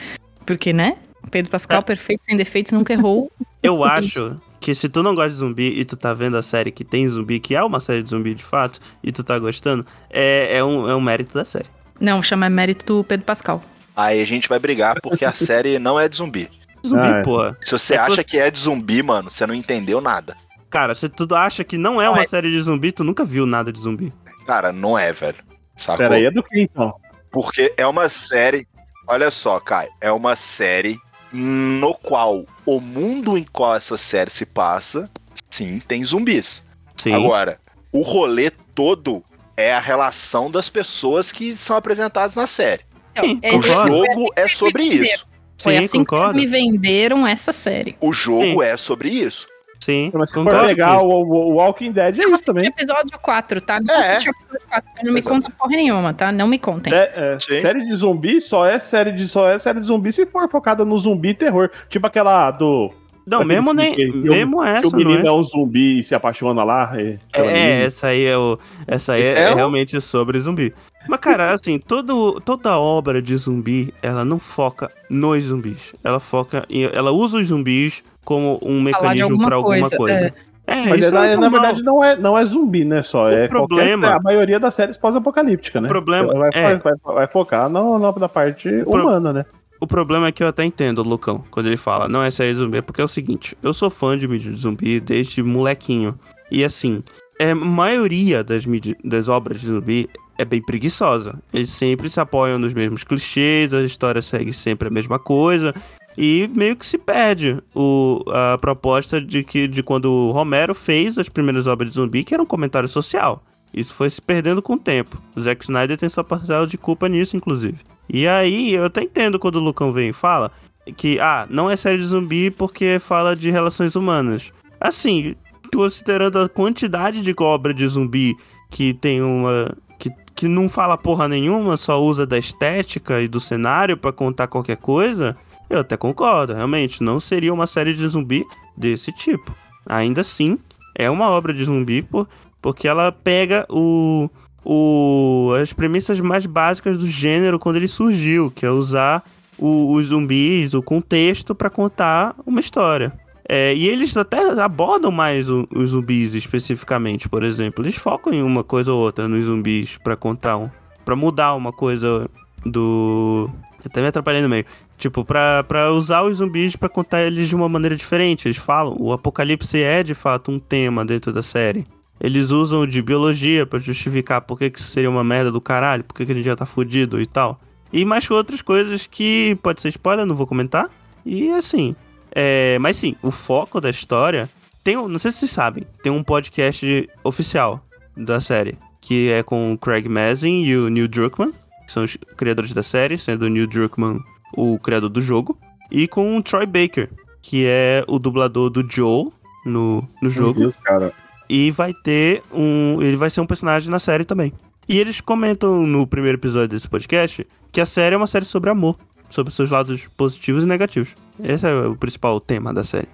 Speaker 2: Porque, né? Pedro
Speaker 1: É.
Speaker 2: Pascal, perfeito, sem defeitos, nunca errou.
Speaker 1: Eu acho que se tu não gosta de zumbi e tu tá vendo a série que tem zumbi, que é uma série de zumbi de fato, e tu tá gostando, é, é, um, é um mérito da série.
Speaker 2: Não, chama mérito do Pedro Pascal.
Speaker 4: Aí a gente vai brigar porque a série não é de zumbi.
Speaker 1: Zumbi,
Speaker 3: Ah, é.
Speaker 1: porra.
Speaker 4: Se você
Speaker 1: É
Speaker 4: acha que é de zumbi, mano, você não entendeu nada.
Speaker 1: Cara, se tu acha que não é
Speaker 2: Não
Speaker 1: uma
Speaker 2: é.
Speaker 1: série de zumbi, tu nunca viu nada de zumbi.
Speaker 4: Cara, não é, velho. Sacou?
Speaker 3: Pera aí, é do que então?
Speaker 4: Porque é uma série. Olha só, Kai, é uma série no qual o mundo em qual essa série se passa, sim, tem zumbis.
Speaker 1: Sim.
Speaker 4: Agora, o rolê todo é a relação das pessoas que são apresentadas na série.
Speaker 2: Então,
Speaker 1: Sim,
Speaker 2: é
Speaker 4: O
Speaker 1: Concordo.
Speaker 2: isso.
Speaker 4: jogo é sobre isso.
Speaker 2: Foi
Speaker 1: Sim,
Speaker 2: assim
Speaker 1: concordo.
Speaker 2: que vocês me venderam essa série.
Speaker 4: O jogo
Speaker 1: Sim.
Speaker 4: é sobre isso.
Speaker 1: Sim,
Speaker 3: Mas se for
Speaker 1: concordo.
Speaker 3: pegar
Speaker 1: com
Speaker 3: o, o- o Walking Dead, é
Speaker 2: Eu
Speaker 3: isso
Speaker 2: assisti
Speaker 3: também.
Speaker 2: episódio 4, tá? Não
Speaker 4: É.
Speaker 2: assisti o episódio 4, então não me
Speaker 4: Exato.
Speaker 2: conta porra nenhuma, tá? Não me contem.
Speaker 3: É, é,
Speaker 4: Sim.
Speaker 3: série de zumbi só é série de só é série de zumbi se for focada no zumbi e terror, tipo aquela do
Speaker 1: isso. Não,
Speaker 3: Sabe
Speaker 1: mesmo,
Speaker 3: que-
Speaker 1: nem,
Speaker 3: que- que o-
Speaker 1: mesmo
Speaker 3: que
Speaker 1: essa,
Speaker 3: o
Speaker 1: não é?
Speaker 3: menino é? um zumbi e se apaixona lá. e- pela
Speaker 1: É,
Speaker 3: menina.
Speaker 1: essa aí é o. Essa aí é,
Speaker 4: É
Speaker 1: é
Speaker 4: o-
Speaker 1: realmente sobre zumbi. Mas, cara, assim, todo, toda obra de zumbi, ela não foca nos zumbis. Ela foca em. Ela usa os zumbis como um
Speaker 2: Falar de
Speaker 1: mecanismo
Speaker 2: alguma
Speaker 1: pra alguma
Speaker 2: coisa,
Speaker 1: coisa. É,
Speaker 3: Mas
Speaker 1: isso
Speaker 3: na,
Speaker 1: é
Speaker 3: na
Speaker 1: normal.
Speaker 3: verdade não é, não é zumbi, né? Só
Speaker 1: O
Speaker 3: é
Speaker 1: problema-
Speaker 3: qualquer- a maioria das séries pós-apocalíptica, né?
Speaker 1: O problema
Speaker 3: vai,
Speaker 1: é-
Speaker 3: vai, vai- vai focar no, no- na parte
Speaker 1: pro-
Speaker 3: humana, né?
Speaker 1: O problema é que eu até entendo o Lucão quando ele fala, não é série de zumbi, porque é o seguinte, eu sou fã de mídia de zumbi desde molequinho. E assim, é, a maioria das, mídia- das obras de zumbi é bem preguiçosa. Eles sempre se apoiam nos mesmos clichês, a história segue sempre a mesma coisa. E meio que se perde o- a proposta de que de quando o Romero fez as primeiras obras de zumbi, que era um comentário social. Isso foi se perdendo com o tempo. O Zack Snyder tem sua parcela de culpa nisso, inclusive. E aí, eu até entendo quando o Lucão vem e fala que, ah, não é série de zumbi porque fala de relações humanas. Assim, considerando a quantidade de obra de zumbi que tem uma. que, que não fala porra nenhuma, só usa da estética e do cenário pra contar qualquer coisa, eu até concordo, realmente. Não seria uma série de zumbi desse tipo. Ainda assim, é uma obra de zumbi por, porque ela pega o o- as premissas mais básicas do gênero quando ele surgiu, que é usar o- os zumbis, o contexto pra contar uma história. É, e eles até abordam mais o- os zumbis especificamente, por exemplo. Eles focam em uma coisa ou outra nos zumbis pra contar um, para mudar uma coisa do. Eu até me atrapalhei no meio. Tipo, pra, pra usar os zumbis pra contar eles de uma maneira diferente. Eles falam, o apocalipse é de fato um tema dentro da série. Eles usam de biologia pra justificar por que, que isso seria uma merda do caralho, por que, que a gente já tá fudido e tal. E mais outras coisas que pode ser spoiler, não vou comentar. E assim. é, mas sim, o foco da história. Tem um, não sei se vocês sabem, tem um podcast oficial da série, que é com o Craig Mazin e o Neil Druckmann, que são os criadores da série, sendo o Neil Druckmann o criador do jogo, e com o Troy Baker, que é o dublador do Joe no, no
Speaker 3: Meu
Speaker 1: jogo.
Speaker 3: Deus, cara.
Speaker 1: E vai ter um. Ele vai ser um personagem na série também. E eles comentam no primeiro episódio desse podcast que a série é uma série sobre amor, sobre seus lados positivos e negativos. Esse é o principal tema da série.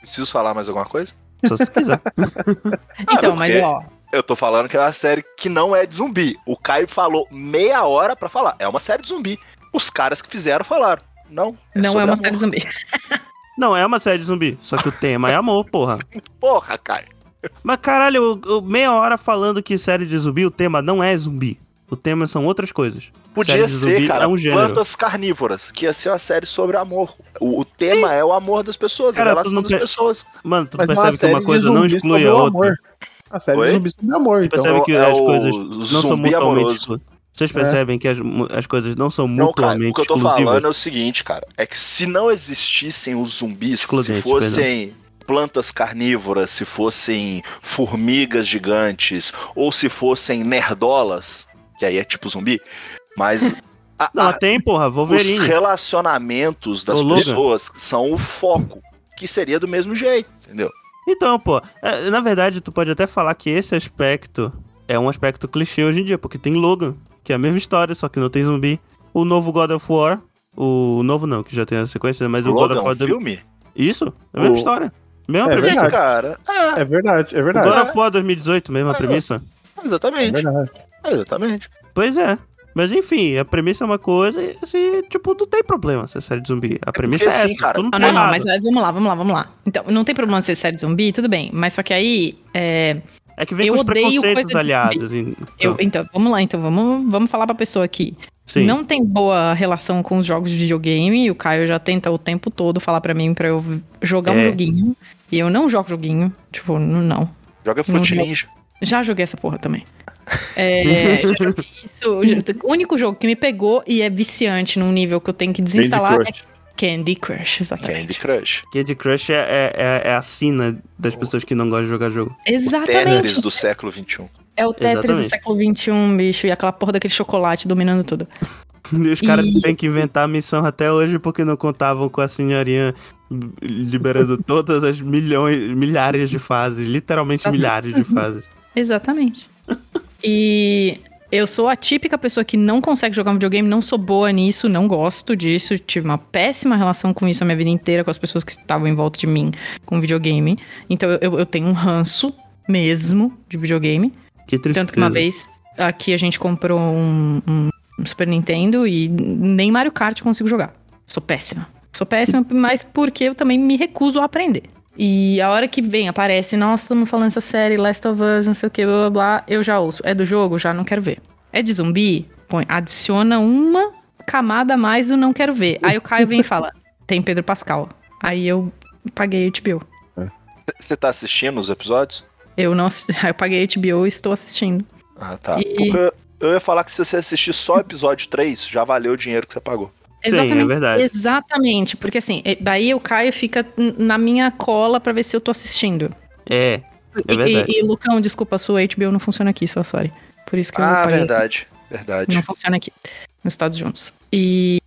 Speaker 4: Preciso falar mais alguma coisa?
Speaker 1: Só se quiser.
Speaker 2: Então,
Speaker 4: porque-
Speaker 2: mas ó,
Speaker 4: Eu tô falando que é uma série que não é de zumbi. O Caio falou meia hora pra falar. É uma série de zumbi. Os caras que fizeram falaram. Não.
Speaker 2: não é
Speaker 4: sobre
Speaker 2: uma
Speaker 4: amor.
Speaker 2: série de zumbi.
Speaker 1: Não, é uma série de zumbi, só que o tema é amor, porra.
Speaker 4: Porra, Caio.
Speaker 1: Mas caralho, eu, eu- meia hora falando que série de zumbi, o tema não é zumbi. O tema são outras coisas. Série
Speaker 4: Podia
Speaker 1: de
Speaker 4: ser,
Speaker 1: zumbi
Speaker 4: cara,
Speaker 1: é um gênero.
Speaker 4: plantas carnívoras, que ia ser uma série sobre amor. O, o tema é o amor das pessoas,
Speaker 1: Cara,
Speaker 4: a
Speaker 1: tu
Speaker 4: relação
Speaker 1: não
Speaker 4: das
Speaker 1: quer-
Speaker 4: pessoas.
Speaker 1: Mano, tu
Speaker 3: Mas é
Speaker 1: percebe que
Speaker 3: série
Speaker 1: uma
Speaker 3: de
Speaker 1: coisa não
Speaker 3: zumbis
Speaker 1: exclui
Speaker 3: sobre
Speaker 1: a
Speaker 3: o
Speaker 1: outra.
Speaker 3: amor. A série
Speaker 4: Oi?
Speaker 3: de zumbis sobre amor,
Speaker 1: Tu
Speaker 3: então.
Speaker 1: percebe que as coisas não são
Speaker 4: zumbi
Speaker 1: mutuamente
Speaker 4: amoroso.
Speaker 1: exclu- Vocês percebem que as, mu- as coisas não são
Speaker 4: Não, cara,
Speaker 1: mutuamente
Speaker 4: o que eu tô
Speaker 1: exclusivas?
Speaker 4: falando é o seguinte, cara. É que se não existissem os zumbis,
Speaker 1: Excludente,
Speaker 4: se fossem plantas carnívoras, se fossem formigas gigantes, ou se fossem nerdolas, que aí é tipo zumbi, mas. a-
Speaker 1: Não,
Speaker 4: a-
Speaker 1: mas tem, porra,
Speaker 4: os
Speaker 1: Wolverine.
Speaker 4: relacionamentos das
Speaker 1: Ô, Logan.
Speaker 4: pessoas são o foco, que seria do mesmo jeito, entendeu?
Speaker 1: Então, pô, é, na verdade, tu pode até falar que esse aspecto é um aspecto clichê hoje em dia, porque tem Logan, que é a mesma história, só que não tem zumbi. O novo God of War, o novo não, que já tem a sequência, mas o God
Speaker 4: Logan,
Speaker 1: of War...
Speaker 4: um
Speaker 1: do-
Speaker 4: filme?
Speaker 1: Isso, é a mesma
Speaker 3: O-
Speaker 1: história. Mesma
Speaker 3: É
Speaker 4: É,
Speaker 1: premissa.
Speaker 3: verdade.
Speaker 4: cara. É,
Speaker 3: É verdade, é
Speaker 1: O
Speaker 3: verdade.
Speaker 1: God of War 2018, mesma premissa.
Speaker 3: É
Speaker 4: exatamente.
Speaker 3: verdade.
Speaker 4: É, exatamente.
Speaker 1: Pois é. Mas enfim, a premissa é uma coisa e, assim, tipo, não tem problema se é série de zumbi. A premissa é,
Speaker 4: porque
Speaker 1: essa,
Speaker 4: assim, cara,
Speaker 1: tu não
Speaker 2: Ah,
Speaker 1: tem
Speaker 2: não, não,
Speaker 1: nada.
Speaker 2: mas é, vamos lá, vamos lá, vamos lá. Então, não tem problema ser série de zumbi, tudo bem. Mas só que aí. é,
Speaker 1: É que vem
Speaker 2: Eu
Speaker 1: com os
Speaker 2: odeio coisa
Speaker 1: preconceitos
Speaker 2: de
Speaker 1: aliados. então,
Speaker 4: Tá.
Speaker 2: eu, então, vamos lá, então, vamos, vamos falar pra pessoa aqui.
Speaker 1: sim.
Speaker 2: Não tem boa relação com os jogos de videogame. E o Caio já tenta o tempo todo falar pra mim pra eu jogar um
Speaker 1: É.
Speaker 2: joguinho. E eu não jogo joguinho. Tipo, n- não.
Speaker 4: Joga Fruit
Speaker 2: Não, não.
Speaker 4: Ninja.
Speaker 2: Já joguei essa porra também. É, já joguei isso. já- O único jogo que me pegou e é viciante num nível que eu tenho que desinstalar
Speaker 3: Candy
Speaker 2: é Candy Crush. Exatamente.
Speaker 4: Candy Crush.
Speaker 1: Candy Crush é, é, é- é a sina das pessoas que não gostam de jogar jogo.
Speaker 2: Exatamente.
Speaker 4: É, Tetris do século um. XXI.
Speaker 2: É o Tetris
Speaker 1: Exatamente.
Speaker 2: do século XXI, bicho. E aquela porra daquele chocolate dominando tudo.
Speaker 1: E os caras
Speaker 2: E-
Speaker 1: têm que inventar a missão até hoje porque não contavam com a senhorinha liberando todas as milhões, milhares de fases, literalmente milhares de fases.
Speaker 2: Exatamente. e eu sou a típica pessoa que não consegue jogar um videogame, não sou boa nisso, não gosto disso. Tive uma péssima relação com isso a minha vida inteira, com as pessoas que estavam em volta de mim com videogame. Então eu- eu, eu tenho um ranço mesmo de videogame.
Speaker 1: Que tristeza.
Speaker 2: Tanto que uma vez aqui a gente comprou um, um- um Super Nintendo e nem Mario Kart eu consigo jogar. Sou péssima. Sou péssima, mas porque eu também me recuso a aprender. E a hora que vem, aparece, nossa, todo mundo falando essa série, Last of Us, não sei o que, blá blá blá, eu já ouço. É do jogo? Já não quero ver. É de zumbi? Põe, adiciona uma camada a mais do não quero ver. Aí o Caio vem e fala: tem Pedro Pascal. Aí eu paguei HBO.
Speaker 4: Você tá assistindo os episódios?
Speaker 2: Eu não assisti, eu paguei HBO e estou assistindo.
Speaker 4: Ah, tá.
Speaker 2: E-
Speaker 4: Porque eu- eu ia falar que se você assistir só o episódio 3, já valeu o dinheiro que você pagou.
Speaker 1: Sim, é verdade.
Speaker 2: Exatamente, porque assim, e- daí o Caio fica n- na minha cola pra ver se eu tô assistindo.
Speaker 1: É,
Speaker 2: E- e-
Speaker 1: verdade.
Speaker 2: E, Lucão, desculpa, a sua HBO não funciona aqui, só sorry. Por isso que eu
Speaker 4: Ah,
Speaker 2: paguei.
Speaker 4: verdade. Verdade.
Speaker 2: Não funciona aqui, nos Estados Unidos. E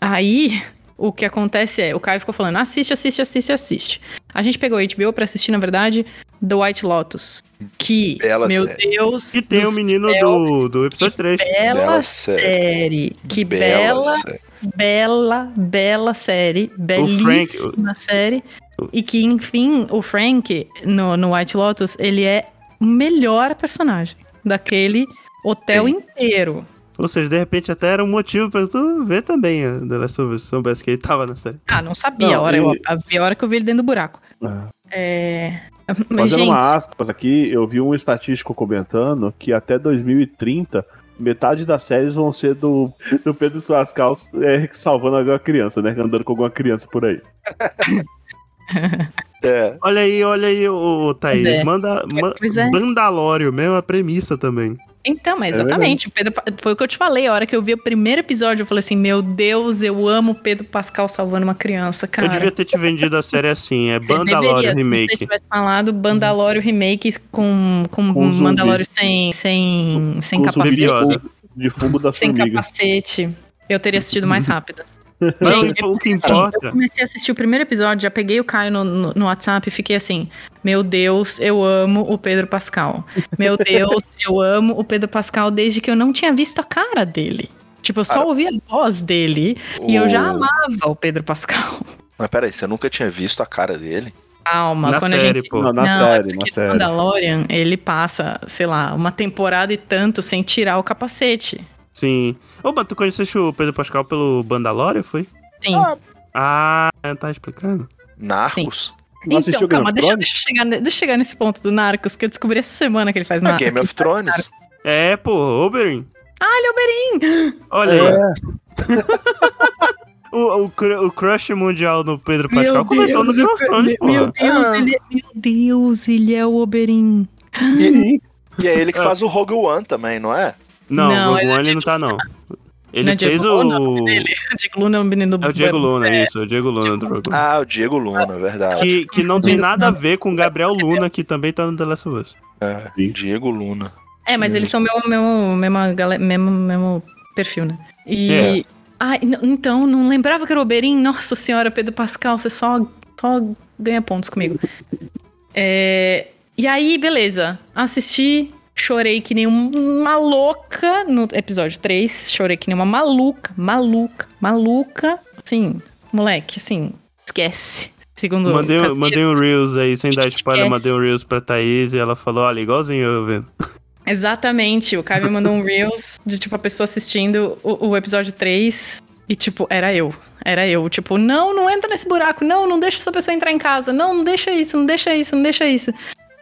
Speaker 2: aí, o que acontece é, o Caio ficou falando, assiste, assiste, assiste, assiste. A gente pegou a HBO pra assistir, na verdade, The White Lotus. Que,
Speaker 4: Bela
Speaker 2: meu
Speaker 4: série.
Speaker 2: Deus
Speaker 1: E tem
Speaker 2: do
Speaker 1: o menino
Speaker 2: céu,
Speaker 1: do, do episódio 3.
Speaker 2: Bela,
Speaker 4: Bela
Speaker 2: série.
Speaker 4: série.
Speaker 2: Que bela
Speaker 4: série.
Speaker 2: bela, bela série, belíssima série.
Speaker 1: o-
Speaker 2: E que, enfim, o Frank, no, no White Lotus, ele é o melhor personagem daquele hotel
Speaker 4: Sim.
Speaker 2: inteiro.
Speaker 1: Ou seja, de repente até era um motivo pra tu ver também a The Last of Us, se soubesse que ele tava na série.
Speaker 2: Ah, não sabia
Speaker 3: Não,
Speaker 2: a, hora, eu,
Speaker 3: e-
Speaker 2: a vi- a hora que eu vi ele dentro do buraco.
Speaker 3: Ah.
Speaker 2: É... Mas,
Speaker 3: Fazendo
Speaker 2: gente,
Speaker 3: uma aspas aqui, eu vi um estatístico comentando que até 2030, metade das séries vão ser do, do Pedro Pascal é, salvando alguma criança, né? Andando com alguma criança por aí.
Speaker 4: É.
Speaker 1: Olha aí, olha aí, ô, ô, Thaís.
Speaker 2: Pois é.
Speaker 1: Manda, ma
Speaker 2: Pois é.
Speaker 1: Mandalório, mesma premissa também.
Speaker 2: então, mas
Speaker 3: É
Speaker 2: exatamente. o Pedro, Pa- foi o que eu te falei. A hora que eu vi o primeiro episódio, eu falei assim: Meu Deus, eu amo Pedro Pascal salvando uma criança, cara.
Speaker 1: Eu devia ter te vendido a série assim, é
Speaker 2: Você
Speaker 1: Mandalório
Speaker 2: deveria, Se você
Speaker 1: Remake.
Speaker 2: tivesse falado Bandalório Remake com, com,
Speaker 3: Com zumbi.
Speaker 2: Mandalório sem, sem, sem
Speaker 3: Com zumbi
Speaker 1: zumbi
Speaker 2: capacete.
Speaker 1: biótico.
Speaker 3: de fundo das
Speaker 2: Sem
Speaker 3: formigas.
Speaker 2: capacete. Eu teria assistido mais rápido.
Speaker 1: Não,
Speaker 2: Gente,
Speaker 1: o que
Speaker 2: Assim, eu
Speaker 1: importa.
Speaker 2: comecei a assistir o primeiro episódio, já peguei o Caio no, no, no WhatsApp e fiquei assim: Meu Deus, eu amo o Pedro Pascal. Meu Deus, eu amo o Pedro Pascal desde que eu não tinha visto a cara dele. Tipo, eu só
Speaker 4: Cara,
Speaker 2: ouvia a voz dele e eu já
Speaker 4: O-
Speaker 2: amava o Pedro Pascal.
Speaker 4: Mas peraí, você nunca tinha visto a cara dele?
Speaker 2: Calma,
Speaker 1: Na
Speaker 2: quando a
Speaker 1: série,
Speaker 2: gente.
Speaker 1: pô.
Speaker 3: Não, na
Speaker 2: Não, é
Speaker 3: série,
Speaker 2: porque
Speaker 3: na
Speaker 2: no
Speaker 3: série.
Speaker 2: Mandalorian, ele passa, sei lá, uma temporada e tanto sem tirar o capacete.
Speaker 1: Sim. Ô, mas tu conheceste o Pedro Pascal pelo Bandalório, foi?
Speaker 2: Sim.
Speaker 1: Ah, tá explicando.
Speaker 4: Narcos?
Speaker 3: Não assistiu
Speaker 2: então, calma,
Speaker 3: Game
Speaker 2: deixa,
Speaker 3: of Thrones?
Speaker 2: deixa eu chegar, ne- deixa eu chegar nesse ponto do Narcos, que eu descobri essa semana que ele faz
Speaker 4: É
Speaker 2: Narcos.
Speaker 4: Game of Thrones.
Speaker 1: É, pô, Oberyn.
Speaker 2: Ah, ele é o Berim!
Speaker 1: Olha aí. O, o, cru- o crush mundial no Pedro Pascal começou no Game of Thrones, pô.
Speaker 2: meu Deus,
Speaker 3: Ah.
Speaker 2: ele, é, meu Deus, ele é o Oberin.
Speaker 3: Sim.
Speaker 4: E é ele que faz o Rogue One também, não é?
Speaker 1: Não,
Speaker 2: Não,
Speaker 1: o Rogue
Speaker 2: ele é
Speaker 1: One ele não
Speaker 2: Diego
Speaker 1: tá, não. Ele
Speaker 2: Não é
Speaker 1: fez
Speaker 2: Diego
Speaker 1: o...
Speaker 2: Luna, o nome dele. Diego Luna é o menino
Speaker 1: É o Diego Luna, isso. É o Diego Luna do Rogue One.
Speaker 4: Ah, o Diego Luna, é verdade.
Speaker 1: que, que não tem
Speaker 2: Diego
Speaker 1: nada a ver com o Gabriel Luna, que também tá no The Last of Us.
Speaker 4: É,
Speaker 3: Sim.
Speaker 4: Diego Luna.
Speaker 2: É, mas eles são meu, meu, mesma gale- mesmo, mesmo perfil, né? E.
Speaker 1: É.
Speaker 2: Ai, n- então, não lembrava que era o Oberin? Nossa senhora, Pedro Pascal, você só, só ganha pontos comigo. É, e aí, beleza. Assisti, chorei que nem um, uma louca no episódio 3. Chorei que nem uma maluca, maluca, maluca. Sim, moleque, assim, esquece. Segundo
Speaker 1: Mandei,
Speaker 2: Casimiro.
Speaker 1: mandei um Reels aí, sem dar spoiler,
Speaker 2: Esquece.
Speaker 1: mandei um Reels pra Thaís e ela falou, olha, igualzinho eu vendo.
Speaker 2: Exatamente, o Caio me mandou um Reels de tipo a pessoa assistindo o, o episódio 3 e tipo, era eu. Era eu, tipo, não, não entra nesse buraco, não, não deixa essa pessoa entrar em casa, não, não deixa isso, não deixa isso, não deixa isso.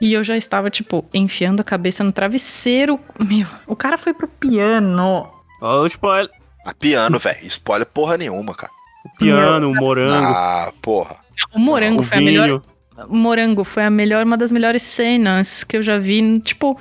Speaker 2: E eu já estava, tipo, enfiando a cabeça no travesseiro. Meu, o cara foi pro piano.
Speaker 1: Ó, o spoiler.
Speaker 4: A Ah, piano, velho. Spoiler porra nenhuma, cara.
Speaker 1: Piano, o morango,
Speaker 4: Ah, porra.
Speaker 2: O morango
Speaker 1: o
Speaker 2: foi a melhor.
Speaker 1: vinho.
Speaker 2: o Morango foi a melhor, uma das melhores cenas que eu já vi, tipo,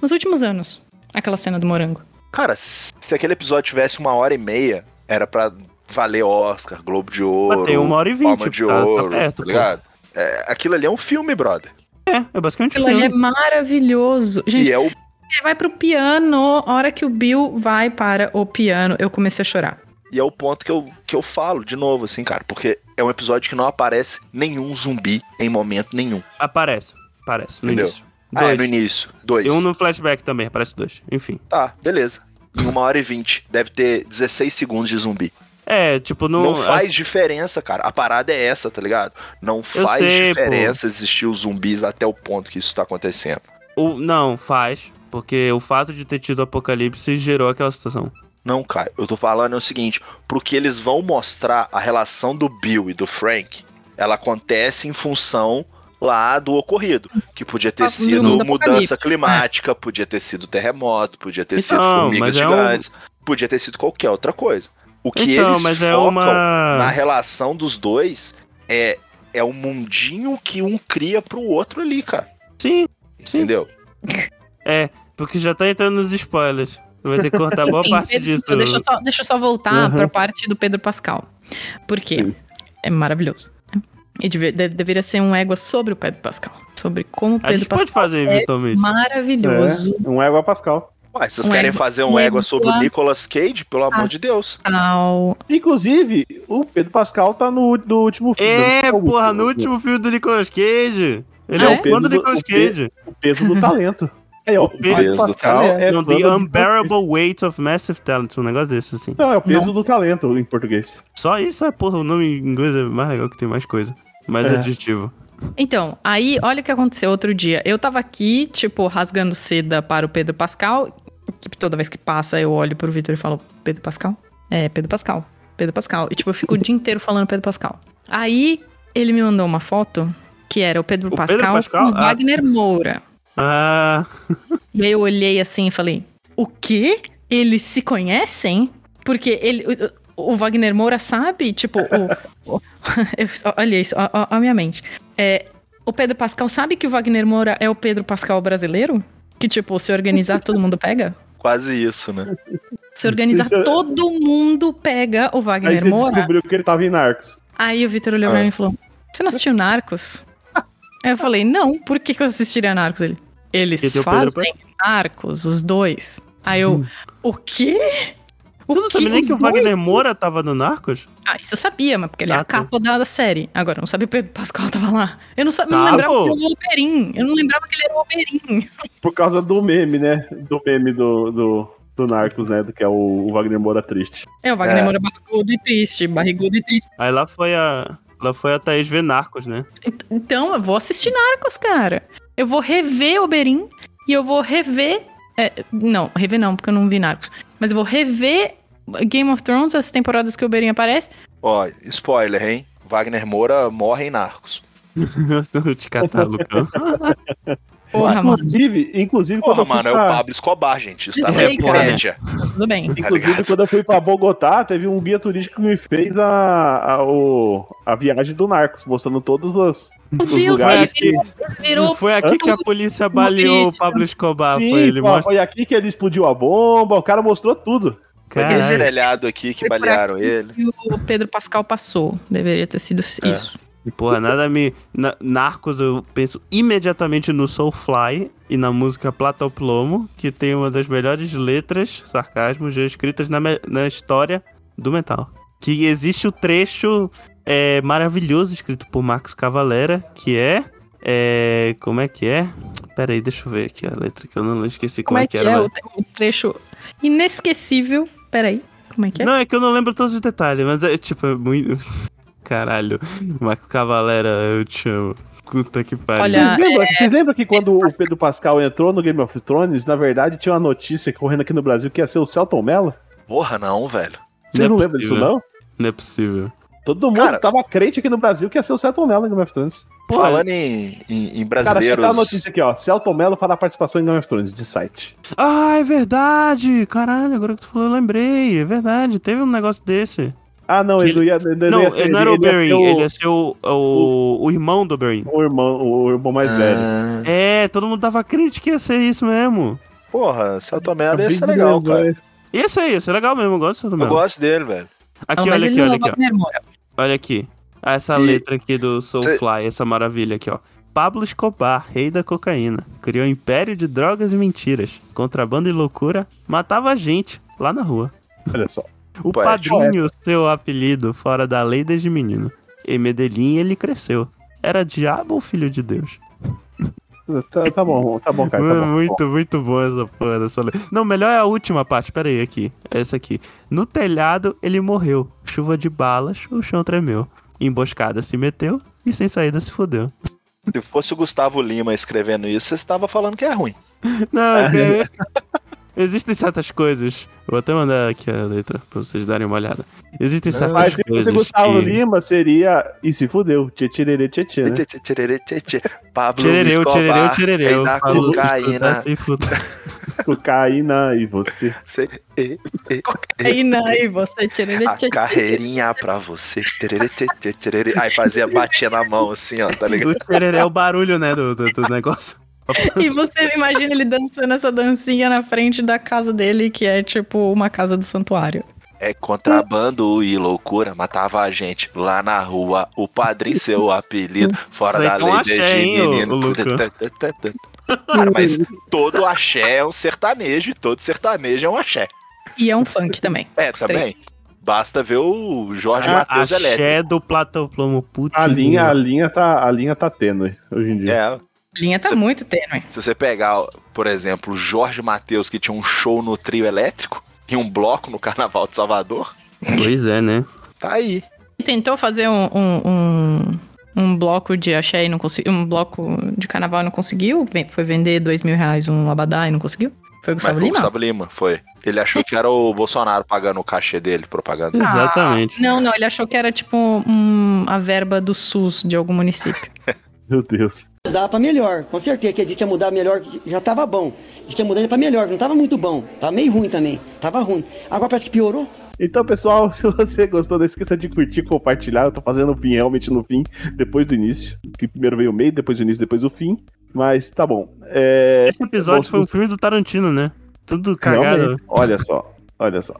Speaker 2: nos últimos anos. Aquela cena do morango.
Speaker 4: Cara, se aquele episódio tivesse uma hora e meia, era pra valer Oscar, Globo de Ouro.
Speaker 1: Bateu uma hora e
Speaker 4: Palma
Speaker 1: vinte,
Speaker 4: de
Speaker 1: tá,
Speaker 4: Ouro,
Speaker 1: tá perto,
Speaker 4: tá
Speaker 1: pô.
Speaker 4: ligado? É, aquilo ali é um filme, brother.
Speaker 1: É, é basicamente um
Speaker 2: Aquilo ali é
Speaker 1: filme.
Speaker 2: maravilhoso. Gente,
Speaker 4: E é o
Speaker 2: Ele vai pro piano, a hora que o Bill vai para o piano, eu comecei a chorar.
Speaker 4: E é o ponto que eu, que eu falo de novo, assim, cara, porque é um episódio que não aparece nenhum zumbi em momento nenhum.
Speaker 1: Aparece, aparece, no
Speaker 4: Entendeu?
Speaker 1: início.
Speaker 4: Ah, é
Speaker 1: Dois.
Speaker 4: no início. Dois.
Speaker 1: E um no flashback também, aparece dois. Enfim.
Speaker 4: Tá, beleza. Em uma hora e vinte. Deve ter 16 segundos de zumbi.
Speaker 1: É, tipo, não.
Speaker 4: Não, faz diferença, cara. A parada é essa, tá ligado? Não faz
Speaker 1: sei,
Speaker 4: diferença existir os zumbis até o ponto que isso tá acontecendo.
Speaker 1: o- não, faz. Porque o fato de ter tido o apocalipse gerou aquela situação.
Speaker 4: Não, cara. Eu tô falando é o seguinte: pro que eles vão mostrar a relação do Bill e do Frank, ela acontece em função lá do ocorrido, que podia ter
Speaker 2: Ah, do
Speaker 4: sido
Speaker 2: mundo
Speaker 4: mudança
Speaker 2: apocalíptico,
Speaker 4: climática, podia ter sido terremoto, podia ter sido
Speaker 1: Então,
Speaker 4: formigas
Speaker 1: mas é um-
Speaker 4: gigantes, podia ter sido qualquer outra coisa. O que
Speaker 1: então,
Speaker 4: eles
Speaker 1: mas
Speaker 4: focam
Speaker 1: é
Speaker 4: na
Speaker 1: uma.
Speaker 4: relação dos dois é é um mundinho que um cria pro outro ali, cara.
Speaker 1: Sim, Sim.
Speaker 4: Entendeu?
Speaker 1: é. Porque já tá entrando nos spoilers. Vai ter que cortar boa
Speaker 2: Enfim,
Speaker 1: parte
Speaker 2: Pedro-
Speaker 1: disso.
Speaker 2: Deixa eu só, deixa eu só voltar
Speaker 3: Uhum.
Speaker 2: pra parte do Pedro Pascal. Porque é maravilhoso. E deve- de- deveria ser um égua sobre o Pedro Pascal. Sobre como o
Speaker 1: A
Speaker 2: Pedro
Speaker 1: gente pode
Speaker 2: Pascal
Speaker 1: fazer
Speaker 2: é
Speaker 1: eventualmente.
Speaker 2: maravilhoso.
Speaker 3: É, um égua Pascal.
Speaker 4: Ué, vocês
Speaker 2: Um
Speaker 4: querem
Speaker 2: ego-
Speaker 4: fazer um
Speaker 2: um
Speaker 4: égua sobre o
Speaker 2: ego-
Speaker 4: Nicolas Cage, pelo amor de
Speaker 2: Nossa.
Speaker 4: Deus.
Speaker 2: Ao-
Speaker 3: Inclusive, o Pedro Pascal tá no, no último filme.
Speaker 1: É,
Speaker 3: Não,
Speaker 1: porra,
Speaker 3: último,
Speaker 1: no último filme do Nicolas Cage. Ele
Speaker 2: Ah,
Speaker 1: é,
Speaker 2: é?
Speaker 1: um fã do
Speaker 3: O peso do-
Speaker 1: Nicolas
Speaker 3: o pe-
Speaker 1: Cage.
Speaker 3: O peso do talento. Aí, ó, o
Speaker 1: peso
Speaker 3: Pedro
Speaker 4: do
Speaker 3: Pascal
Speaker 4: talento.
Speaker 3: é
Speaker 1: Não,
Speaker 3: fã
Speaker 1: um The
Speaker 3: do-
Speaker 1: Unbearable Weight of Massive Talent, um negócio desse, assim.
Speaker 3: Não, é o peso do talento em português.
Speaker 1: Só isso é, porra, o nome em inglês é mais legal que tem mais coisa. Mais
Speaker 3: É.
Speaker 1: adjetivo.
Speaker 2: Então, aí olha o que aconteceu outro dia. Eu tava aqui, tipo, rasgando seda para o Pedro Pascal. Que toda vez que passa, eu olho pro Vitor e falo, Pedro Pascal? É, Pedro Pascal. Pedro Pascal. E tipo, eu fico o dia inteiro falando Pedro Pascal. Aí ele me mandou uma foto que era o Pedro,
Speaker 1: O Pedro
Speaker 2: Pascal,
Speaker 1: Pascal?
Speaker 2: com
Speaker 1: Ah.
Speaker 2: Wagner Moura.
Speaker 1: Ah,
Speaker 2: E aí eu olhei assim e falei: O quê? Eles se conhecem? Porque ele. O, o Wagner Moura sabe, tipo, o. o- eu, olha isso, ó- ó- ó a minha mente. É, o Pedro Pascal sabe que o Wagner Moura é o Pedro Pascal brasileiro? Que, tipo, se organizar, todo mundo pega?
Speaker 4: Quase isso, né?
Speaker 2: Se organizar,
Speaker 3: Isso é-
Speaker 2: todo mundo pega o
Speaker 3: Aí
Speaker 2: Wagner
Speaker 3: você
Speaker 2: Moura.
Speaker 3: descobriu que ele tava em Narcos.
Speaker 2: Aí o Vitor olhou pra
Speaker 4: Ah.
Speaker 2: mim e falou: Você não assistiu Narcos? Aí eu falei: Não, por que, que eu assistiria Narcos? Ele:
Speaker 1: E
Speaker 2: Eles
Speaker 1: tem o Pedro
Speaker 2: fazem Narcos, os
Speaker 1: Hum.
Speaker 2: dois. Aí eu: O quê? O
Speaker 1: tu não
Speaker 2: quê?
Speaker 1: sabia nem
Speaker 2: Os
Speaker 1: que o
Speaker 2: dois?"
Speaker 1: Wagner Moura tava no Narcos?
Speaker 2: Ah, isso eu sabia, mas porque ele é
Speaker 1: Ah,
Speaker 2: a
Speaker 1: tá.
Speaker 2: capa da, da série. Agora, eu não sabia o Pedro Pascal tava lá. Eu não, sabia,
Speaker 1: Tá,
Speaker 2: não lembrava
Speaker 1: pô.
Speaker 2: que ele era o Oberin. Eu não lembrava que ele era o Oberin.
Speaker 3: Por causa do meme, né? Do meme do, do, do Narcos, né? Que é o, o Wagner Moura triste.
Speaker 2: É, o Wagner
Speaker 4: É.
Speaker 2: Moura barrigudo e triste, barrigudo e triste.
Speaker 1: Aí lá foi a. Lá foi a Thaís ver Narcos, né?
Speaker 2: Ent- Então, eu vou assistir Narcos, cara. Eu vou rever Oberin e eu vou rever. é, não, rever não, porque eu não vi Narcos. Mas eu vou rever Game of Thrones, as temporadas que o Oberin aparece.
Speaker 4: Ó, spoiler, hein? Wagner Moura morre em Narcos.
Speaker 1: Eu te catar, Lucão.
Speaker 2: Porra, mano,
Speaker 3: inclusive, inclusive quando
Speaker 4: Porra,
Speaker 3: eu fui
Speaker 4: mano, é o
Speaker 3: pra-
Speaker 4: Pablo Escobar, gente. Isso
Speaker 2: Eu
Speaker 4: tá
Speaker 1: é
Speaker 4: na
Speaker 2: sei, cara.
Speaker 4: Wikipédia.
Speaker 2: tudo bem.
Speaker 3: Inclusive,
Speaker 4: tá ligado?
Speaker 3: quando eu fui pra Bogotá, teve um guia turístico que me fez a, a, o- a viagem do Narcos, mostrando todos os.
Speaker 2: Meu
Speaker 3: Os
Speaker 2: Deus, ele
Speaker 3: lugares
Speaker 2: virou, virou
Speaker 1: Foi aqui que a polícia baleou o Pablo Escobar.
Speaker 3: Sim,
Speaker 1: Ah, foi ele,
Speaker 3: pô,
Speaker 1: mostra.
Speaker 3: foi aqui que ele explodiu a bomba, o cara mostrou tudo.
Speaker 4: Esse
Speaker 1: Caralho,
Speaker 4: telhado aqui que
Speaker 2: Foi por
Speaker 4: balearam
Speaker 2: aqui.
Speaker 4: ele. É.
Speaker 2: que o Pedro Pascal passou. Deveria ter sido
Speaker 1: É,
Speaker 2: isso.
Speaker 1: porra, nada me. na- Narcos, eu penso imediatamente no Soulfly e na música Platoplomo, que tem uma das melhores letras, sarcasmos, já escritas na, me- na história do metal. Que existe o trecho é, maravilhoso escrito por Marcos Cavalera, que é, é. Como é que é? Pera aí, deixa eu ver aqui a letra que eu não esqueci como,
Speaker 2: Como é que
Speaker 1: era. né?
Speaker 2: é
Speaker 1: mas-
Speaker 2: o o trecho inesquecível? Peraí, como é que é?
Speaker 1: Não, é que eu não lembro todos os detalhes, mas é tipo, é muito. Caralho, Max Cavalera, eu te amo. Puta que pariu.
Speaker 2: Olha,
Speaker 3: vocês, lembram, vocês lembram que quando o Pedro Pascal entrou no Game of Thrones, na verdade tinha uma notícia correndo aqui no Brasil que ia ser o Celton Mello?
Speaker 4: Porra, não, velho.
Speaker 1: Não
Speaker 3: Você
Speaker 1: é
Speaker 3: não lembra disso,
Speaker 1: possível.
Speaker 3: não?
Speaker 1: Não é possível.
Speaker 3: Todo mundo
Speaker 4: Cara-
Speaker 3: tava crente aqui no Brasil que ia ser o Celton Mello no Game of Thrones.
Speaker 1: Porra,
Speaker 4: Falando em, em, em
Speaker 3: Cara, acho que tá a
Speaker 4: brasileiros.
Speaker 3: notícia aqui, ó. Celton Mello fará participação em Game of Thrones, de site.
Speaker 1: Ah, é verdade! Caralho, agora que tu falou, eu lembrei. É verdade, teve um negócio desse.
Speaker 3: Ah, não, ele,
Speaker 1: Ele-
Speaker 3: não ia. Ele
Speaker 1: não,
Speaker 3: ia ser-
Speaker 1: ele não era o
Speaker 3: ele ia ser
Speaker 1: Berry, ele ia ser o, é o, o irmão do Berry.
Speaker 3: o um irmão, o irmão mais velho.
Speaker 4: Ah,
Speaker 1: É, todo mundo tava crente que ia ser isso mesmo.
Speaker 4: porra, Celto Mello ia
Speaker 3: Acabei
Speaker 4: ser
Speaker 3: de
Speaker 4: legal,
Speaker 3: lembrar.
Speaker 4: cara.
Speaker 1: Isso aí, isso é legal mesmo, eu gosto do
Speaker 4: Eu
Speaker 1: mesmo.
Speaker 4: gosto dele, velho.
Speaker 1: Aqui,
Speaker 2: mas
Speaker 1: olha
Speaker 2: ele
Speaker 1: aqui,
Speaker 2: não
Speaker 1: olha
Speaker 2: é o
Speaker 1: aqui, ó.
Speaker 2: Wagner Moura.
Speaker 1: Olha aqui. Ah, Essa
Speaker 4: E-
Speaker 1: letra aqui do Soulfly,
Speaker 4: Cê-
Speaker 1: essa maravilha aqui, ó. Pablo Escobar, rei da cocaína, criou um império de drogas e mentiras, contrabando e loucura, matava a gente lá na rua.
Speaker 3: Olha só.
Speaker 1: O
Speaker 4: Poético.
Speaker 1: padrinho, seu apelido, fora da lei desde menino. Em Medellín ele cresceu. Era diabo ou filho de Deus?
Speaker 3: Tá, tá bom, tá bom, cara. Tá
Speaker 1: Mano,
Speaker 3: bom.
Speaker 1: muito, muito bom essa porra dessa lei. Não, melhor é a última parte, pera aí, aqui. é Essa aqui. No telhado, ele morreu. Chuva de balas, o chão tremeu. Emboscada se meteu e sem saída se fudeu.
Speaker 4: Se fosse o Gustavo Lima escrevendo isso, você estava falando que é ruim.
Speaker 1: Não, é que- Existem certas coisas. Vou até mandar aqui a letra pra vocês darem uma olhada. Existem certas
Speaker 3: Mas se
Speaker 1: coisas.
Speaker 3: fosse Gustavo
Speaker 1: que...
Speaker 3: Lima, seria. E se fudeu. Tchê-tchê-tchê, tchê né?
Speaker 4: Tchê, tchê, tchê, tchê, tchê. Pablo
Speaker 1: Tirereu, tirereu,
Speaker 4: Escobar,
Speaker 1: tirereu.
Speaker 4: rei da
Speaker 1: Falou, se
Speaker 4: cocaína.
Speaker 1: escutar, se fuder.
Speaker 3: Cocaína e você.
Speaker 4: Cê- e- e-
Speaker 2: Aí, não, aí você tirou ele,
Speaker 4: a
Speaker 2: tchê, tchê,
Speaker 4: carreirinha pra você. Tererê, tchê, tchê, tererê. Aí fazia, batia na mão assim, ó, tá ligado?
Speaker 1: O tirereu é o barulho, né, do, do, do negócio.
Speaker 2: tchê. E você imagina ele dançando essa dancinha na frente da casa dele, que é tipo uma casa do santuário.
Speaker 4: É contrabando e loucura, matava a gente lá na rua. O padrinho, seu apelido, fora
Speaker 1: Isso aí
Speaker 4: da
Speaker 1: tem um
Speaker 4: lei desde
Speaker 1: axé, hein, ô- ô,
Speaker 4: menino.
Speaker 1: Luca?
Speaker 4: Cara, Ah, mas todo axé é um sertanejo e todo sertanejo é um axé.
Speaker 2: E é um funk também.
Speaker 4: É,
Speaker 2: Os
Speaker 4: também. Basta ver o Jorge
Speaker 3: Ah,
Speaker 4: Matheus é Elétrico.
Speaker 1: Axé do Platoplomo, putz.
Speaker 3: A linha, a linha tá, a linha tá tênue hoje em dia.
Speaker 4: É,
Speaker 2: A linha tá
Speaker 4: Você-
Speaker 2: muito tênue.
Speaker 4: se você pegar, por exemplo, o Jorge Matheus, que tinha um show no trio elétrico e um bloco no Carnaval de Salvador,
Speaker 1: Pois é, né?
Speaker 4: tá aí.
Speaker 2: Ele tentou fazer um, um, um, um bloco de axé e não conseguiu. Um bloco de carnaval e não conseguiu. Ven- Foi vender dois mil reais um abadá e não conseguiu. Foi o
Speaker 4: Mas foi
Speaker 2: Gustavo
Speaker 4: o
Speaker 2: Lima?
Speaker 4: Gustavo Lima, foi. Ele achou que era o Bolsonaro pagando o cachê dele, propaganda.
Speaker 2: Ah,
Speaker 1: Exatamente.
Speaker 2: Não, não, ele achou que era tipo um- a verba do SUS de algum município.
Speaker 3: Meu Deus.
Speaker 6: Mudar pra melhor, com certeza. Que a gente ia mudar melhor, que já tava bom. Diz que ia mudar pra melhor, não tava muito bom. Tava meio ruim também. Tava ruim. Agora parece que piorou.
Speaker 3: Então, pessoal, se você gostou, não esqueça de curtir, compartilhar. Eu tô fazendo o fim realmente no fim, depois do início. Que primeiro veio o meio, depois o início, depois o fim. Mas tá bom. É,
Speaker 1: Esse episódio foi um filme do Tarantino, né? Tudo cagado.
Speaker 3: Realmente. Olha só, olha só.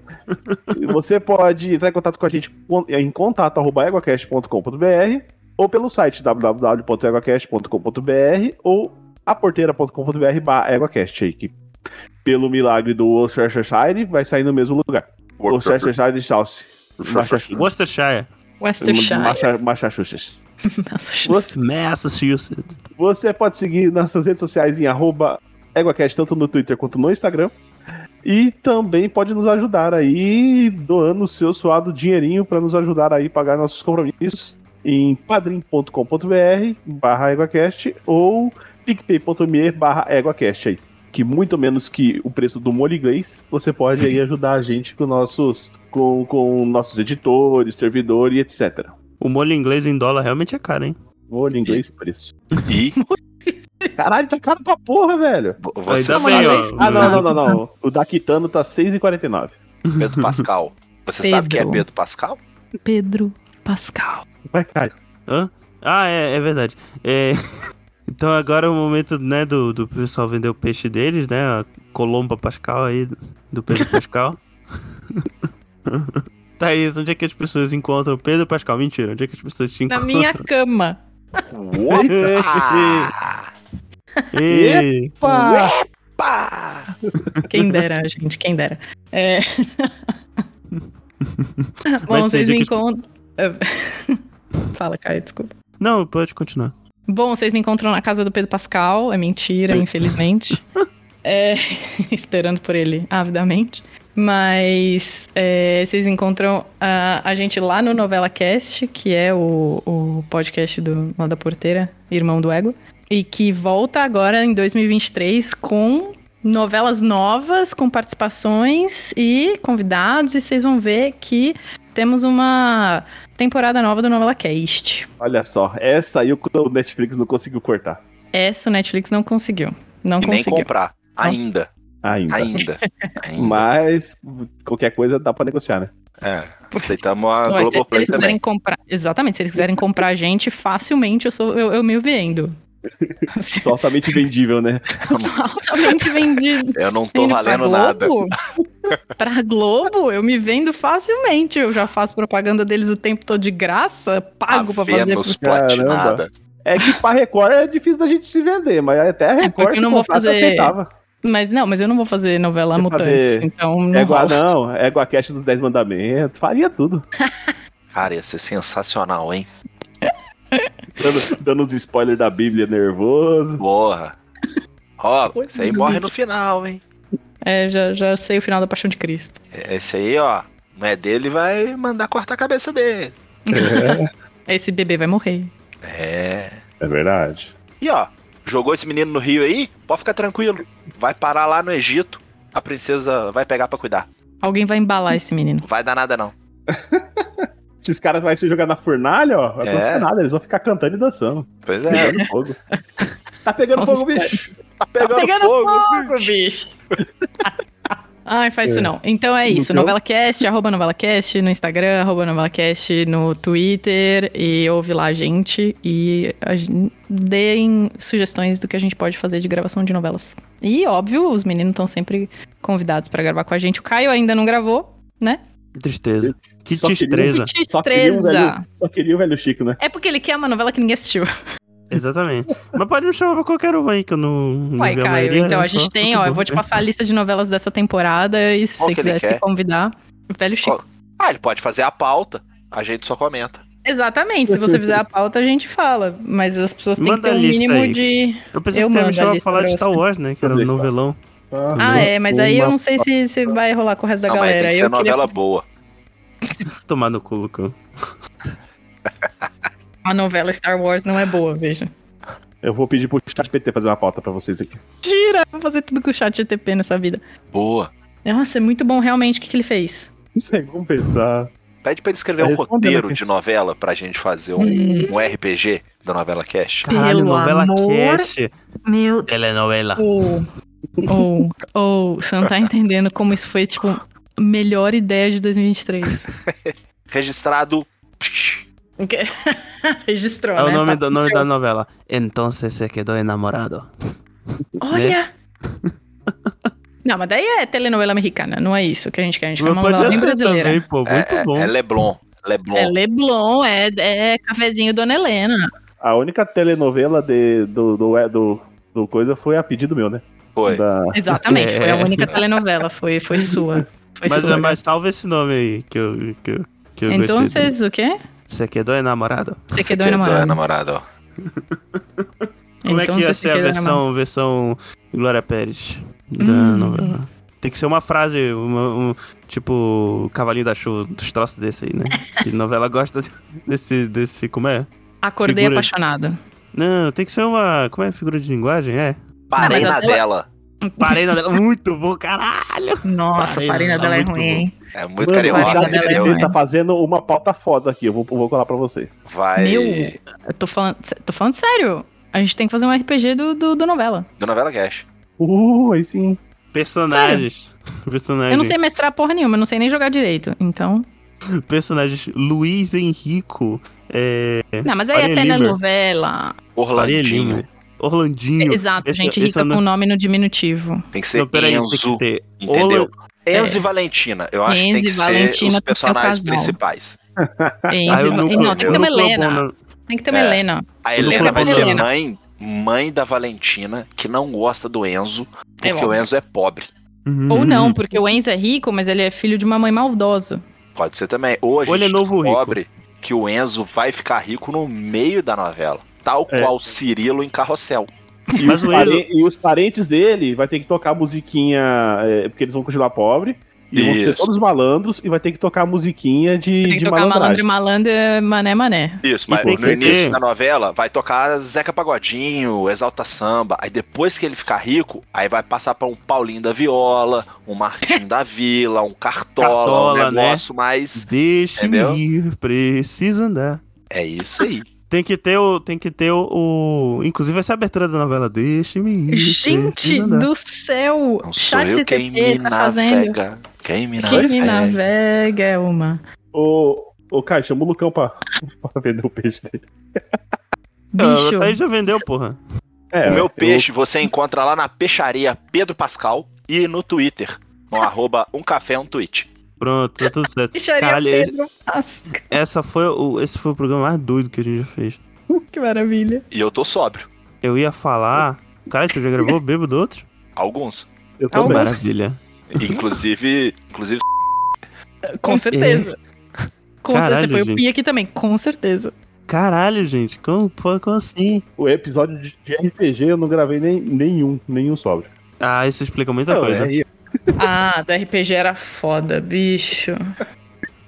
Speaker 3: Você pode entrar em contato com a gente com- em contato.eguacast.com.br ou pelo site www.eguacast.com.br ou aporteira.com.br barra eguacast aí, que pelo milagre do Worcestershire vai sair no mesmo lugar. Worcestershire Sauce. Massachusetts.
Speaker 1: Worcestershire.
Speaker 2: Westershire.
Speaker 3: Macha- Massachusetts.
Speaker 2: Massachusetts.
Speaker 3: Você,
Speaker 1: Massachusetts.
Speaker 3: você pode seguir nossas redes sociais em arroba EguaCast, tanto no Twitter quanto no Instagram. E também pode nos ajudar aí, doando o seu suado dinheirinho para nos ajudar aí a pagar nossos compromissos em padrim.com.br barra EguaCast ou picpay.me barra EguaCast aí. Que muito menos que o preço do molho inglês, você pode aí ajudar a gente com nossos, com, com nossos editores, servidores, etc.
Speaker 1: O molho inglês em dólar realmente é caro, hein?
Speaker 3: Molho inglês, preço.
Speaker 4: E
Speaker 3: Caralho, tá caro pra porra, velho.
Speaker 4: vo- você
Speaker 1: Ainda
Speaker 4: sabe,
Speaker 1: bem, ó.
Speaker 3: Ah, não, não, não, não. O da Kitano tá 6,49.
Speaker 4: é Pedro Pascal. Você sabe quem é
Speaker 2: Pedro.
Speaker 4: Pedro Pascal?
Speaker 2: Pedro Pascal.
Speaker 3: Vai, Caio.
Speaker 1: Ah, é, é verdade. É, Então agora é o momento, né, do, do pessoal vender o peixe deles, né? A Colomba Pascal aí, do Pedro Pascal. Tá, Thaís, onde é que as pessoas encontram o Pedro Pascal? Mentira, onde é que as pessoas te
Speaker 2: Na
Speaker 1: encontram?
Speaker 2: minha cama.
Speaker 4: Opa!
Speaker 1: Ei,
Speaker 3: Pá!
Speaker 4: Pá!
Speaker 2: Quem dera, gente, quem dera. É. Bom,
Speaker 1: Mas
Speaker 2: vocês
Speaker 1: seja que-
Speaker 2: me encontram. Fala, Caio, desculpa.
Speaker 1: Não, pode continuar.
Speaker 2: Bom, vocês me encontram na casa do Pedro Pascal. É mentira, infelizmente. É, esperando por ele avidamente. Mas é, vocês encontram a, a gente lá no Novela Cast, que é o, o podcast do Mal da Porteira, Irmão do Ego. E que volta agora em 2023 com novelas novas, com participações e convidados. E vocês vão ver que temos uma temporada nova do Novela Cast.
Speaker 3: Olha só, essa aí o Netflix não conseguiu cortar.
Speaker 2: Essa o Netflix não conseguiu. Não
Speaker 4: E nem
Speaker 2: conseguiu.
Speaker 4: comprar. Ainda,
Speaker 3: Ainda.
Speaker 4: ainda. ainda.
Speaker 3: Mas qualquer coisa dá pra negociar, né?
Speaker 4: É, aceitamos a
Speaker 2: Mas se, se
Speaker 4: Globoplay
Speaker 2: eles quiserem
Speaker 4: também.
Speaker 2: comprar. Exatamente, se eles quiserem comprar a gente, facilmente eu, sou, eu, eu me vendo.
Speaker 3: Só altamente vendível, né?
Speaker 2: altamente vendido.
Speaker 4: Eu não tô
Speaker 2: Indo
Speaker 4: valendo
Speaker 2: pra
Speaker 4: nada.
Speaker 2: Globo? pra Globo, eu me vendo facilmente. Eu já faço propaganda deles o tempo todo de graça,
Speaker 4: A
Speaker 2: pago pra fazer.
Speaker 4: Vênus
Speaker 3: Caramba.
Speaker 4: platinada.
Speaker 3: É que pra Record é difícil da gente se vender, mas até a Record
Speaker 2: É porque
Speaker 3: se
Speaker 2: eu não vou
Speaker 3: comprasse, eu
Speaker 2: fazer-
Speaker 3: aceitava.
Speaker 2: Mas não, mas eu não vou fazer novela
Speaker 3: Vai
Speaker 2: Mutantes,
Speaker 3: fazer
Speaker 2: então não
Speaker 3: É igual,
Speaker 2: rola.
Speaker 3: não, é igual a cast dos 10 mandamentos, faria tudo.
Speaker 4: Cara, ia ser sensacional, hein?
Speaker 3: Dando, dando os spoilers da Bíblia nervoso.
Speaker 4: Porra. Ó,
Speaker 2: Coisa
Speaker 4: esse aí
Speaker 2: do
Speaker 4: morre
Speaker 2: bicho.
Speaker 4: no final, hein?
Speaker 2: É, já, já sei o final da Paixão de Cristo.
Speaker 4: Esse aí, ó, não é dele, vai mandar cortar a cabeça dele.
Speaker 2: Esse bebê vai morrer.
Speaker 4: É.
Speaker 3: É verdade.
Speaker 4: E ó, jogou esse menino no rio aí? Pode ficar tranquilo. Vai parar lá no Egito. A princesa vai pegar pra cuidar.
Speaker 2: Alguém vai embalar esse menino.
Speaker 4: Não vai dar nada, não.
Speaker 3: Esses caras vão se jogar na fornalha, ó, vai
Speaker 4: É.
Speaker 3: acontecer nada, eles vão ficar cantando e dançando.
Speaker 4: Pois é.
Speaker 3: Pegando fogo. Tá pegando
Speaker 2: Nossa,
Speaker 3: fogo, bicho.
Speaker 4: Tá pegando,
Speaker 2: pegando
Speaker 4: fogo.
Speaker 2: fogo, bicho. Ai, faz isso não. Então é isso.
Speaker 3: Então-
Speaker 2: NovelaCast, arroba NovelaCast no Instagram, arroba NovelaCast no Twitter. E ouve lá a gente. E a gen- deem sugestões do que a gente pode fazer de gravação de novelas. E, óbvio, os meninos estão sempre convidados pra gravar com a gente. O Caio ainda não gravou.
Speaker 1: Que tristeza. Que
Speaker 3: Só queria-
Speaker 1: tristeza.
Speaker 2: Que
Speaker 3: Só queria, um
Speaker 2: tristeza!
Speaker 3: velho, só queria o velho Chico, né?
Speaker 2: É porque ele quer uma novela que ninguém assistiu.
Speaker 1: Exatamente. Mas pode me chamar pra qualquer um aí, que eu não. não
Speaker 2: Uai,
Speaker 1: vi a
Speaker 2: Caio.
Speaker 1: maioria,
Speaker 2: então
Speaker 1: é
Speaker 2: a gente
Speaker 1: só-
Speaker 2: tem,
Speaker 1: tudo
Speaker 2: ó. Eu
Speaker 1: bom.
Speaker 2: vou te passar a lista de novelas dessa temporada. E se
Speaker 4: Qual
Speaker 2: você
Speaker 4: que ele
Speaker 2: quiser se
Speaker 4: quer?
Speaker 2: convidar, o velho Chico.
Speaker 4: Qual- Ah, ele pode fazer a pauta. A gente só comenta.
Speaker 2: Exatamente, se você fizer a pauta, a gente fala. Mas as pessoas têm
Speaker 1: Manda
Speaker 2: que ter
Speaker 1: a
Speaker 2: um
Speaker 1: lista
Speaker 2: mínimo
Speaker 1: aí.
Speaker 2: de.
Speaker 1: Eu pensei
Speaker 2: Eu
Speaker 1: que você me
Speaker 2: mando a
Speaker 1: chamar pra
Speaker 2: lista
Speaker 1: falar
Speaker 2: pra
Speaker 1: de
Speaker 2: você.
Speaker 1: Star Wars, né? Que era um
Speaker 3: Deixa.
Speaker 1: novelão.
Speaker 2: Ah, é, mas aí eu
Speaker 3: Uma-
Speaker 2: não sei se, se vai rolar com o resto da
Speaker 4: não, mas
Speaker 2: galera.
Speaker 4: tem que ser
Speaker 2: eu queria
Speaker 4: novela boa.
Speaker 1: Tomar no cu, Lucão.
Speaker 2: A novela Star Wars não é boa, veja.
Speaker 3: Eu vou pedir pro chat PT fazer uma pauta pra vocês aqui.
Speaker 2: Tira! Vou fazer tudo com o chat GTP nessa vida.
Speaker 4: Boa.
Speaker 2: Nossa, é muito bom realmente o que, que ele fez.
Speaker 3: Não sei Tá. como pensar.
Speaker 4: Pede pra ele escrever um
Speaker 3: Respondendo
Speaker 4: roteiro
Speaker 3: aqui.
Speaker 4: de novela pra gente fazer um,
Speaker 2: Hum.
Speaker 4: um RPG da novela Cash.
Speaker 1: Caralho,
Speaker 2: Pelo
Speaker 1: novela
Speaker 2: amor-
Speaker 1: cast.
Speaker 2: Meu
Speaker 1: Telenovela.
Speaker 2: Ou, ou, ou, você não tá entendendo como isso foi, tipo, a melhor ideia de 2023.
Speaker 4: Registrado.
Speaker 2: Que- Registrou,
Speaker 1: É o
Speaker 2: né?
Speaker 1: nome,
Speaker 2: Tá-
Speaker 1: do, nome da novela. Entonces se quedó enamorado.
Speaker 2: Olha! né? Não, mas daí é telenovela americana, não é isso que a gente quer. A gente quer uma
Speaker 1: Mas
Speaker 2: novela bem
Speaker 1: ter
Speaker 2: brasileira.
Speaker 1: também, pô. Muito bom.
Speaker 4: É Leblon. Leblon.
Speaker 2: É Leblon, é, é cafezinho Dona Helena.
Speaker 3: A única telenovela de, do, do, é, do, do coisa foi a pedido meu, né?
Speaker 4: Foi.
Speaker 3: Da...
Speaker 2: Exatamente, foi a
Speaker 1: É.
Speaker 2: única telenovela, foi, foi sua. Foi
Speaker 1: Mas, é
Speaker 2: sua.
Speaker 1: mas salva esse nome aí, que eu, que eu, Que eu
Speaker 2: Então
Speaker 1: gostei dele.
Speaker 2: vocês, o quê?
Speaker 1: Você quer doer namorada?
Speaker 2: Você
Speaker 4: Essa
Speaker 2: quer
Speaker 4: aqui
Speaker 2: doer
Speaker 4: é
Speaker 2: namorado?
Speaker 4: namorado, ó.
Speaker 1: Como é que ia
Speaker 2: vocês
Speaker 1: ser a
Speaker 2: querem
Speaker 1: versão,
Speaker 2: namorar.
Speaker 1: versão Glória Pérez da
Speaker 2: Hum.
Speaker 1: novela? Tem que ser uma frase, uma- um, tipo, Cavalinho da Show, dos troços desse aí, né? Que novela gosta desse, desse, como é?
Speaker 2: Acordei
Speaker 1: Figura-
Speaker 2: apaixonado.
Speaker 1: Não, tem que ser uma, como é? Figura de linguagem, é?
Speaker 4: Parei
Speaker 2: Não, mas
Speaker 4: na
Speaker 2: a tela-
Speaker 4: dela.
Speaker 1: Parei na dela, muito bom, caralho!
Speaker 2: Nossa,
Speaker 1: Parei
Speaker 2: a parina
Speaker 1: na
Speaker 2: dela é
Speaker 1: muito
Speaker 2: ruim, hein?
Speaker 4: É muito
Speaker 3: Mano,
Speaker 2: eu
Speaker 3: o
Speaker 2: acho
Speaker 4: carioca,
Speaker 3: chat
Speaker 2: que ela é
Speaker 4: entendeu?
Speaker 3: GPT
Speaker 2: legal,
Speaker 3: tá fazendo uma pauta foda aqui. Eu vou, vou colar pra vocês.
Speaker 4: Vai.
Speaker 2: Meu. Eu tô falando, tô falando sério. A gente tem que fazer um RPG do, do, do novela.
Speaker 4: Do Novela Cash.
Speaker 3: Uh, aí sim.
Speaker 1: Personagens. Personagens.
Speaker 2: Eu não sei mestrar porra nenhuma, eu não sei nem jogar direito. Então.
Speaker 1: Personagens. Luiz Henrico, é,
Speaker 2: Não, mas aí
Speaker 1: Faria
Speaker 2: até
Speaker 1: Lima.
Speaker 2: na novela.
Speaker 1: Faria
Speaker 4: Orlandinho.
Speaker 1: Lima, Orlandinho.
Speaker 2: Exato,
Speaker 1: Esse-
Speaker 2: gente
Speaker 1: esse
Speaker 2: rica
Speaker 1: eu não-
Speaker 2: com nome no diminutivo.
Speaker 4: Tem que ser
Speaker 1: Não, peraí, tem que
Speaker 4: Enzo.
Speaker 1: ter.
Speaker 4: Entendeu? É.
Speaker 1: Orla-
Speaker 4: Enzo e Valentina. Eu acho que
Speaker 2: Enzo
Speaker 4: tem
Speaker 2: e
Speaker 4: que ser
Speaker 2: Valentina
Speaker 4: os
Speaker 2: tem que ser o
Speaker 4: personagens
Speaker 2: casal.
Speaker 4: principais.
Speaker 1: Ah,
Speaker 2: Enzo,
Speaker 1: eu
Speaker 2: e
Speaker 1: não-
Speaker 2: não, tem que ter
Speaker 1: eu
Speaker 2: uma
Speaker 1: não tô
Speaker 2: Helena.
Speaker 1: bom na-
Speaker 2: Tem que ter uma
Speaker 4: É.
Speaker 2: Helena.
Speaker 4: A
Speaker 1: Eu não
Speaker 4: Helena vai
Speaker 2: conheço
Speaker 4: ser
Speaker 2: Helena.
Speaker 4: mãe, mãe da Valentina, que não gosta do Enzo, porque
Speaker 2: óbvio.
Speaker 4: o Enzo é pobre.
Speaker 1: Uhum.
Speaker 2: Ou não, porque o Enzo é rico, mas ele é filho de uma mãe maldosa.
Speaker 4: Pode ser também. Ou a
Speaker 1: Ou
Speaker 4: gente
Speaker 1: ele é novo rico.
Speaker 4: descobre que o Enzo vai ficar rico no meio da novela. Tal
Speaker 1: É.
Speaker 4: qual Cirilo em Carrossel.
Speaker 3: E,
Speaker 1: Mas
Speaker 3: os
Speaker 1: o
Speaker 3: pare-
Speaker 1: Enzo-
Speaker 3: e os parentes dele vai ter que tocar a musiquinha, é, porque eles vão continuar pobre. E vão ser
Speaker 4: Isso.
Speaker 3: todos malandros e vai ter que tocar a musiquinha de,
Speaker 2: Tem que
Speaker 3: de
Speaker 2: tocar malandro e
Speaker 3: malandragem.
Speaker 2: malandro, é mané, mané.
Speaker 4: Isso,
Speaker 1: E
Speaker 4: mas
Speaker 1: tem
Speaker 4: no
Speaker 1: que ter-
Speaker 4: início da novela vai tocar Zeca Pagodinho, Exalta Samba. Aí depois que ele ficar rico, aí vai passar pra um Paulinho da Viola, um Martinho da Vila, um Cartola,
Speaker 1: Cartola, né?
Speaker 4: um negócio mais.
Speaker 1: Deixa-me
Speaker 4: Entendeu?
Speaker 1: ir, preciso andar.
Speaker 4: É isso aí.
Speaker 1: Tem que ter o. Tem que ter o. o- inclusive essa abertura da novela. Deixa-me ir.
Speaker 2: Gente
Speaker 1: preciso andar.
Speaker 2: do céu!
Speaker 4: Não sou
Speaker 2: Chat
Speaker 4: eu quem me
Speaker 2: TT tá fazendo.
Speaker 4: navega. Quem me
Speaker 2: Quem me
Speaker 4: navega.
Speaker 2: navega é uma.
Speaker 1: Ah,
Speaker 3: Ô, ô, Caio, chama o Lucão pra, pra vender o peixe dele.
Speaker 2: Bicho.
Speaker 1: Tá aí já vendeu, porra.
Speaker 3: É,
Speaker 4: O meu
Speaker 3: eu-
Speaker 4: peixe você encontra lá na peixaria Pedro Pascal e no Twitter. No arroba um café um tweet.
Speaker 1: Pronto, tá tudo certo.
Speaker 2: Bicharia
Speaker 1: Caralho, é esse-
Speaker 2: Pedro Pascal.
Speaker 1: essa foi o, esse foi o programa mais doido que a gente já fez.
Speaker 2: Que maravilha.
Speaker 4: E eu tô sóbrio.
Speaker 1: Eu ia falar. Cara, tu já gravou Bêbado Outro?
Speaker 4: Alguns.
Speaker 3: Eu
Speaker 2: Algum.
Speaker 3: também.
Speaker 1: Maravilha.
Speaker 4: Inclusive. inclusive
Speaker 2: Com certeza. Com
Speaker 1: É. Caralho,
Speaker 2: certeza. Você põe
Speaker 1: gente.
Speaker 2: o Pi aqui também, com certeza.
Speaker 1: Caralho, gente. Como, pô, como assim?
Speaker 3: O episódio de de RPG eu não gravei nem, nenhum, nenhum sobre.
Speaker 1: Ah, isso explica muita
Speaker 3: é
Speaker 1: coisa.
Speaker 2: Ah, da RPG era foda, bicho.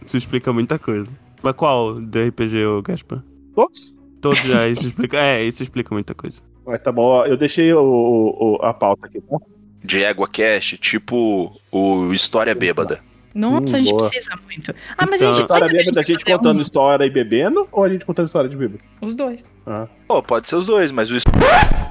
Speaker 1: Isso explica muita coisa. Mas qual do RPG, ô Gaspar?
Speaker 3: Todos?
Speaker 1: Todos já, isso explica. É, isso explica muita coisa.
Speaker 3: Mas tá bom, ó, eu deixei o, o- o- a pauta aqui,
Speaker 4: é
Speaker 3: tá?
Speaker 4: de Égua Cast, tipo o História Bêbada.
Speaker 2: Nossa,
Speaker 3: Hum,
Speaker 2: a gente
Speaker 3: boa.
Speaker 2: precisa muito. Ah, mas
Speaker 1: Então,
Speaker 2: a gente. vai
Speaker 3: História
Speaker 2: também,
Speaker 3: bêbada, a gente
Speaker 2: vai fazer
Speaker 3: contando história e bebendo, ou a gente contando história de bebida?
Speaker 2: um- Os dois.
Speaker 4: Pô, pode ser os dois, mas o